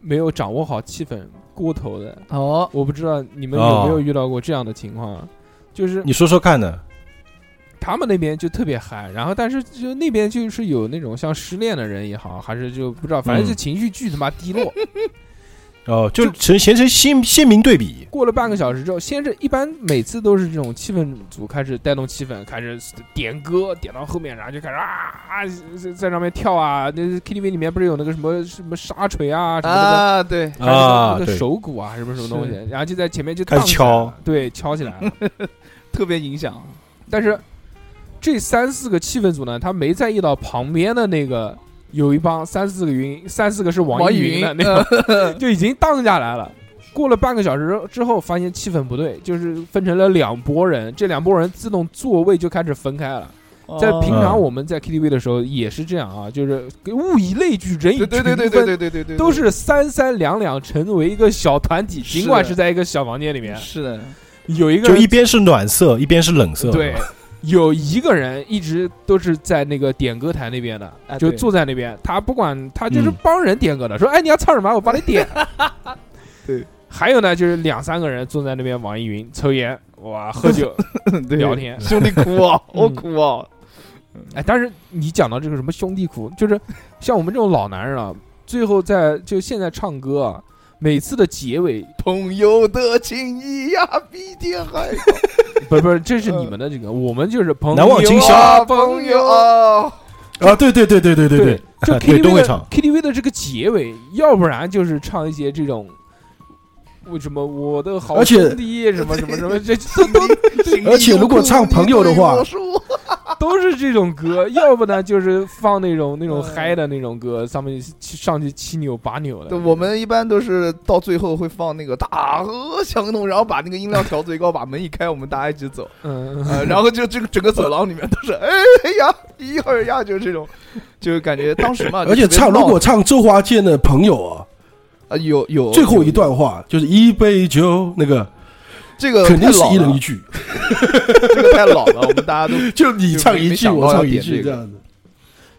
Speaker 1: 没有掌握好气氛过头的，
Speaker 2: 哦，
Speaker 1: 我不知道你们有
Speaker 3: 哦
Speaker 1: 没有遇到过这样的情况啊，就是
Speaker 3: 你说说看呢？
Speaker 1: 他们那边就特别嗨，然后但是就那边就是有那种像失恋的人也好，还是就不知道，反正就
Speaker 3: 嗯
Speaker 1: 情绪巨他妈低落。
Speaker 3: 哦，就
Speaker 1: 就
Speaker 3: 呈形成鲜鲜明对比。
Speaker 1: 过了半个小时之后，先是一般每次都是这种气氛组开始带动气氛，开始点歌，点到后面，然后就开始啊啊在在上面跳啊。那 KTV 里面不是有那个什么什么沙锤啊什么的。
Speaker 2: 啊，对，
Speaker 1: 还有
Speaker 3: 啊
Speaker 1: 那个
Speaker 3: 对
Speaker 1: 手鼓啊，什么什么东西，然后就在前面就
Speaker 3: 开始
Speaker 1: 荡起来了
Speaker 3: 敲，
Speaker 1: 对，敲起来了。
Speaker 2: 特别影响。
Speaker 1: 但是这三四个气氛组呢，他没在意到旁边的那个有一帮三四个云，三四个是网
Speaker 2: 网
Speaker 1: 易
Speaker 2: 易
Speaker 1: 云
Speaker 2: 云嗯呃
Speaker 1: 的那个，就已经荡下来了。过了半个小时之后，发现气氛不对，就是分成了两拨人，这两拨人自动座位就开始分开了。
Speaker 2: 哦
Speaker 1: 在平常
Speaker 3: 嗯
Speaker 1: 我们在 KTV 的时候也是这样啊，就是物以类聚，人以群
Speaker 2: 对
Speaker 1: 分，
Speaker 2: 对对对对对对对对，
Speaker 1: 都是三三两两成为一个小团体，
Speaker 2: 是
Speaker 1: 尽管
Speaker 2: 的
Speaker 1: 是在一个小房间里面，
Speaker 2: 是的，
Speaker 1: 有一个
Speaker 3: 就
Speaker 1: 人
Speaker 3: 一边是暖色，一边是冷色。
Speaker 1: 对，有一个人一直都是在那个点歌台那边的，
Speaker 2: 啊
Speaker 1: 就
Speaker 2: 对
Speaker 1: 坐在那边，他不管，他就是
Speaker 3: 嗯
Speaker 1: 帮人点歌的，说哎你要唱什么，我帮你 点。
Speaker 2: 对，
Speaker 1: 还有呢，就是两三个人坐在那边网易云抽烟，哇，喝 酒
Speaker 2: 对
Speaker 1: 聊天。
Speaker 2: 兄弟哭啊，
Speaker 1: 嗯
Speaker 2: 我哭啊，
Speaker 1: 哎，但是你讲到这个什么兄弟苦，就是像我们这种老男人啊，最后在就现在唱歌啊，每次的结尾
Speaker 2: 朋友的情谊呀，比天还
Speaker 1: 不是不是，这是你们的这个，我们就是朋友
Speaker 3: 呃难忘今宵
Speaker 1: 啊
Speaker 2: 大，朋友啊，
Speaker 4: 啊，对对对对对对对，
Speaker 1: 就
Speaker 3: 对
Speaker 1: KTV
Speaker 3: 都会
Speaker 1: 的
Speaker 3: 唱
Speaker 1: KTV 的这个结尾，要不然就是唱一些这种。为什么我的好
Speaker 4: 而且
Speaker 1: 兄弟什么什么什么，这都都
Speaker 2: 情
Speaker 4: 而且如果唱朋友的话
Speaker 2: 你对我说
Speaker 1: 都是这种 歌，要不呢就是放那种那种
Speaker 2: 嗯
Speaker 1: 嗨的那种歌，上面上去七扭八扭
Speaker 2: 对
Speaker 1: 的。
Speaker 2: 我们一般都是到最后会放那个大河向东，然后把那个音量调最高，把门一开，我们大家一起走。
Speaker 1: 嗯，
Speaker 2: 呃，然后就这个整个走廊里面都是哎呀，一二呀，就是这种，就是感觉当时嘛，
Speaker 4: 而且
Speaker 2: 就特别
Speaker 4: 啊唱如
Speaker 2: 闹
Speaker 4: 果唱周华健的朋友啊，
Speaker 2: 啊有有
Speaker 4: 最后一段话就是一杯酒，那个
Speaker 2: 这个
Speaker 4: 肯定是
Speaker 2: 太老
Speaker 4: 一人
Speaker 2: 了
Speaker 4: 一句，
Speaker 2: 这个太老了，我们大家都
Speaker 4: 就你唱一
Speaker 2: 没
Speaker 4: 句，
Speaker 2: 想
Speaker 4: 我
Speaker 2: 到要
Speaker 4: 唱一
Speaker 2: 点
Speaker 4: 句
Speaker 2: 这
Speaker 4: 这
Speaker 2: 个
Speaker 4: 样子。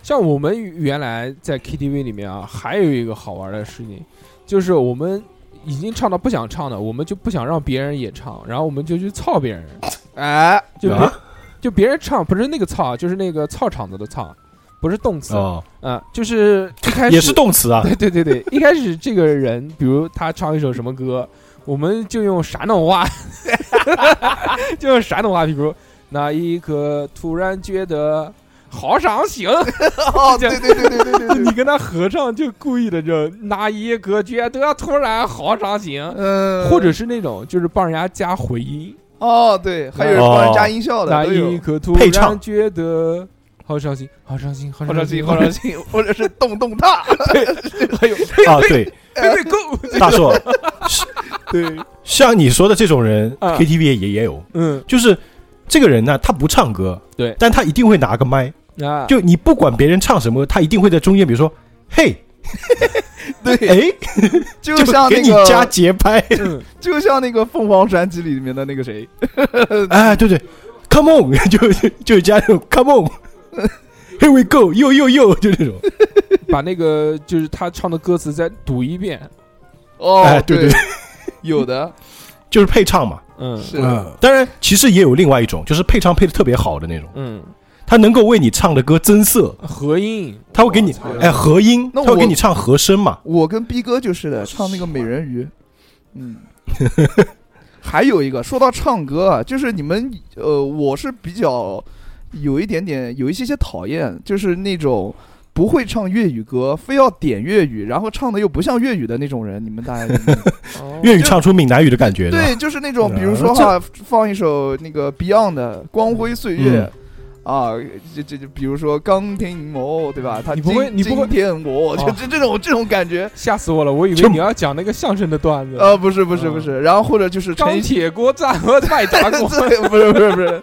Speaker 1: 像我们原来在 KTV 里面啊，还有一个好玩的事情，就是我们已经唱到不想唱的，我们就不想让别人也唱，然后我们就去操别人。
Speaker 2: 哎
Speaker 1: 就别、
Speaker 3: 啊
Speaker 1: 就别人唱不是那个操，就是那个操场子的操，不是动词啊、
Speaker 3: 哦，
Speaker 1: 就是一开始
Speaker 3: 也是动词啊，
Speaker 1: 对对对对，一开始这个人，比如他唱一首什么歌，我们就用山东话， 就用山东话，比如那一刻突然觉得好伤心，
Speaker 2: 哦，对对对对对对 对，
Speaker 1: 你跟他合唱就故意的就那一刻觉得突然好伤心，
Speaker 2: 嗯，
Speaker 1: 或者是那种就是帮人家加回音，
Speaker 2: 哦，对，还有人帮人加音效
Speaker 1: 那
Speaker 2: 的，都有
Speaker 1: 一刻突
Speaker 3: 配
Speaker 1: 然
Speaker 3: 唱
Speaker 1: 觉得好伤心，好伤心，好
Speaker 2: 或者
Speaker 1: 伤
Speaker 2: 是
Speaker 1: 心，
Speaker 2: 或者是或者是动动它，
Speaker 1: 哎呦，
Speaker 3: 啊，对，
Speaker 1: 对对哎够，
Speaker 3: 大 硕，
Speaker 1: 对，
Speaker 3: 像你说的这种人
Speaker 1: 啊
Speaker 3: ，KTV 也也有，
Speaker 1: 嗯
Speaker 3: 就是这个人呢，他不唱歌，
Speaker 1: 对
Speaker 3: 但他一定会拿个麦，
Speaker 1: 啊，
Speaker 3: 就你不管别人唱什么，他一定会在中间，比如说，嘿，
Speaker 2: 对，
Speaker 3: 哎，
Speaker 2: 就
Speaker 3: 就
Speaker 2: 像那
Speaker 3: 给你加
Speaker 2: 个
Speaker 3: 节拍，
Speaker 1: 嗯
Speaker 2: 就像那个凤凰传奇里面的那个谁，
Speaker 3: 哎，对对，Come on，就 就就加那种 Come on，Here we go，又又又，就这种，
Speaker 1: 把那个就是他唱的歌词再读一遍，
Speaker 2: 哦
Speaker 3: 哎，对对
Speaker 2: 对，有的
Speaker 3: 就是配唱嘛。
Speaker 1: 嗯
Speaker 2: 是的，
Speaker 4: 嗯，
Speaker 3: 当然，其实也有另外一种，就是配唱配的特别好的那种，
Speaker 1: 嗯，
Speaker 3: 他能够为你唱的歌增色，
Speaker 1: 合音，
Speaker 3: 他会给
Speaker 1: 我
Speaker 3: 你
Speaker 1: 操
Speaker 3: 哎合音，
Speaker 2: 那
Speaker 3: 他会给
Speaker 2: 我
Speaker 3: 你唱和声嘛。
Speaker 2: 我跟逼哥就是的，唱那个美人鱼，嗯。还有一个，说到唱歌啊，就是你们呃，我是比较有一点点有一些些讨厌，就是那种不会唱粤语歌，非要点粤语，然后唱的又不像粤语的那种人，你们大家有没有
Speaker 1: 哦
Speaker 3: 粤语
Speaker 2: 就
Speaker 3: 唱出闽南语的感觉，吧
Speaker 2: 对，就是那种
Speaker 3: 对啊
Speaker 1: 嗯
Speaker 2: 比如说哈，放一首那个 Beyond 的《光辉岁月》
Speaker 1: 嗯
Speaker 2: 啊，这这这，比如说《刚听我》，对吧？他
Speaker 1: 你不会
Speaker 2: 今
Speaker 1: 你不会
Speaker 2: 今天我就
Speaker 1: 哦
Speaker 2: 这这种这种感觉。
Speaker 1: 吓死我了，我以为
Speaker 3: 就
Speaker 1: 你要讲那个相声的段子，
Speaker 2: 呃，不是不是
Speaker 1: 嗯
Speaker 2: 不是，然后或者就是
Speaker 1: 钢
Speaker 2: 陈曦，
Speaker 1: 铁锅战和卖 炸锅，
Speaker 2: 对不是不是不是。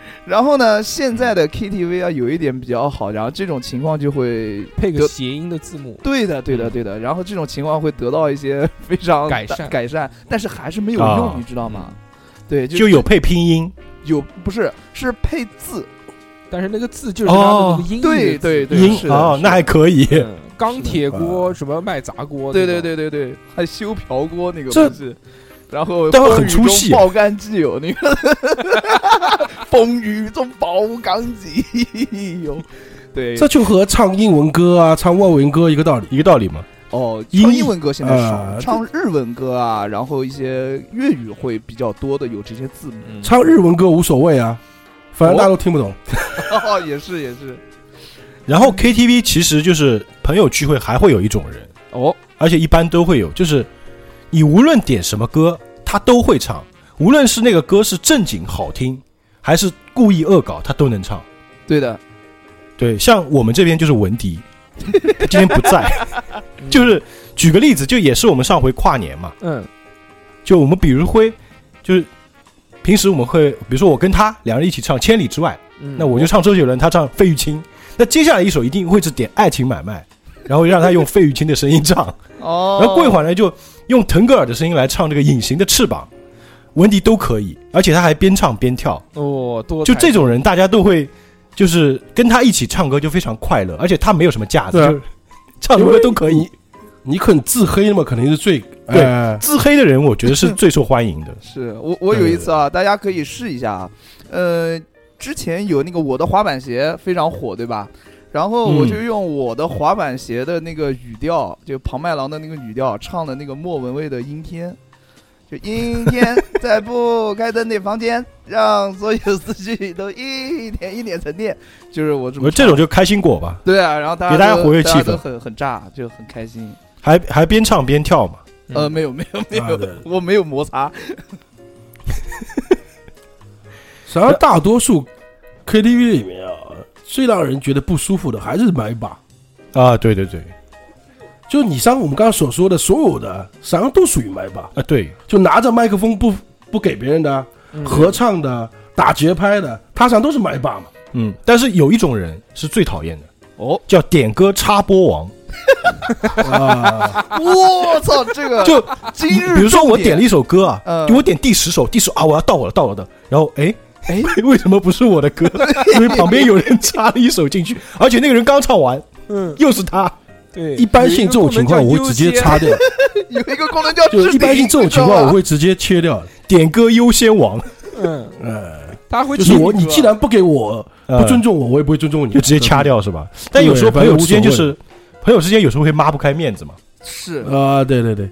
Speaker 2: 然后呢，现在的 KTV 啊，有一点比较好，然后这种情况就会
Speaker 1: 配个
Speaker 2: 得
Speaker 1: 谐音的字幕，
Speaker 2: 对的，对的，对的。然后这种情况会得到一些非常
Speaker 1: 嗯改
Speaker 2: 大
Speaker 1: 善嗯
Speaker 2: 改善，但是还是没有
Speaker 3: 啊
Speaker 2: 用，你知道吗？对，
Speaker 3: 就有配拼音，
Speaker 2: 有不是是配字，
Speaker 1: 但是那个字就是它的那个音译的字，
Speaker 2: 对对对，
Speaker 3: 音
Speaker 2: 是的
Speaker 3: 哦，
Speaker 2: 是的
Speaker 3: 那还可以。
Speaker 1: 嗯钢铁锅什么卖炸锅，
Speaker 2: 对
Speaker 1: 这
Speaker 2: 对
Speaker 1: 种，
Speaker 2: 对对对，还修瓢锅那个
Speaker 3: 哦这
Speaker 2: 不是，然后
Speaker 3: 但会
Speaker 2: 风
Speaker 3: 很
Speaker 2: 雨
Speaker 3: 出
Speaker 2: 中
Speaker 3: 戏啊
Speaker 2: 爆肝机有那 个风雨中爆肝机 有，对，
Speaker 4: 这就和唱英文歌啊、唱外文歌一个道理。
Speaker 3: 一个道理嘛，
Speaker 2: 哦，
Speaker 3: 音呃
Speaker 2: 唱
Speaker 3: 译
Speaker 2: 英文歌现在少，
Speaker 4: 啊
Speaker 2: 唱日文歌啊，然后一些粤语会比较多的有这些 字母，
Speaker 1: 嗯
Speaker 4: 唱日文歌无所谓啊，反正大家都听不懂。
Speaker 2: 哦，也是也是，
Speaker 3: 然后 KTV 其实就是朋友聚会，还会有一种人，
Speaker 1: 哦，
Speaker 3: 而且一般都会有，就是你无论点什么歌，他都会唱，无论是那个歌是正经好听，还是故意恶搞，他都能唱。
Speaker 2: 对的，
Speaker 3: 对，像我们这边就是文迪，他今天不在，
Speaker 1: 嗯
Speaker 3: 就是举个例子，就也是我们上回跨年嘛，
Speaker 1: 嗯
Speaker 3: 就我们比如会，就是平时我们会，比如说我跟他两人一起唱《千里之外》，
Speaker 1: 嗯，
Speaker 3: 那我就唱周杰伦，他唱费玉清。那接下来一首一定会是点《爱情买卖》，然后让他用费玉清的声音唱，
Speaker 2: 哦，。
Speaker 3: 然后过一会儿呢就用腾格尔的声音来唱这个《隐形的翅膀》，文迪都可以，而且他还边唱边跳。
Speaker 1: 哦多
Speaker 3: 就
Speaker 1: 彩
Speaker 3: 这种人，大家都会就是跟他一起唱歌就非常快乐，而且他没有什么架子，
Speaker 4: 对啊
Speaker 3: 就是唱什么歌都可以
Speaker 4: 你。你肯自黑嘛，肯定是最
Speaker 3: 对
Speaker 4: 哎
Speaker 3: 自黑的人，我觉得是最受欢迎的
Speaker 2: 是我我有一次啊，大家可以试一下啊，呃，之前有那个我的滑板鞋非常火，对吧？然后我就用我的滑板鞋的那个语调，就庞麦郎的那个语调唱的那个莫文蔚的《阴天》，就阴天在不开灯的房间，让所有思绪都一点一点沉淀，就是我这么
Speaker 3: 我这
Speaker 2: 唱
Speaker 3: 种就开心果吧，
Speaker 2: 对啊，然后大家
Speaker 3: 给大家
Speaker 2: 都
Speaker 3: 活跃
Speaker 2: 大家
Speaker 3: 气氛
Speaker 2: 都很很炸，就很开心。
Speaker 3: 还还边唱边跳嘛。
Speaker 2: 呃，
Speaker 1: 嗯
Speaker 2: 没有没有没
Speaker 4: 啊
Speaker 2: 有
Speaker 4: 对，
Speaker 2: 我没有摩擦。
Speaker 4: 实际上大多数 KTV 里面啊，最让人觉得不舒服的还是买把。
Speaker 3: 啊，对对对，
Speaker 4: 就你像我们刚刚所说的，所有的实际上都属于麦霸，
Speaker 3: 啊对，
Speaker 4: 就拿着麦克风不不给别人的，
Speaker 1: 嗯
Speaker 4: 合唱的、打节拍的，他实际上都是麦霸嘛。
Speaker 3: 嗯，但是有一种人是最讨厌的，
Speaker 2: 哦，
Speaker 3: 叫点歌插播王。
Speaker 4: 啊，
Speaker 2: 我操，这个
Speaker 3: 就
Speaker 2: 今
Speaker 3: 你
Speaker 2: 日
Speaker 3: 比如说我
Speaker 2: 重点
Speaker 3: 点了一首歌啊，
Speaker 2: 嗯
Speaker 3: 就我点第十首，第十啊我要到我了到我的，然后哎
Speaker 2: 哎，
Speaker 3: 为什么不是我的 歌？因为旁边有人插了一首进去，而且那个人刚唱完，
Speaker 1: 嗯
Speaker 3: 又是他。
Speaker 1: 对，
Speaker 4: 一般性这种情况我会直接插掉，
Speaker 2: 有一个功能叫
Speaker 4: 就
Speaker 2: 置顶
Speaker 4: 一般性这种情况我
Speaker 2: 你知道吧
Speaker 4: 会直接切掉的。
Speaker 3: 点歌优先王，
Speaker 1: 嗯，
Speaker 4: 呃，
Speaker 1: 大家会
Speaker 4: 就是
Speaker 1: 听
Speaker 4: 我，
Speaker 1: 歌
Speaker 4: 你既然不给我不尊重我，我也不会尊重你，
Speaker 3: 呃就直接掐掉是吧？但有时候朋友之间就是朋友之间有时候会抹不开面子嘛。
Speaker 2: 是
Speaker 4: 啊，对对对。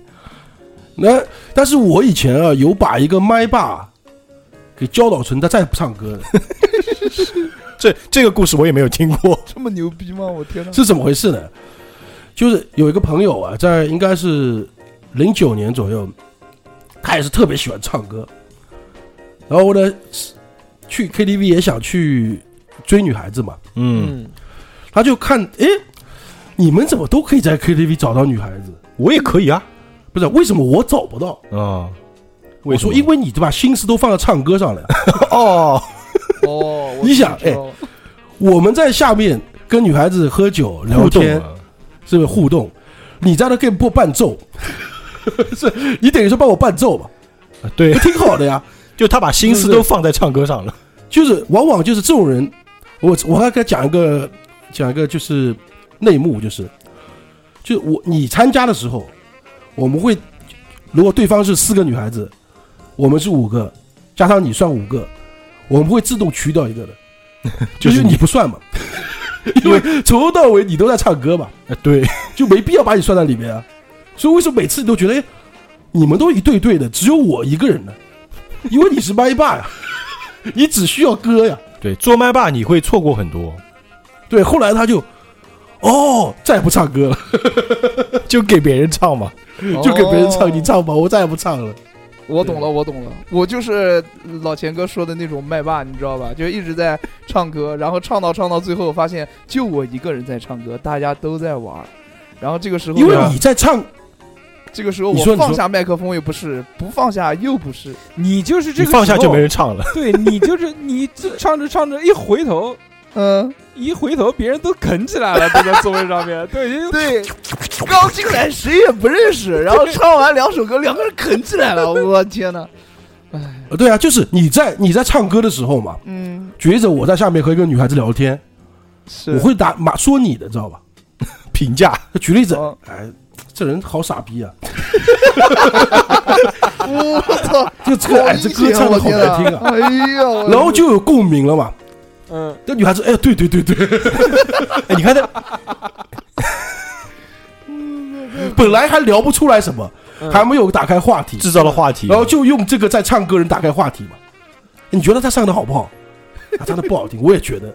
Speaker 4: 那但是我以前啊，有把一个麦霸给教导成他再也不唱歌了，
Speaker 3: 这这个故事我也没有听过，嗯
Speaker 2: 这么牛逼吗？我天哪！
Speaker 4: 是怎么回事呢？就是有一个朋友啊，在应该是零九年左右，他也是特别喜欢唱歌，然后呢，去 KTV 也想去追女孩子嘛，
Speaker 3: 嗯，
Speaker 1: 嗯，
Speaker 4: 他就看，诶，你们怎么都可以在 KTV 找到女孩子？
Speaker 3: 我也可以啊，
Speaker 4: 不是为什么我找不到？
Speaker 3: 啊，
Speaker 4: 我说，
Speaker 3: 什么
Speaker 4: 因为你对吧，心思都放在唱歌上了。
Speaker 3: 哦，
Speaker 2: 哦，我
Speaker 4: 你
Speaker 1: 嗯
Speaker 4: 想
Speaker 2: 知道了
Speaker 4: 我们在下面跟女孩子喝酒聊天，
Speaker 3: 啊
Speaker 4: 是不是互动？你在那给我伴奏， 是你等于说帮我伴奏嘛，
Speaker 3: 对
Speaker 4: 也，挺好的呀。
Speaker 3: 就他把心思都放在唱歌上了，
Speaker 4: 就是往往就是这种人，我我还给他讲一个讲一个就是内幕，就是就我你参加的时候，我们会如果对方是四个女孩子，我们是五个，加上你算五个，我们会自动取掉一个的，
Speaker 3: 就是
Speaker 4: 因为你不算嘛，因为从头到尾你都在唱歌嘛，
Speaker 3: 呃对，
Speaker 4: 就没必要把你算在里面啊。所以为什么每次你都觉得，哎，你们都一对对的，只有我一个人呢？因为你是麦霸呀， 你只需要歌呀。
Speaker 3: 对，做麦霸你会错过很多，
Speaker 4: 对，后来他就，哦，再也不唱歌了，
Speaker 3: 就给别人唱嘛，
Speaker 4: 就给别人唱，你
Speaker 2: 哦啊
Speaker 4: 唱吧，我再也不唱了。
Speaker 2: 我懂了，我懂了，我就是老钱哥说的那种麦霸，你知道吧？就一直在唱歌，然后唱到唱到最后，发现就我一个人在唱歌，大家都在玩儿。然后这个时候呢，
Speaker 4: 因为你在唱，
Speaker 2: 这个时候
Speaker 4: 你
Speaker 2: 我
Speaker 4: 说你
Speaker 2: 放
Speaker 4: 说
Speaker 2: 下麦克风也不是，不放下又不是，
Speaker 1: 你就是这
Speaker 3: 你
Speaker 1: 个
Speaker 3: 放下
Speaker 1: 时
Speaker 3: 就
Speaker 1: 候
Speaker 3: 没人唱了，
Speaker 1: 对你就是你这唱着唱着一回头，
Speaker 2: 嗯，
Speaker 1: 一回头别人都梗起来了，都 在座位上面，对， 因为
Speaker 2: 对，刚进来谁也不认 识，然后唱完两首歌，两个人啃起来 了，我天哪！哎，
Speaker 4: 呃对啊，就是你在你在唱歌的时候嘛，
Speaker 2: 嗯，
Speaker 4: 觉着我在下面和一个女孩子聊天，
Speaker 2: 是
Speaker 4: 我会打马说你的，知道吧？
Speaker 3: 评价
Speaker 4: 举例子
Speaker 2: 哦，
Speaker 4: 哎，这人好傻逼啊，
Speaker 2: 我操，
Speaker 4: 这个这个哎，这歌唱的好难听啊，
Speaker 2: 啊！哎呀，我
Speaker 4: 然后就有共鸣了嘛。
Speaker 1: 嗯，
Speaker 4: 那女孩子，哎，对对 对对，
Speaker 3: 哎，你看他
Speaker 4: 本来还聊不出来什么，
Speaker 1: 嗯
Speaker 4: 还没有打开话题，
Speaker 3: 制造了话题，
Speaker 4: 然后就用这个在唱歌人打开话题嘛。你觉得他唱的好不好？ 啊，唱的不好听，我也觉得。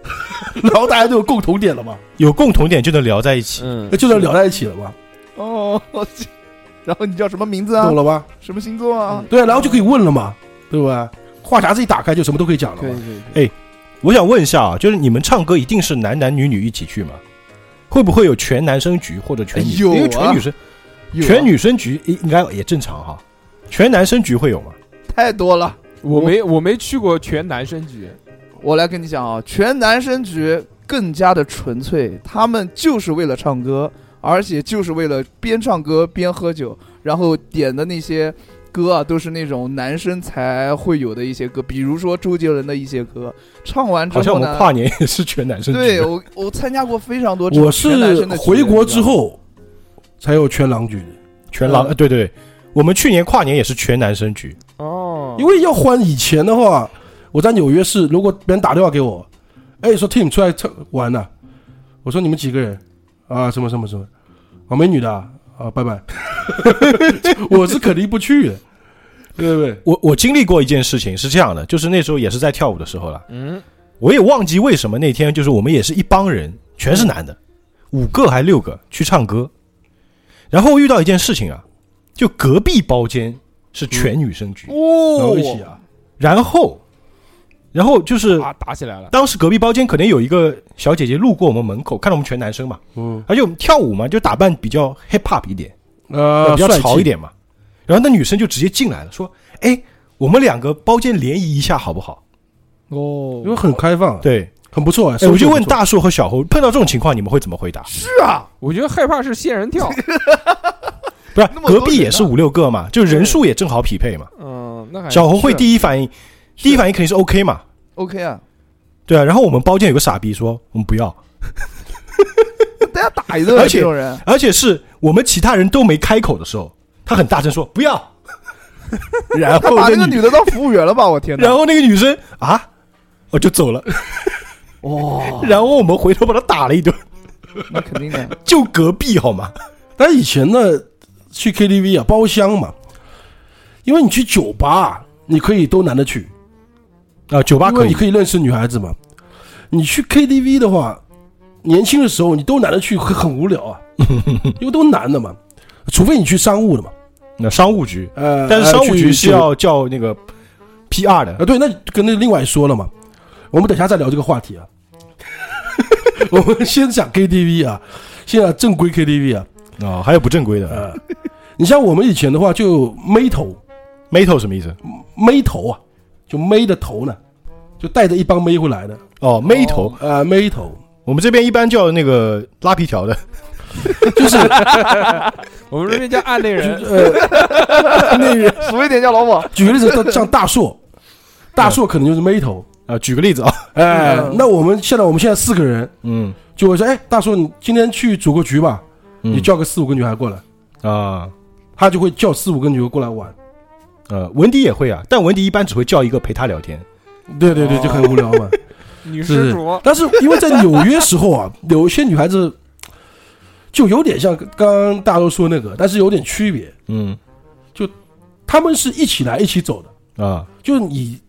Speaker 4: 然后大家都有共同点了嘛，
Speaker 3: 有共同点就能聊在一起，
Speaker 1: 嗯
Speaker 4: 那就能聊在一起了嘛，
Speaker 2: 哦，我去然后你叫什么名字啊
Speaker 4: 懂？了嗯吧？
Speaker 2: 什么星座啊？
Speaker 4: 对，然后就可以问了嘛，对吧？话匣子一打开就什么都可以讲了
Speaker 1: 可以
Speaker 4: 嘛。
Speaker 1: 可以，
Speaker 3: 我想问一下啊，就是你们唱歌一定是男男女女一起去吗？会不会有全男生局或者全女？
Speaker 2: 有啊
Speaker 3: 因为全女生、
Speaker 2: 有啊
Speaker 3: 全女生局应应该也正常哈。全男生局会有吗？
Speaker 2: 太多了。
Speaker 1: 我没我没去过全男生局，
Speaker 2: 我来跟你讲啊，全男生局更加的纯粹，他们就是为了唱歌，而且就是为了边唱歌边喝酒，然后点的那些歌啊，都是那种男生才会有的一些歌，比如说周杰伦的一些歌，唱完之
Speaker 3: 好像
Speaker 2: 后
Speaker 3: 我
Speaker 2: 呢
Speaker 3: 们，跨年也是全男生局。
Speaker 2: 啊对我我参加过非常多这种
Speaker 4: 我
Speaker 2: 全男
Speaker 4: 是
Speaker 2: 生的局
Speaker 4: 回国之，后才有全狼局的，
Speaker 3: 全
Speaker 2: 嗯
Speaker 3: 狼、呃对对对，我们去年跨年也是全男生局，
Speaker 1: 哦，
Speaker 4: 因为要换以前的话，我在纽约市，如果别人打电话给我，哎，说 Tim 出来唱玩呢、我说你们几个人啊？什么什么什么？啊，没女的啊，啊拜 拜。我是肯定不去的，对不对？
Speaker 3: 我我经历过一件事情是这样的，就是那时候也是在跳舞的时候了，
Speaker 1: 嗯
Speaker 3: 我也忘记为什么那天就是我们也是一帮人，全是男的，五个还六个去唱歌，然后遇到一件事情啊，就隔壁包间是全女生局，
Speaker 4: 然
Speaker 2: 哦
Speaker 4: 后一起啊，
Speaker 3: 然后，然后就是
Speaker 1: 打打起来了，
Speaker 3: 当时隔壁包间可能有一个小姐姐路过我们门口，看到我们全男生嘛，
Speaker 4: 嗯
Speaker 3: 而且我们跳舞嘛，就打扮比较 hip hop 一点，
Speaker 4: 啊，
Speaker 3: 比较
Speaker 4: 帅
Speaker 3: 潮
Speaker 4: 气
Speaker 3: 一。点嘛。然后那女生就直接进来了，说：“哎，我们两个包间联谊一下好不好
Speaker 1: 哦
Speaker 4: 因为很开放？”，
Speaker 3: 对，
Speaker 4: 很不错啊。
Speaker 3: 哎，我就问
Speaker 4: 大，
Speaker 3: 大树和小侯，碰到这种情况你们会怎么回答？
Speaker 2: 是啊，
Speaker 1: 我觉得害怕是仙人 跳，
Speaker 3: 不是
Speaker 2: 那么多
Speaker 3: 隔壁也是
Speaker 2: 人啊
Speaker 3: 五六个嘛，就人数也正好匹配嘛。
Speaker 1: 嗯，那还
Speaker 3: 小侯会
Speaker 1: 一，
Speaker 3: 第一反应，第一反应肯定是 OK 嘛，
Speaker 2: OK 啊，
Speaker 3: 对啊。然后我们包间有个傻逼说我们不要，
Speaker 2: 大家打一顿啊，
Speaker 3: 而且
Speaker 2: 这种人
Speaker 3: 而且是我们其他人都没开口的时候，他很大声说不 要，然
Speaker 2: 他
Speaker 3: 后
Speaker 2: 把那
Speaker 3: 那
Speaker 2: 个
Speaker 3: 女，
Speaker 2: 女的当服务员了吧？我天哪！
Speaker 3: 哦然后那个女生啊，我就走了，
Speaker 2: 哇，
Speaker 3: 然后我们回头把他打了一顿，
Speaker 2: 哦那肯定的，
Speaker 3: 就隔壁好吗？
Speaker 4: 但以前呢，去 KTV 啊，包厢嘛，因为你去酒吧啊，你可以都男的去，
Speaker 3: 啊，酒吧
Speaker 4: 因
Speaker 3: 可
Speaker 4: 为你
Speaker 3: 以，
Speaker 4: 可以认识女孩子嘛。你去 KTV 的话，年轻的时候你都男的去会很无聊 啊，因为都男的嘛，除非你去商务的嘛。
Speaker 3: 那商务局，
Speaker 4: 呃，
Speaker 3: 但是商务
Speaker 4: 呃
Speaker 3: 局
Speaker 4: 去
Speaker 3: 是要叫那个 PR 的，
Speaker 4: 啊，对，那跟那另外说了嘛，我们等一下再聊这个话题啊。 我们先讲 KTV 啊，现在正规 KTV 啊，
Speaker 3: 啊，还有不正规的。
Speaker 4: 呃，你像我们以前的话就妹头，
Speaker 3: Metal 什么意思？
Speaker 4: 妹头啊，就妹的头呢，就带着一帮妹回来的，
Speaker 3: 哦，Metal，
Speaker 4: 呃，妹头，
Speaker 3: 我们这边一般叫那个拉皮条的，
Speaker 4: 就是
Speaker 1: 我们这边叫案内 人，
Speaker 4: 呃，那人
Speaker 2: 俗一点叫老鸨，
Speaker 4: 举个例子，像大硕，大硕可能就是妹头，
Speaker 3: 啊，举个例子啊，
Speaker 4: 哎、
Speaker 2: 嗯
Speaker 4: 那我们现在我们现在四个人
Speaker 3: 嗯，
Speaker 4: 就会说，哎，大硕，你今天去组个局吧，你
Speaker 3: 你
Speaker 4: 叫个四五个女孩过来，
Speaker 3: 啊，
Speaker 4: 他就会叫四五个女孩过来玩。
Speaker 3: 呃，文迪也会啊，但文迪一般只会叫一个陪他聊天，
Speaker 4: 对对对，
Speaker 1: 哦
Speaker 4: 就很无聊嘛。
Speaker 1: 女
Speaker 4: 是
Speaker 1: 施主，
Speaker 4: 但是因为在纽约时候啊，有一些女孩子就有点像刚刚大家说那个，但是有点区别。
Speaker 3: 嗯，
Speaker 4: 她们是一起来一起走的，
Speaker 3: 啊，
Speaker 4: 就是你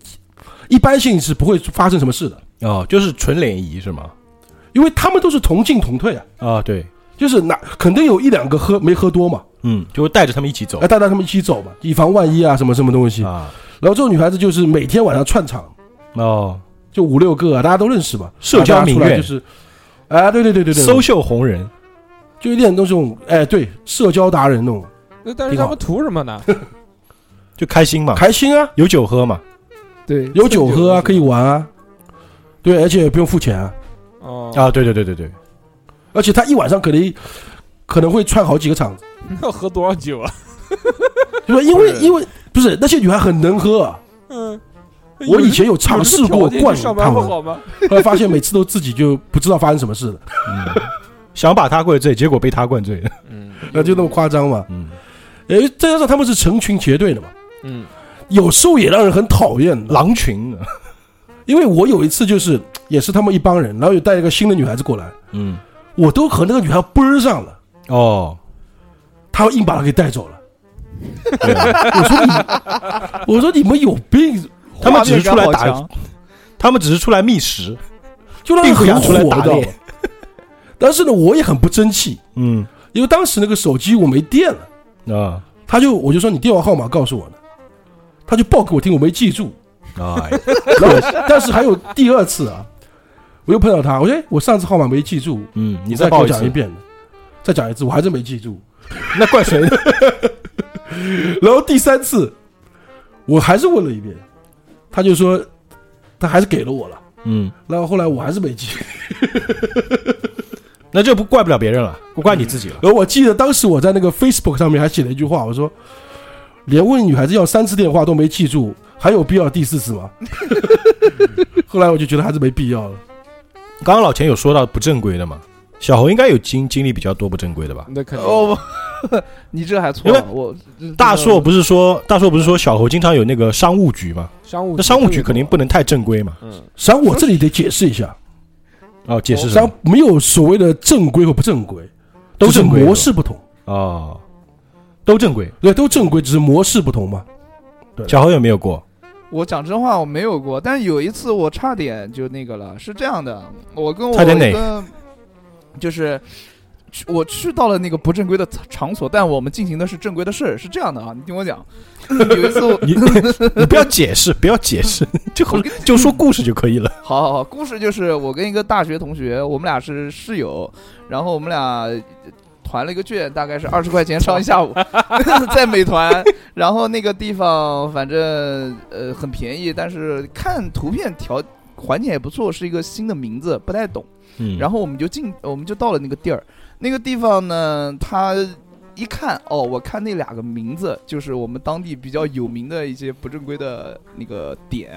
Speaker 4: 一般性是不会发生什么事的，
Speaker 3: 哦，就是纯联谊是吗？
Speaker 4: 因为她们都是同进同退啊。
Speaker 3: 啊，对，
Speaker 4: 就是哪肯定有一两个喝没喝多嘛，
Speaker 3: 嗯，就会带着他们一起走
Speaker 4: 哎，带着他们一起走嘛，以防万一啊，什么什么东西。然
Speaker 3: 啊，
Speaker 4: 后这种女孩子就是每天晚上串场，
Speaker 3: 哦，
Speaker 4: 就五六个啊，大家都认识嘛，
Speaker 3: 社交名媛
Speaker 4: 然后大家出来就是，哎，对对对对对，
Speaker 3: 搜秀红人，
Speaker 4: 就有点那种，哎，对，社交达人那种，
Speaker 1: 那但是他们图什么 呢？
Speaker 3: 就开心嘛，
Speaker 4: 开心啊，
Speaker 3: 有酒喝嘛，
Speaker 1: 对，
Speaker 4: 有酒喝啊，可以玩啊，对，而且也不用付钱啊，
Speaker 1: 哦，
Speaker 3: 啊，对对对对对，
Speaker 4: 而且他一晚上可能可能会串好几个场子，
Speaker 1: 要喝多少酒啊？
Speaker 4: 对吧？因为
Speaker 2: 不是
Speaker 4: 因为不是那些女孩很能喝啊，
Speaker 1: 嗯，
Speaker 4: 我以前有尝试过灌啊
Speaker 1: 上
Speaker 4: 他
Speaker 1: 班不
Speaker 4: 们，
Speaker 1: 好吗？
Speaker 4: 后来发现每次都自己就不知道发生什么事了，
Speaker 3: 嗯， 想把他灌醉，结果被他灌醉，
Speaker 1: 嗯，
Speaker 4: 那呃就那么夸张嘛。
Speaker 3: 嗯，
Speaker 4: 哎，再加上他们是成群结队的嘛，
Speaker 1: 嗯，
Speaker 4: 有时候也让人很讨厌的。
Speaker 3: 狼群，啊
Speaker 4: 因为我有一次就是也是他们一帮人，然后有带一个新的女孩子过来，
Speaker 3: 嗯，
Speaker 4: 我都和那个女孩奔上了，
Speaker 3: 哦，
Speaker 4: 她硬把她给带走了。
Speaker 3: 对啊
Speaker 4: 我说你们有病，
Speaker 3: 他们只是
Speaker 2: 画
Speaker 3: 出
Speaker 2: 面
Speaker 3: 来
Speaker 2: 感好
Speaker 3: 打
Speaker 2: 强，
Speaker 3: 他们只是出来觅食，
Speaker 4: 就 让
Speaker 3: 并
Speaker 4: 人
Speaker 3: 不想
Speaker 4: 很
Speaker 3: 出
Speaker 4: 火
Speaker 3: 来打
Speaker 4: 的
Speaker 3: 猎。，
Speaker 4: 但是呢，我也很不争气，
Speaker 3: 嗯，
Speaker 4: 因为当时那个手机我没电了，
Speaker 3: 啊
Speaker 4: 他就我就说你电话号码告诉我呢，他就报给我听，我没记住。
Speaker 3: 啊，
Speaker 4: 然后但是还有第二次啊，我又碰到他，我说哎我上次号码没记住，
Speaker 3: 嗯，你
Speaker 4: 再
Speaker 3: 再
Speaker 4: 给
Speaker 3: 报
Speaker 4: 我
Speaker 3: 一
Speaker 4: 讲一
Speaker 3: 次，
Speaker 4: 遍，再讲一次，我还真没记住。
Speaker 3: 那怪谁？
Speaker 4: 然后第三次，我还是问了一遍，他就说他还是给了我了。
Speaker 3: 嗯，
Speaker 4: 然后后来我还是没记，
Speaker 3: 那这不怪不了别人了，不怪你自己了。
Speaker 4: 然后我记得当时我在那个 Facebook 上面还写了一句话，我说连问女孩子要三次电话都没记住，还有必要第四次吗？ 后来我就觉得还是没必要了。
Speaker 3: 刚刚老钱有说到不正规的嘛，小红应该有经经历比较多不正规的吧？
Speaker 1: 嗯那 肯定。
Speaker 2: 哦不， 你这还错
Speaker 3: 因为
Speaker 2: 了，我
Speaker 3: 大硕不是说大硕不是说小侯经常有那个商务局嘛？
Speaker 1: 商务
Speaker 3: 那商务局肯定不能太正规嘛。
Speaker 1: 嗯，
Speaker 4: 实际上我这里得解释一下，
Speaker 3: 哦，解释
Speaker 4: 实际
Speaker 3: 什
Speaker 4: 上
Speaker 3: 么？
Speaker 4: 没有所谓的正规和不正规，
Speaker 3: 都
Speaker 4: 只是
Speaker 3: 正规
Speaker 4: 模式不同，
Speaker 3: 哦，都正规。
Speaker 4: 对，都正规，只是模式不同嘛。
Speaker 3: 小侯有没有过？
Speaker 2: 我讲真话，我没有过，但有一次我差点就那个了。是这样的，我跟我
Speaker 3: 差点哪
Speaker 2: 一个就是去我去到了那个不正规的场所，但我们进行的是正规的事儿。是这样的啊，你听我讲， 有一次 我
Speaker 3: 你你不要解释，不要解释， 就
Speaker 2: 我跟
Speaker 3: 就说故事就可以了。
Speaker 2: 好好好，故事就是我跟一个大学同学，我们俩是室友，然后我们俩团了一个券，大概是二十块钱上一下午， 在美团，然后那个地方反正呃很便宜，但是看图片条环境也不错，是一个新的名字，不太懂。
Speaker 3: 嗯
Speaker 2: 然
Speaker 3: 后
Speaker 2: 后我们就进，我们就到了那个地儿，那个地方呢，他一看，哦，我看那两个名字，就是我们当地比较有名的一些不正规的那个点，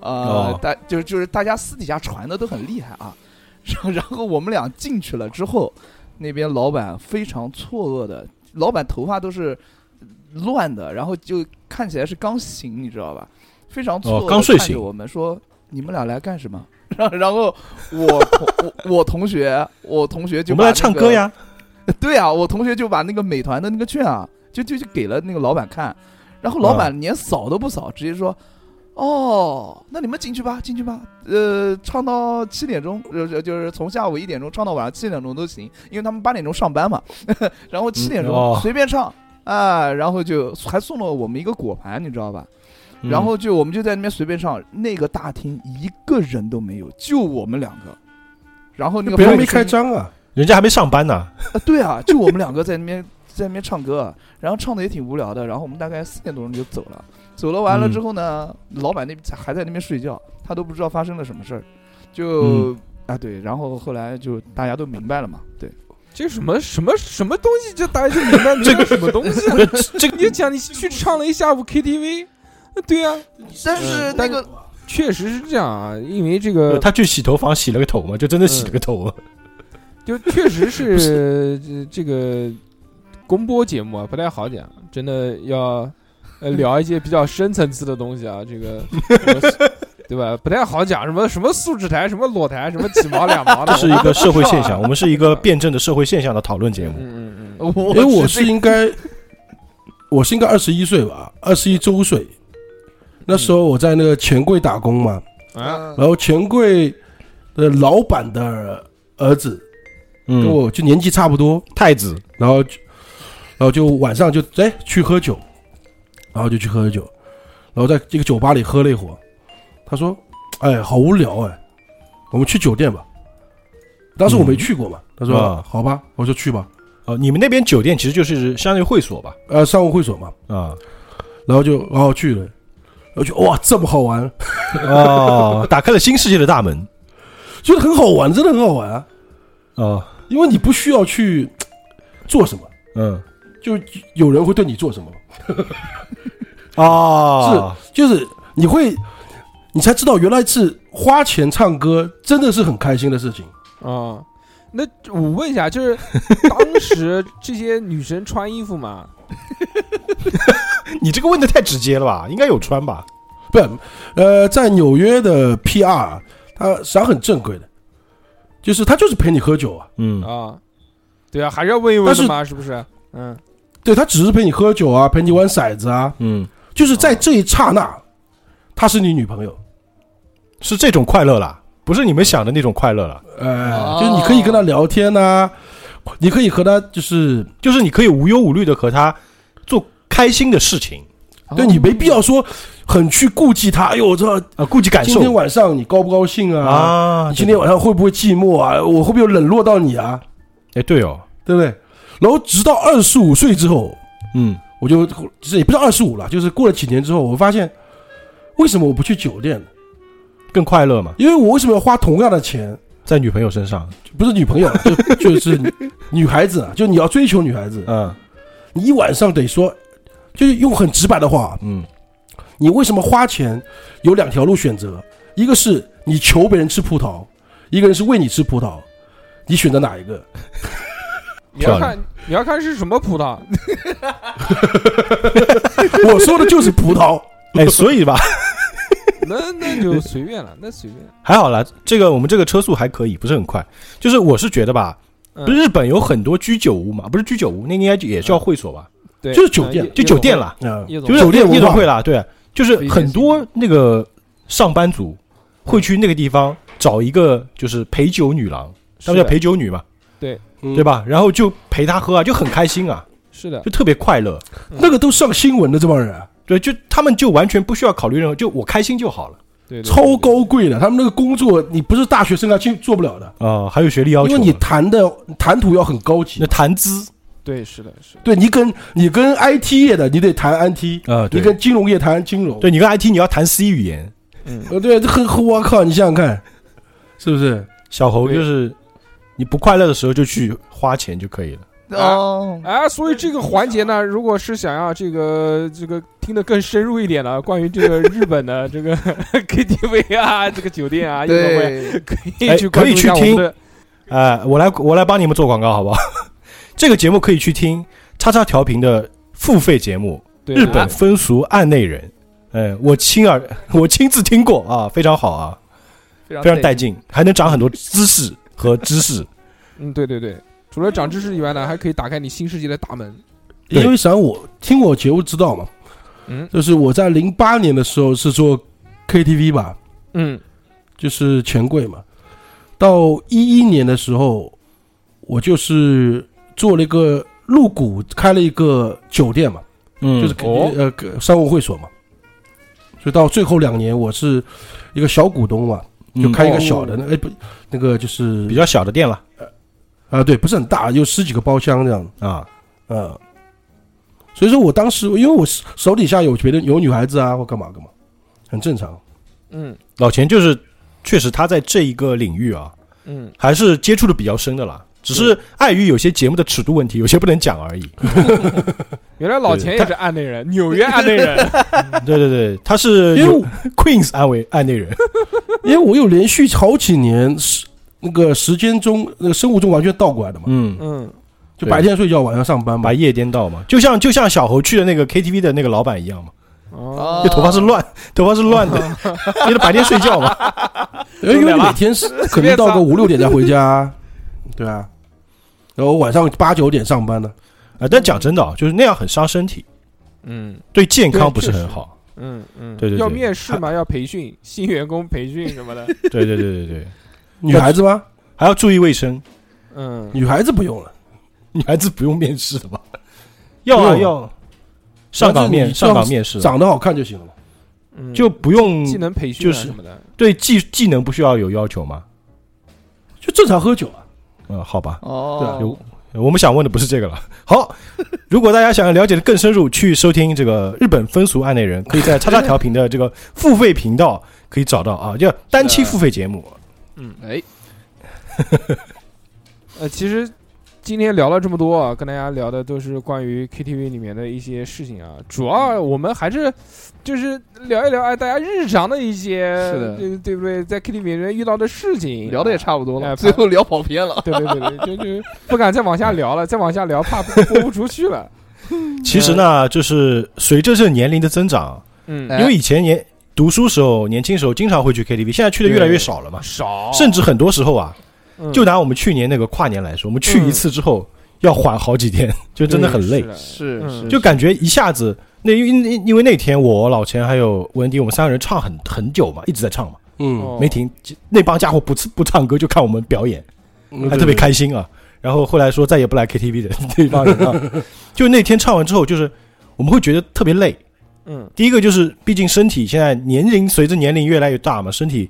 Speaker 2: 呃
Speaker 3: 哦，
Speaker 2: 大、就就是大家私底下传的都很厉害啊， 然后然后我们俩进去了之后，那边老板非常错愕的，老板头发都是乱的，然后就看起来是刚醒，你知道吧？非常错愕
Speaker 3: 哦
Speaker 2: 地
Speaker 3: 刚睡
Speaker 2: 看着
Speaker 3: 醒
Speaker 2: 我们说你们俩来干什么？然后然后我同我我同学我同学就
Speaker 3: 我们
Speaker 2: 把
Speaker 3: 来
Speaker 2: 那
Speaker 3: 唱
Speaker 2: 个
Speaker 3: 歌呀，
Speaker 2: 对啊，我同学就把那个美团的那个券啊，就就就给了那个老板看，然后
Speaker 4: 嗯
Speaker 2: 老板连扫都不扫，直接说：“哦，那你们进去吧，进去吧，呃，唱到七点钟，呃，就是从下午一点钟唱到晚上七点钟都行，因为他们八点钟上班嘛， 然后七点
Speaker 3: 嗯
Speaker 2: 钟
Speaker 3: 哦
Speaker 2: 随便唱、啊，然后就还送了我们一个果盘，你知道吧？”
Speaker 3: 嗯
Speaker 2: 然后就我们就在那边随便唱，那个大厅一个人都没有，就我们两个。然后那个
Speaker 4: 别人
Speaker 2: 后
Speaker 4: 没
Speaker 2: 面
Speaker 4: 开张啊，
Speaker 3: 人家还没上班 呢，
Speaker 2: 啊，对啊，就我们两个在那边在那边唱歌，啊然后唱的也挺无聊的，然后我们大概四点多钟就走了，走了完了之后呢，老板那边还在那边睡觉，他都不知道发生了什么事儿，就、啊对，然后后来就大家都明白了嘛，对，
Speaker 1: 这什么什么什么东西？这大家就明白明白什么东西 啊？
Speaker 3: 这呃这
Speaker 1: 你就讲你去唱了一下午 KTV，对呀、
Speaker 2: 呃但是那个、
Speaker 1: 确实是这样啊，因为这
Speaker 3: 个
Speaker 1: 个
Speaker 3: 他去洗头房洗了个头嘛，就真的洗了个 头。啊
Speaker 1: 就确实是呃这个公播节目啊，不太好讲，真的要呃聊一些比较深层次的东西啊，这个我对吧？不太好讲，什么什么素质台，什么裸台，什么几毛两毛的，
Speaker 3: 这是一个社会现 象，我们是一个
Speaker 1: 嗯
Speaker 3: 辩证的社会现象的讨论节目。
Speaker 1: 嗯嗯嗯，
Speaker 2: 哎我
Speaker 4: 因为哎我
Speaker 2: 这
Speaker 4: 是应该，我是应该二十一岁吧，二十一周岁。那时候我在那个钱柜打工嘛，
Speaker 1: 嗯啊，
Speaker 2: 啊
Speaker 4: 然后钱柜的老板的儿子跟
Speaker 3: 嗯，
Speaker 4: 我就年纪差不多，
Speaker 3: 太子，
Speaker 4: 然后就，然后就晚上就哎去喝酒，然后就去喝酒，然后在这个酒吧里喝了一会儿，他说：“哎，好无聊哎，我们去酒店吧。”当时我没去过嘛，他说：“
Speaker 3: 嗯啊
Speaker 4: 好吧。”我说：“去吧。
Speaker 3: 哦，你们那边酒店其实就是相当于会所吧？”
Speaker 4: 呃，商务会所嘛，
Speaker 3: 啊，
Speaker 4: 然后就然后去了，然后就哇这么好玩，
Speaker 3: 哦，打开了新世界的大门。
Speaker 4: 就是很好玩，真的很好玩啊，
Speaker 3: 哦，
Speaker 4: 因为你不需要去做什么，
Speaker 3: 嗯，
Speaker 4: 就有人会对你做什么，
Speaker 3: 哦，
Speaker 4: 就是你会，你才知道原来是花钱唱歌真的是很开心的事情。
Speaker 1: 啊、那我问一下，就是当时这些女生穿衣服嘛，
Speaker 3: 你这个问的太直接了吧？应该有穿吧？
Speaker 4: 不，呃，在纽约的 PR，它实际上很正规的，就是他就是陪你喝酒啊，
Speaker 3: 嗯
Speaker 1: 啊，对啊，还是要问一问
Speaker 4: 但是
Speaker 1: 的嘛，是不是？嗯，
Speaker 4: 对他只是陪你喝酒啊，陪你玩骰子啊，
Speaker 3: 嗯，
Speaker 4: 就是在这一刹那，她是你女朋友，
Speaker 3: 是这种快乐啦，不是你们想的那种快乐了，
Speaker 4: 呃，
Speaker 2: 哦
Speaker 4: 就是你可以跟她聊天呐、你可以和她就是，
Speaker 3: 就是你可以无忧无虑的和他做开心的事情
Speaker 2: 哦
Speaker 4: 对你没必要说很去顾忌她，哎呦，我操，
Speaker 3: 啊，顾及感
Speaker 4: 今天
Speaker 3: 受
Speaker 4: 晚上你高不高兴啊？
Speaker 3: 啊
Speaker 4: 你今天晚上会不会寂寞啊？我会不会冷落到你啊？
Speaker 3: 哎，对哦，
Speaker 4: 对不对？然后直到二十五岁之后，
Speaker 3: 嗯，
Speaker 4: 我就就是也不是二十五了，就是过了几年之后，我发现为什么我不去酒店呢？
Speaker 3: 更快乐嘛，
Speaker 4: 因为我为什么要花同样的钱？
Speaker 3: 在女朋友身上，
Speaker 4: 不是女朋友啊，就就是女孩子啊，就你要追求女孩子，
Speaker 3: 嗯
Speaker 4: 你一晚上得说，就是用很直白的话，
Speaker 3: 嗯，
Speaker 4: 你为什么花钱？有两条路选择，一个是你求别人吃葡萄，一个人是喂你吃葡萄，你选择哪一个？
Speaker 1: 你要
Speaker 3: 漂亮
Speaker 1: 看你要看是什么葡萄，
Speaker 4: 我说的就是葡萄。
Speaker 3: 哎，所以吧，
Speaker 1: 那那就随便了，那随便。
Speaker 3: 还好啦，这个我们这个车速还可以，不是很快，就是我是觉得吧。
Speaker 1: 嗯
Speaker 3: 不是日本有很多居酒屋嘛？不是居酒屋，那应该也叫会所吧？
Speaker 1: 对，
Speaker 4: 就是酒店
Speaker 1: 嗯
Speaker 3: 就酒店，啦，
Speaker 4: 啊、
Speaker 1: 夜夜总
Speaker 3: 就
Speaker 1: 会夜
Speaker 3: 是
Speaker 1: 总
Speaker 4: 酒店文化
Speaker 3: 夜总会啦，对，啊就是很多那个上班族会去那个地方找一个就是陪酒女郎，他
Speaker 1: 是
Speaker 3: 们叫
Speaker 1: 的
Speaker 3: 陪酒女嘛，
Speaker 4: 嗯
Speaker 3: 对？吧？然后就陪她喝啊，就很开心啊，
Speaker 1: 是的
Speaker 3: 就，特别快乐。
Speaker 4: 那个都上新闻的这帮人啊、
Speaker 3: 对，就他们就完全不需要考虑任何，就我开心就好了。
Speaker 1: 对，对
Speaker 4: 超高贵的，他们那个工作你不是大学生啊，去做不了的，
Speaker 3: 啊，还有学历要
Speaker 4: 因
Speaker 3: 求
Speaker 4: 为
Speaker 3: 嘛，
Speaker 4: 你谈的谈吐要很高级
Speaker 3: 那。谈资
Speaker 1: 对，对是的，是的。
Speaker 4: 对你跟你跟 IT 业的，你得谈 IT；
Speaker 3: 啊，
Speaker 4: 你
Speaker 3: 对，
Speaker 4: 跟金融业谈金融。
Speaker 3: 对你跟 IT 你要谈 C 语言，嗯
Speaker 4: 呃，对，这很我靠，你想想看，是不是？
Speaker 3: 小猴
Speaker 1: 对
Speaker 3: 就是你不快乐的时候就去花钱就可以了。
Speaker 2: 哦，
Speaker 1: 啊，所以这个环节呢，如果是想要这个这个听得更深入一点呢，关于这个日本的这个 KTV 啊，这个酒店啊，夜总会，
Speaker 2: 对，
Speaker 1: 可
Speaker 3: 哎
Speaker 1: 以 去
Speaker 3: 可
Speaker 1: 关
Speaker 3: 以
Speaker 1: 注一
Speaker 3: 去
Speaker 1: 下我们
Speaker 3: 听
Speaker 1: 的
Speaker 3: 呃，我来我来帮你们做广告好不好？ 这个节目可以去听叉叉调频的付费节目《
Speaker 1: 对
Speaker 3: 日本风俗案内人》哎，我亲耳我亲自听过啊，非常好啊，
Speaker 2: 非常
Speaker 3: 非常带劲，还能长很多姿势和知识。
Speaker 1: 嗯，对对对，除了长知识以外呢，还可以打开你新世界的大门。
Speaker 3: 对
Speaker 4: 因为啥？我听我节目知道嘛，
Speaker 1: 嗯
Speaker 4: 就是我在零八年的时候是做 KTV 吧，
Speaker 1: 嗯，
Speaker 4: 就是钱柜嘛。到一一年的时候，我就是做了一个入股，开了一个酒店嘛，
Speaker 3: 嗯
Speaker 4: 就是、
Speaker 1: 哦
Speaker 4: 呃个商务会所嘛。所以到最后两年，我是一个小股东嘛，
Speaker 3: 嗯
Speaker 4: 就开一个小的那哎、不那个就是
Speaker 3: 哦比较小的店了
Speaker 4: 啊、对，不是很大，有十几个包厢这样
Speaker 3: 啊，
Speaker 4: 啊、所以说我当时因为我手手底下有别的有女孩子啊或干嘛干嘛，很正常。
Speaker 1: 嗯
Speaker 3: 老钱就是确实他在这一个领域啊，
Speaker 1: 嗯，
Speaker 3: 还是接触的比较深的啦。只是碍于有些节目的尺度问题，有些不能讲而已。
Speaker 1: 原来老钱也是案内人，纽约案内 人。
Speaker 3: 对对对，他是
Speaker 4: 因为
Speaker 3: 有
Speaker 4: 我
Speaker 3: Queens 安慰案内人，
Speaker 4: 因为我有连续好几年是那个时间中那个生物钟完全倒过来的嘛，
Speaker 3: 嗯，
Speaker 1: 嗯，
Speaker 4: 就白天睡觉，晚上上班嘛
Speaker 3: 把。夜颠倒嘛，就像就像小猴去的那个 KTV 的那个老板一样嘛，
Speaker 1: 哦，
Speaker 2: 哦
Speaker 3: 就头发是乱，头发是乱的，因为白天睡觉嘛，
Speaker 4: 因为你每天是可能 到个五六点才回家，对啊。然后晚上八九点上班的，
Speaker 3: 啊，但讲真的啊，就是那样很伤身体，
Speaker 1: 嗯
Speaker 3: 对健康不是很好。
Speaker 1: 嗯嗯，
Speaker 3: 对对对
Speaker 1: 要面试嘛，要培训新员工培训什么的。
Speaker 3: 对对对对对，
Speaker 4: 女孩子吗？
Speaker 3: 还要注意卫生，
Speaker 1: 嗯，
Speaker 4: 女孩子不用了，
Speaker 3: 女孩子不用面试的吧？要啊
Speaker 4: 不用
Speaker 3: 要，上岗面上岗面试啊
Speaker 4: 长得好看就行了嘛。
Speaker 1: 嗯
Speaker 3: 就不用
Speaker 1: 技能培训啊
Speaker 3: 就是
Speaker 1: 什么的。
Speaker 3: 对技技能不需要有要求吗？
Speaker 4: 就正常喝酒啊。
Speaker 3: 嗯，好吧，
Speaker 2: 哦，
Speaker 3: 有我们想问的不是这个了。好，如果大家想要了解的更深入，去收听这个日本风俗案内人，可以在叉叉调频的这个付费频道可以找到啊，就单期付费节目。
Speaker 2: 哎，
Speaker 1: 呃，其实今天聊了这么多啊，跟大家聊的都是关于 KTV 里面的一些事情啊。主要我们还是就是聊一聊哎，大家日常的一些
Speaker 2: 是的
Speaker 1: 对对不对？在 KTV 里面遇到的事情，
Speaker 2: 聊的也差不多
Speaker 1: 哎
Speaker 2: 了， 最后聊跑偏了。
Speaker 1: 对对对对，就就不敢再往下聊了，再往下聊怕播不出去了。
Speaker 3: 其实呢，就是随着这年龄的增长，
Speaker 1: 嗯，
Speaker 2: 哎
Speaker 3: 因为以前年读书时候、年轻时候经常会去 KTV，现在去的越来越少了嘛。
Speaker 1: 少，
Speaker 3: 甚至很多时候啊，
Speaker 1: 哦嗯
Speaker 3: 就拿我们去年那个跨年来说，我们去一次之后要缓好几
Speaker 1: 嗯
Speaker 3: 天，就真的很累。
Speaker 1: 对是的
Speaker 2: 是
Speaker 1: 嗯
Speaker 2: 是，
Speaker 3: 就感觉一下子，那因为因因为那天我老钱还有文迪，我们三个人唱很很久嘛，一直在唱嘛，
Speaker 4: 嗯，
Speaker 1: 哦
Speaker 3: 没停。那帮家伙不不唱歌就看我们表演，
Speaker 4: 嗯
Speaker 3: 还特别。开心啊。然后后来说再也不来 KTV 的 那帮人啊，就那天唱完之后，就是我们会觉得特别累。
Speaker 1: 嗯
Speaker 3: 第一个就是，毕竟身体现在年龄随着年龄越来越大嘛，身体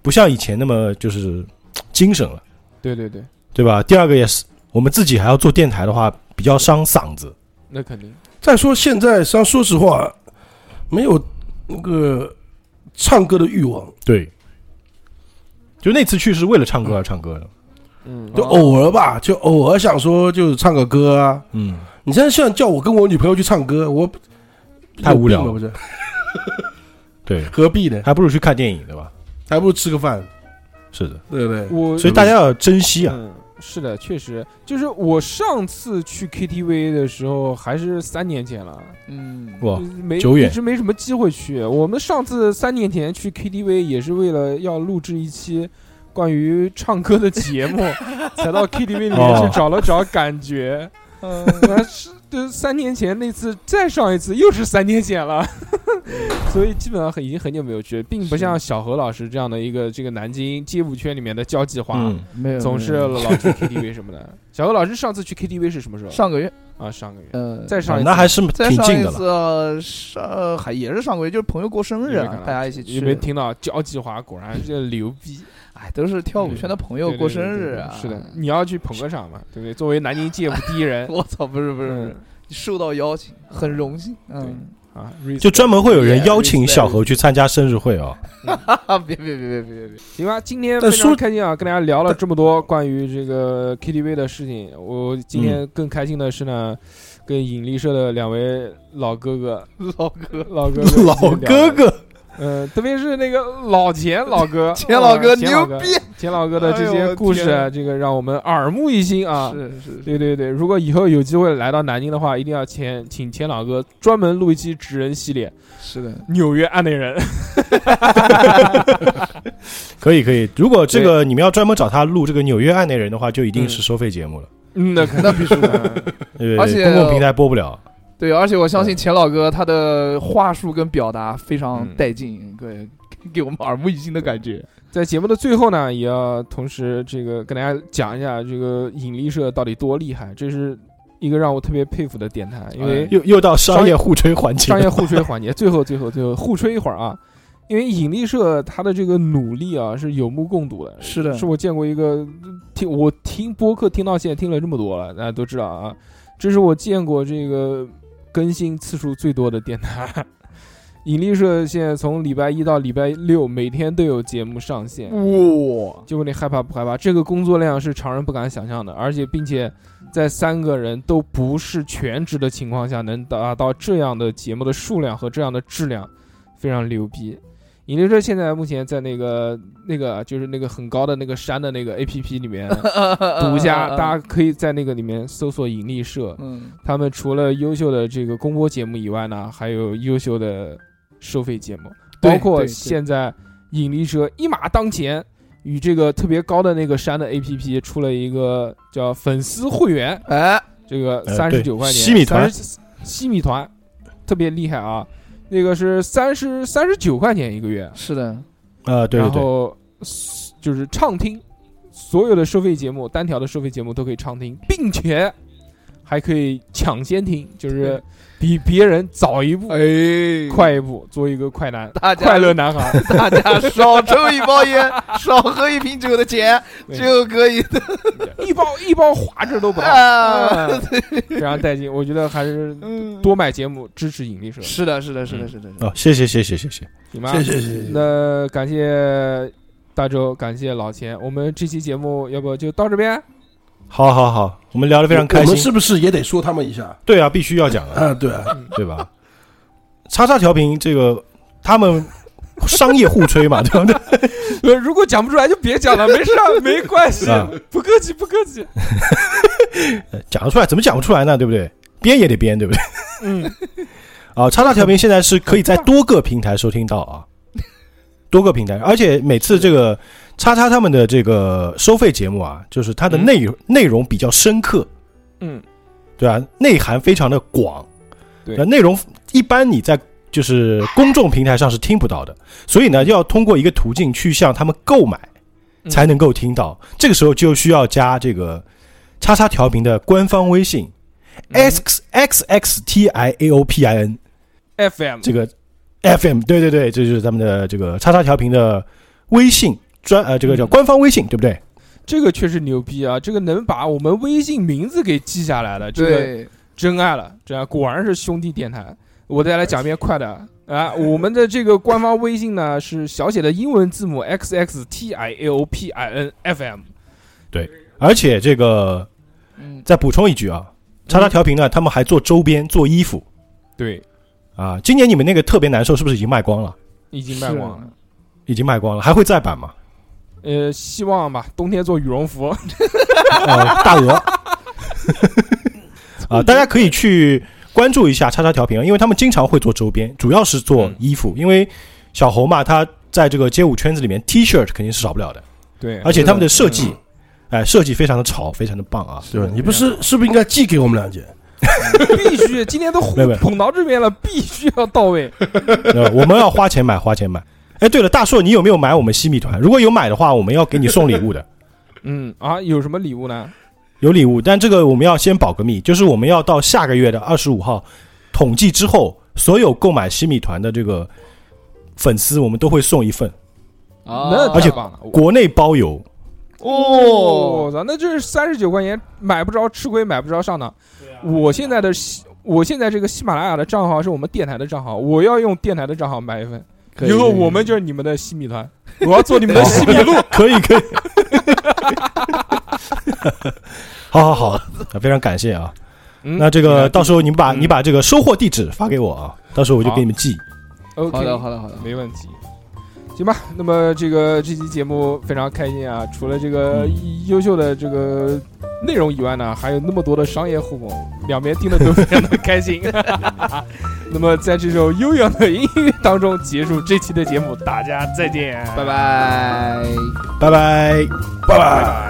Speaker 3: 不像以前那么就是精神了，
Speaker 1: 对对对，
Speaker 3: 对吧？第二个也是，我们自己还要做电台的话，比较伤嗓子。
Speaker 1: 那肯定
Speaker 4: 再说现在，上说实话，没有那个唱歌的欲望，
Speaker 3: 对，就那次去是为了唱歌而唱歌的。
Speaker 1: 嗯
Speaker 4: 就偶尔吧，就偶尔想说就是唱个歌啊。
Speaker 3: 嗯，
Speaker 4: 你现在现在叫我跟我女朋友去唱歌，我
Speaker 3: 太无聊
Speaker 4: 有
Speaker 3: 了
Speaker 4: 病不是？
Speaker 3: 对，
Speaker 4: 何必呢？
Speaker 3: 还不如去看电影，对吧？
Speaker 4: 还不如吃个饭，
Speaker 3: 是的，
Speaker 4: 对 不对？
Speaker 1: 我
Speaker 3: 所以大家要珍惜啊。
Speaker 1: 嗯，是的，确实，就是我上次去 KTV 的时候还是三年前了，
Speaker 2: 嗯，
Speaker 3: 哇
Speaker 1: 就，是没
Speaker 3: 久远
Speaker 1: 一直没什么机会去。我们上次三年前去 KTV 也是为了要录制一期关于唱歌的节 目，才到 KTV 里面
Speaker 3: 哦
Speaker 1: 去找了找感觉。
Speaker 2: 嗯
Speaker 1: 呃是，对，三年前那次，再上一次又是三年前了， 所以基本上很已经很久没有去，并不
Speaker 2: 是
Speaker 1: 像小何老师这样的一个这个南京街舞圈里面的交际花，
Speaker 3: 嗯，
Speaker 2: 没有，
Speaker 1: 总是
Speaker 2: 没有
Speaker 1: 老去 KTV 什么的。小何老师上次去 KTV 是什么时候？
Speaker 2: 上个月，
Speaker 1: 啊，上个月，
Speaker 2: 呃，
Speaker 1: 再上一次，
Speaker 3: 啊那还是
Speaker 2: 再
Speaker 3: 挺
Speaker 2: 上
Speaker 3: 近
Speaker 2: 一
Speaker 3: 的了。
Speaker 2: 次呃上呃还也是上个月，就是朋友过生日
Speaker 1: 有没有
Speaker 2: 啊
Speaker 1: 看，到
Speaker 2: 大家一起
Speaker 1: 有
Speaker 2: 去
Speaker 1: 没有，听到交际花果然是牛逼，
Speaker 2: 哎，都是跳舞圈的朋友
Speaker 1: 对对
Speaker 2: 过
Speaker 1: 对
Speaker 2: 生
Speaker 1: 对
Speaker 2: 日
Speaker 1: 对
Speaker 2: 啊，
Speaker 1: 是的，，你要去捧个场嘛，对不对？作为南京街舞第一人，
Speaker 2: 我操，不是不是不
Speaker 1: 嗯
Speaker 2: 是，受到邀请，很荣幸，嗯，
Speaker 1: 啊，
Speaker 3: 就专门会有人
Speaker 2: Yeah，
Speaker 3: 邀请
Speaker 2: respect
Speaker 3: 小何去参加生日会哦。
Speaker 2: 啊，别别别别别别，
Speaker 1: 行吧，今天非
Speaker 4: 但
Speaker 1: 常
Speaker 4: 说
Speaker 1: 开心啊，跟大家聊了这么多关于这个 KTV 的事情。我今天更开心的是呢，跟引力社的两位老哥哥，
Speaker 2: 老哥，
Speaker 1: 老哥哥
Speaker 3: 老哥哥，
Speaker 1: 呃，特别是那个老钱老哥，
Speaker 2: 钱老哥
Speaker 1: 啊钱老
Speaker 2: 牛
Speaker 1: 哥
Speaker 2: 逼，
Speaker 1: 钱老哥的这
Speaker 2: 哎呦
Speaker 1: 些
Speaker 2: 我
Speaker 1: 故事
Speaker 2: 天
Speaker 1: 啊，这个让我们耳目一新啊。
Speaker 2: 是是
Speaker 1: 对对对，如果以后有机会来到南京的话，一定要钱请钱老哥专门录一期职人系列，
Speaker 2: 是的，
Speaker 1: 纽约案内人。
Speaker 3: 可以可以。如果这个你们要专门找他录这个纽约案内人的话，就一定是收费节目了，
Speaker 1: 嗯，那肯定必须的。
Speaker 3: 对
Speaker 2: 而且
Speaker 3: 公共平台播不了。
Speaker 2: 对，而且我相信钱老哥他的话术跟表达非常
Speaker 1: 嗯
Speaker 2: 带劲，对，给我们耳目一新的感觉。
Speaker 1: 在节目的最后呢，也要同时这个跟大家讲一下这个引力社到底多厉害，这是一个让我特别佩服的电台，因为
Speaker 3: 又又到商业互吹环 节
Speaker 1: 商，业互吹环节，最后最后最后互吹一会儿啊，因为引力社它的这个努力啊是有目共睹的，
Speaker 2: 是的
Speaker 1: 是我见过一个听我听播客听到现在听了这么多了，大家都知道啊，这是我见过这个更新次数最多的电台。 引力社现在从礼拜一到礼拜六每天都有节目上线，
Speaker 2: 哇，
Speaker 1: 就问你害怕不害怕？这个工作量是常人不敢想象的，而且并且在三个人都不是全职的情况下，能达到这样的节目的数量和这样的质量，非常牛逼。引流车现在目前在那个那个就是那个很高的那个山的那个 A P P 里
Speaker 2: 啊
Speaker 1: 面 独家，大家可以在那个里面搜索引力社，
Speaker 2: 嗯，
Speaker 1: 他们除了优秀的这个公播节目以外呢，还有优秀的收费节目，
Speaker 2: 对
Speaker 1: 包括
Speaker 2: 对对
Speaker 1: 现在引力社一马当前，与这个特别高的那个山的 APP 出了一个叫粉丝会员，
Speaker 2: 哎，
Speaker 1: 这个
Speaker 3: 呃
Speaker 1: 三
Speaker 3: 对
Speaker 1: 十九块钱，
Speaker 3: 西米团
Speaker 1: 30，西米团特别厉害啊，那个是三十三十九块钱一个月，
Speaker 2: 是的，
Speaker 3: 啊，对对
Speaker 1: 然
Speaker 3: 对，
Speaker 1: 后就是畅听所有的收费节目，单条的收费节目都可以畅听，并且还可以抢先听，就是比别人早一步、
Speaker 2: 哎，
Speaker 1: 快一步，做一个快男、
Speaker 2: 大家
Speaker 1: 快乐男孩。
Speaker 2: 大 家啊少抽一包烟，少喝一瓶酒的钱就可以的
Speaker 1: 一包一包滑着都不 到，
Speaker 2: 啊。
Speaker 1: 嗯非常带劲。我觉得还是
Speaker 2: 嗯，
Speaker 1: 多嗯买节目支持引力社，
Speaker 2: 是嗯的，是的，是的，是的，是的
Speaker 3: 哦，谢谢谢谢谢谢，
Speaker 1: 行吗？
Speaker 4: 谢谢谢谢。
Speaker 1: 那感谢大周，感谢老钱。我们这期节目要不就到这边？啊
Speaker 3: 好好好，我们聊得非常开
Speaker 4: 我们
Speaker 3: 心
Speaker 4: 是。不是也得说他们一下？
Speaker 3: 对啊，必须要讲啊，
Speaker 4: 啊，对啊，
Speaker 3: 对吧？叉叉调频这个他们商业互吹嘛， 对不对？
Speaker 1: 呃， 如果讲不出来就别讲了，没事儿，没关系
Speaker 3: 啊，
Speaker 1: 不客气，不客气。
Speaker 3: 呃讲得出来，怎么讲不出来呢？对不对？编也得编，对不对？
Speaker 1: 嗯。
Speaker 3: 啊，叉叉调频现在是可以在多个平台收听到啊，多个平台，而且每次这个叉叉他们的这个收费节目啊，就是它的内容、内容比较深刻，
Speaker 1: 嗯，
Speaker 3: 对吧？内涵非常的广，
Speaker 1: 对
Speaker 3: 吧内容一般你在就是公众平台上是听不到的，所以呢，要通过一个途径去向他们购买，
Speaker 1: 嗯
Speaker 3: 才能够听到。这个时候就需要加这个叉叉调频的官方微信、x
Speaker 1: 嗯
Speaker 3: x x t i a o p i n
Speaker 1: FM
Speaker 3: 这个 FM，对对对，这就是他们的这个叉叉调频的微信专呃，这个叫
Speaker 1: 嗯
Speaker 3: 官方微信，对不对？
Speaker 1: 这个确实牛逼啊！这个能把我们微信名字给记下来了，这个
Speaker 2: 对，
Speaker 1: 真爱了，这果然是兄弟电台。我再来讲一遍快的 啊！我们的这个官方微信呢是小写的英文字母 x x t i a o p i n f m，
Speaker 3: 而且这个
Speaker 2: 嗯，
Speaker 3: 再补充一句啊，
Speaker 1: 嗯
Speaker 3: 叉叉调频呢，他们还做周边、做衣服
Speaker 1: 对，
Speaker 3: 啊。今年你们那个特别难受是不是已经卖光了？
Speaker 1: 已经卖光了。
Speaker 3: 已经卖光了，还会再版吗？
Speaker 1: 呃，希望吧，冬天做羽绒 服。
Speaker 3: 啊，大鹅 啊，大家可以去关注一下叉叉调频，因为他们经常会做周边，主要是做衣服，因为小猴嘛，他在这个街舞圈子里面，T 恤肯定是少不了的，
Speaker 1: 对，
Speaker 3: 而且他们的设
Speaker 1: 嗯
Speaker 4: 是
Speaker 3: 计
Speaker 4: 的，
Speaker 3: 哎，设计非常的潮，非常的棒啊！
Speaker 4: 对吧？你不是是不是应该寄给我们两件？
Speaker 1: 必须今天都
Speaker 3: 没有没有
Speaker 1: 捧到这边了，必须要到 位。
Speaker 3: 呃，我们要花钱买，花钱买。哎，对了，大硕，你有没有买我们西米团？如果有买的话，我们要给你送礼物的，
Speaker 1: 嗯啊，有什么礼物呢？
Speaker 3: 有礼物。但这个我们要先保个密，就是我们要到下个月的二十五号统计之后，所有购买西米团的这个粉丝，我们都会送一份，
Speaker 2: 啊
Speaker 1: 那
Speaker 3: 而且
Speaker 1: 太棒了
Speaker 3: 国内包邮。
Speaker 1: 我
Speaker 2: 哦，
Speaker 1: 操，那就是三十九块钱买不着吃亏，买不着上当。
Speaker 2: 啊
Speaker 1: 我现在的喜我现在这个喜马拉雅的账号是我们电台的账号，我要用电台的账号买一份，
Speaker 2: 可以
Speaker 1: 以后我们就是你们的西米团，我要做你们的哦西米露。
Speaker 3: 可以可以。好好好，啊非常感谢啊！
Speaker 1: 嗯
Speaker 3: 那这个到时
Speaker 1: 候
Speaker 3: 候你们把
Speaker 1: 嗯
Speaker 3: 你把这个收货地址发给我啊，到时候我就给你们寄。
Speaker 1: OK，
Speaker 2: 好的，好的，好的。
Speaker 1: 没问题。行吧，那么这个这期节目非常开心啊！除了这个
Speaker 3: 嗯
Speaker 1: 优秀的这个内容以外呢，还有那么多的商业互捧，两边听的都非常的开 心。那么在这首悠扬的音乐当中结束这期的节目，大家再见，
Speaker 2: 拜拜。
Speaker 3: 拜拜，拜拜。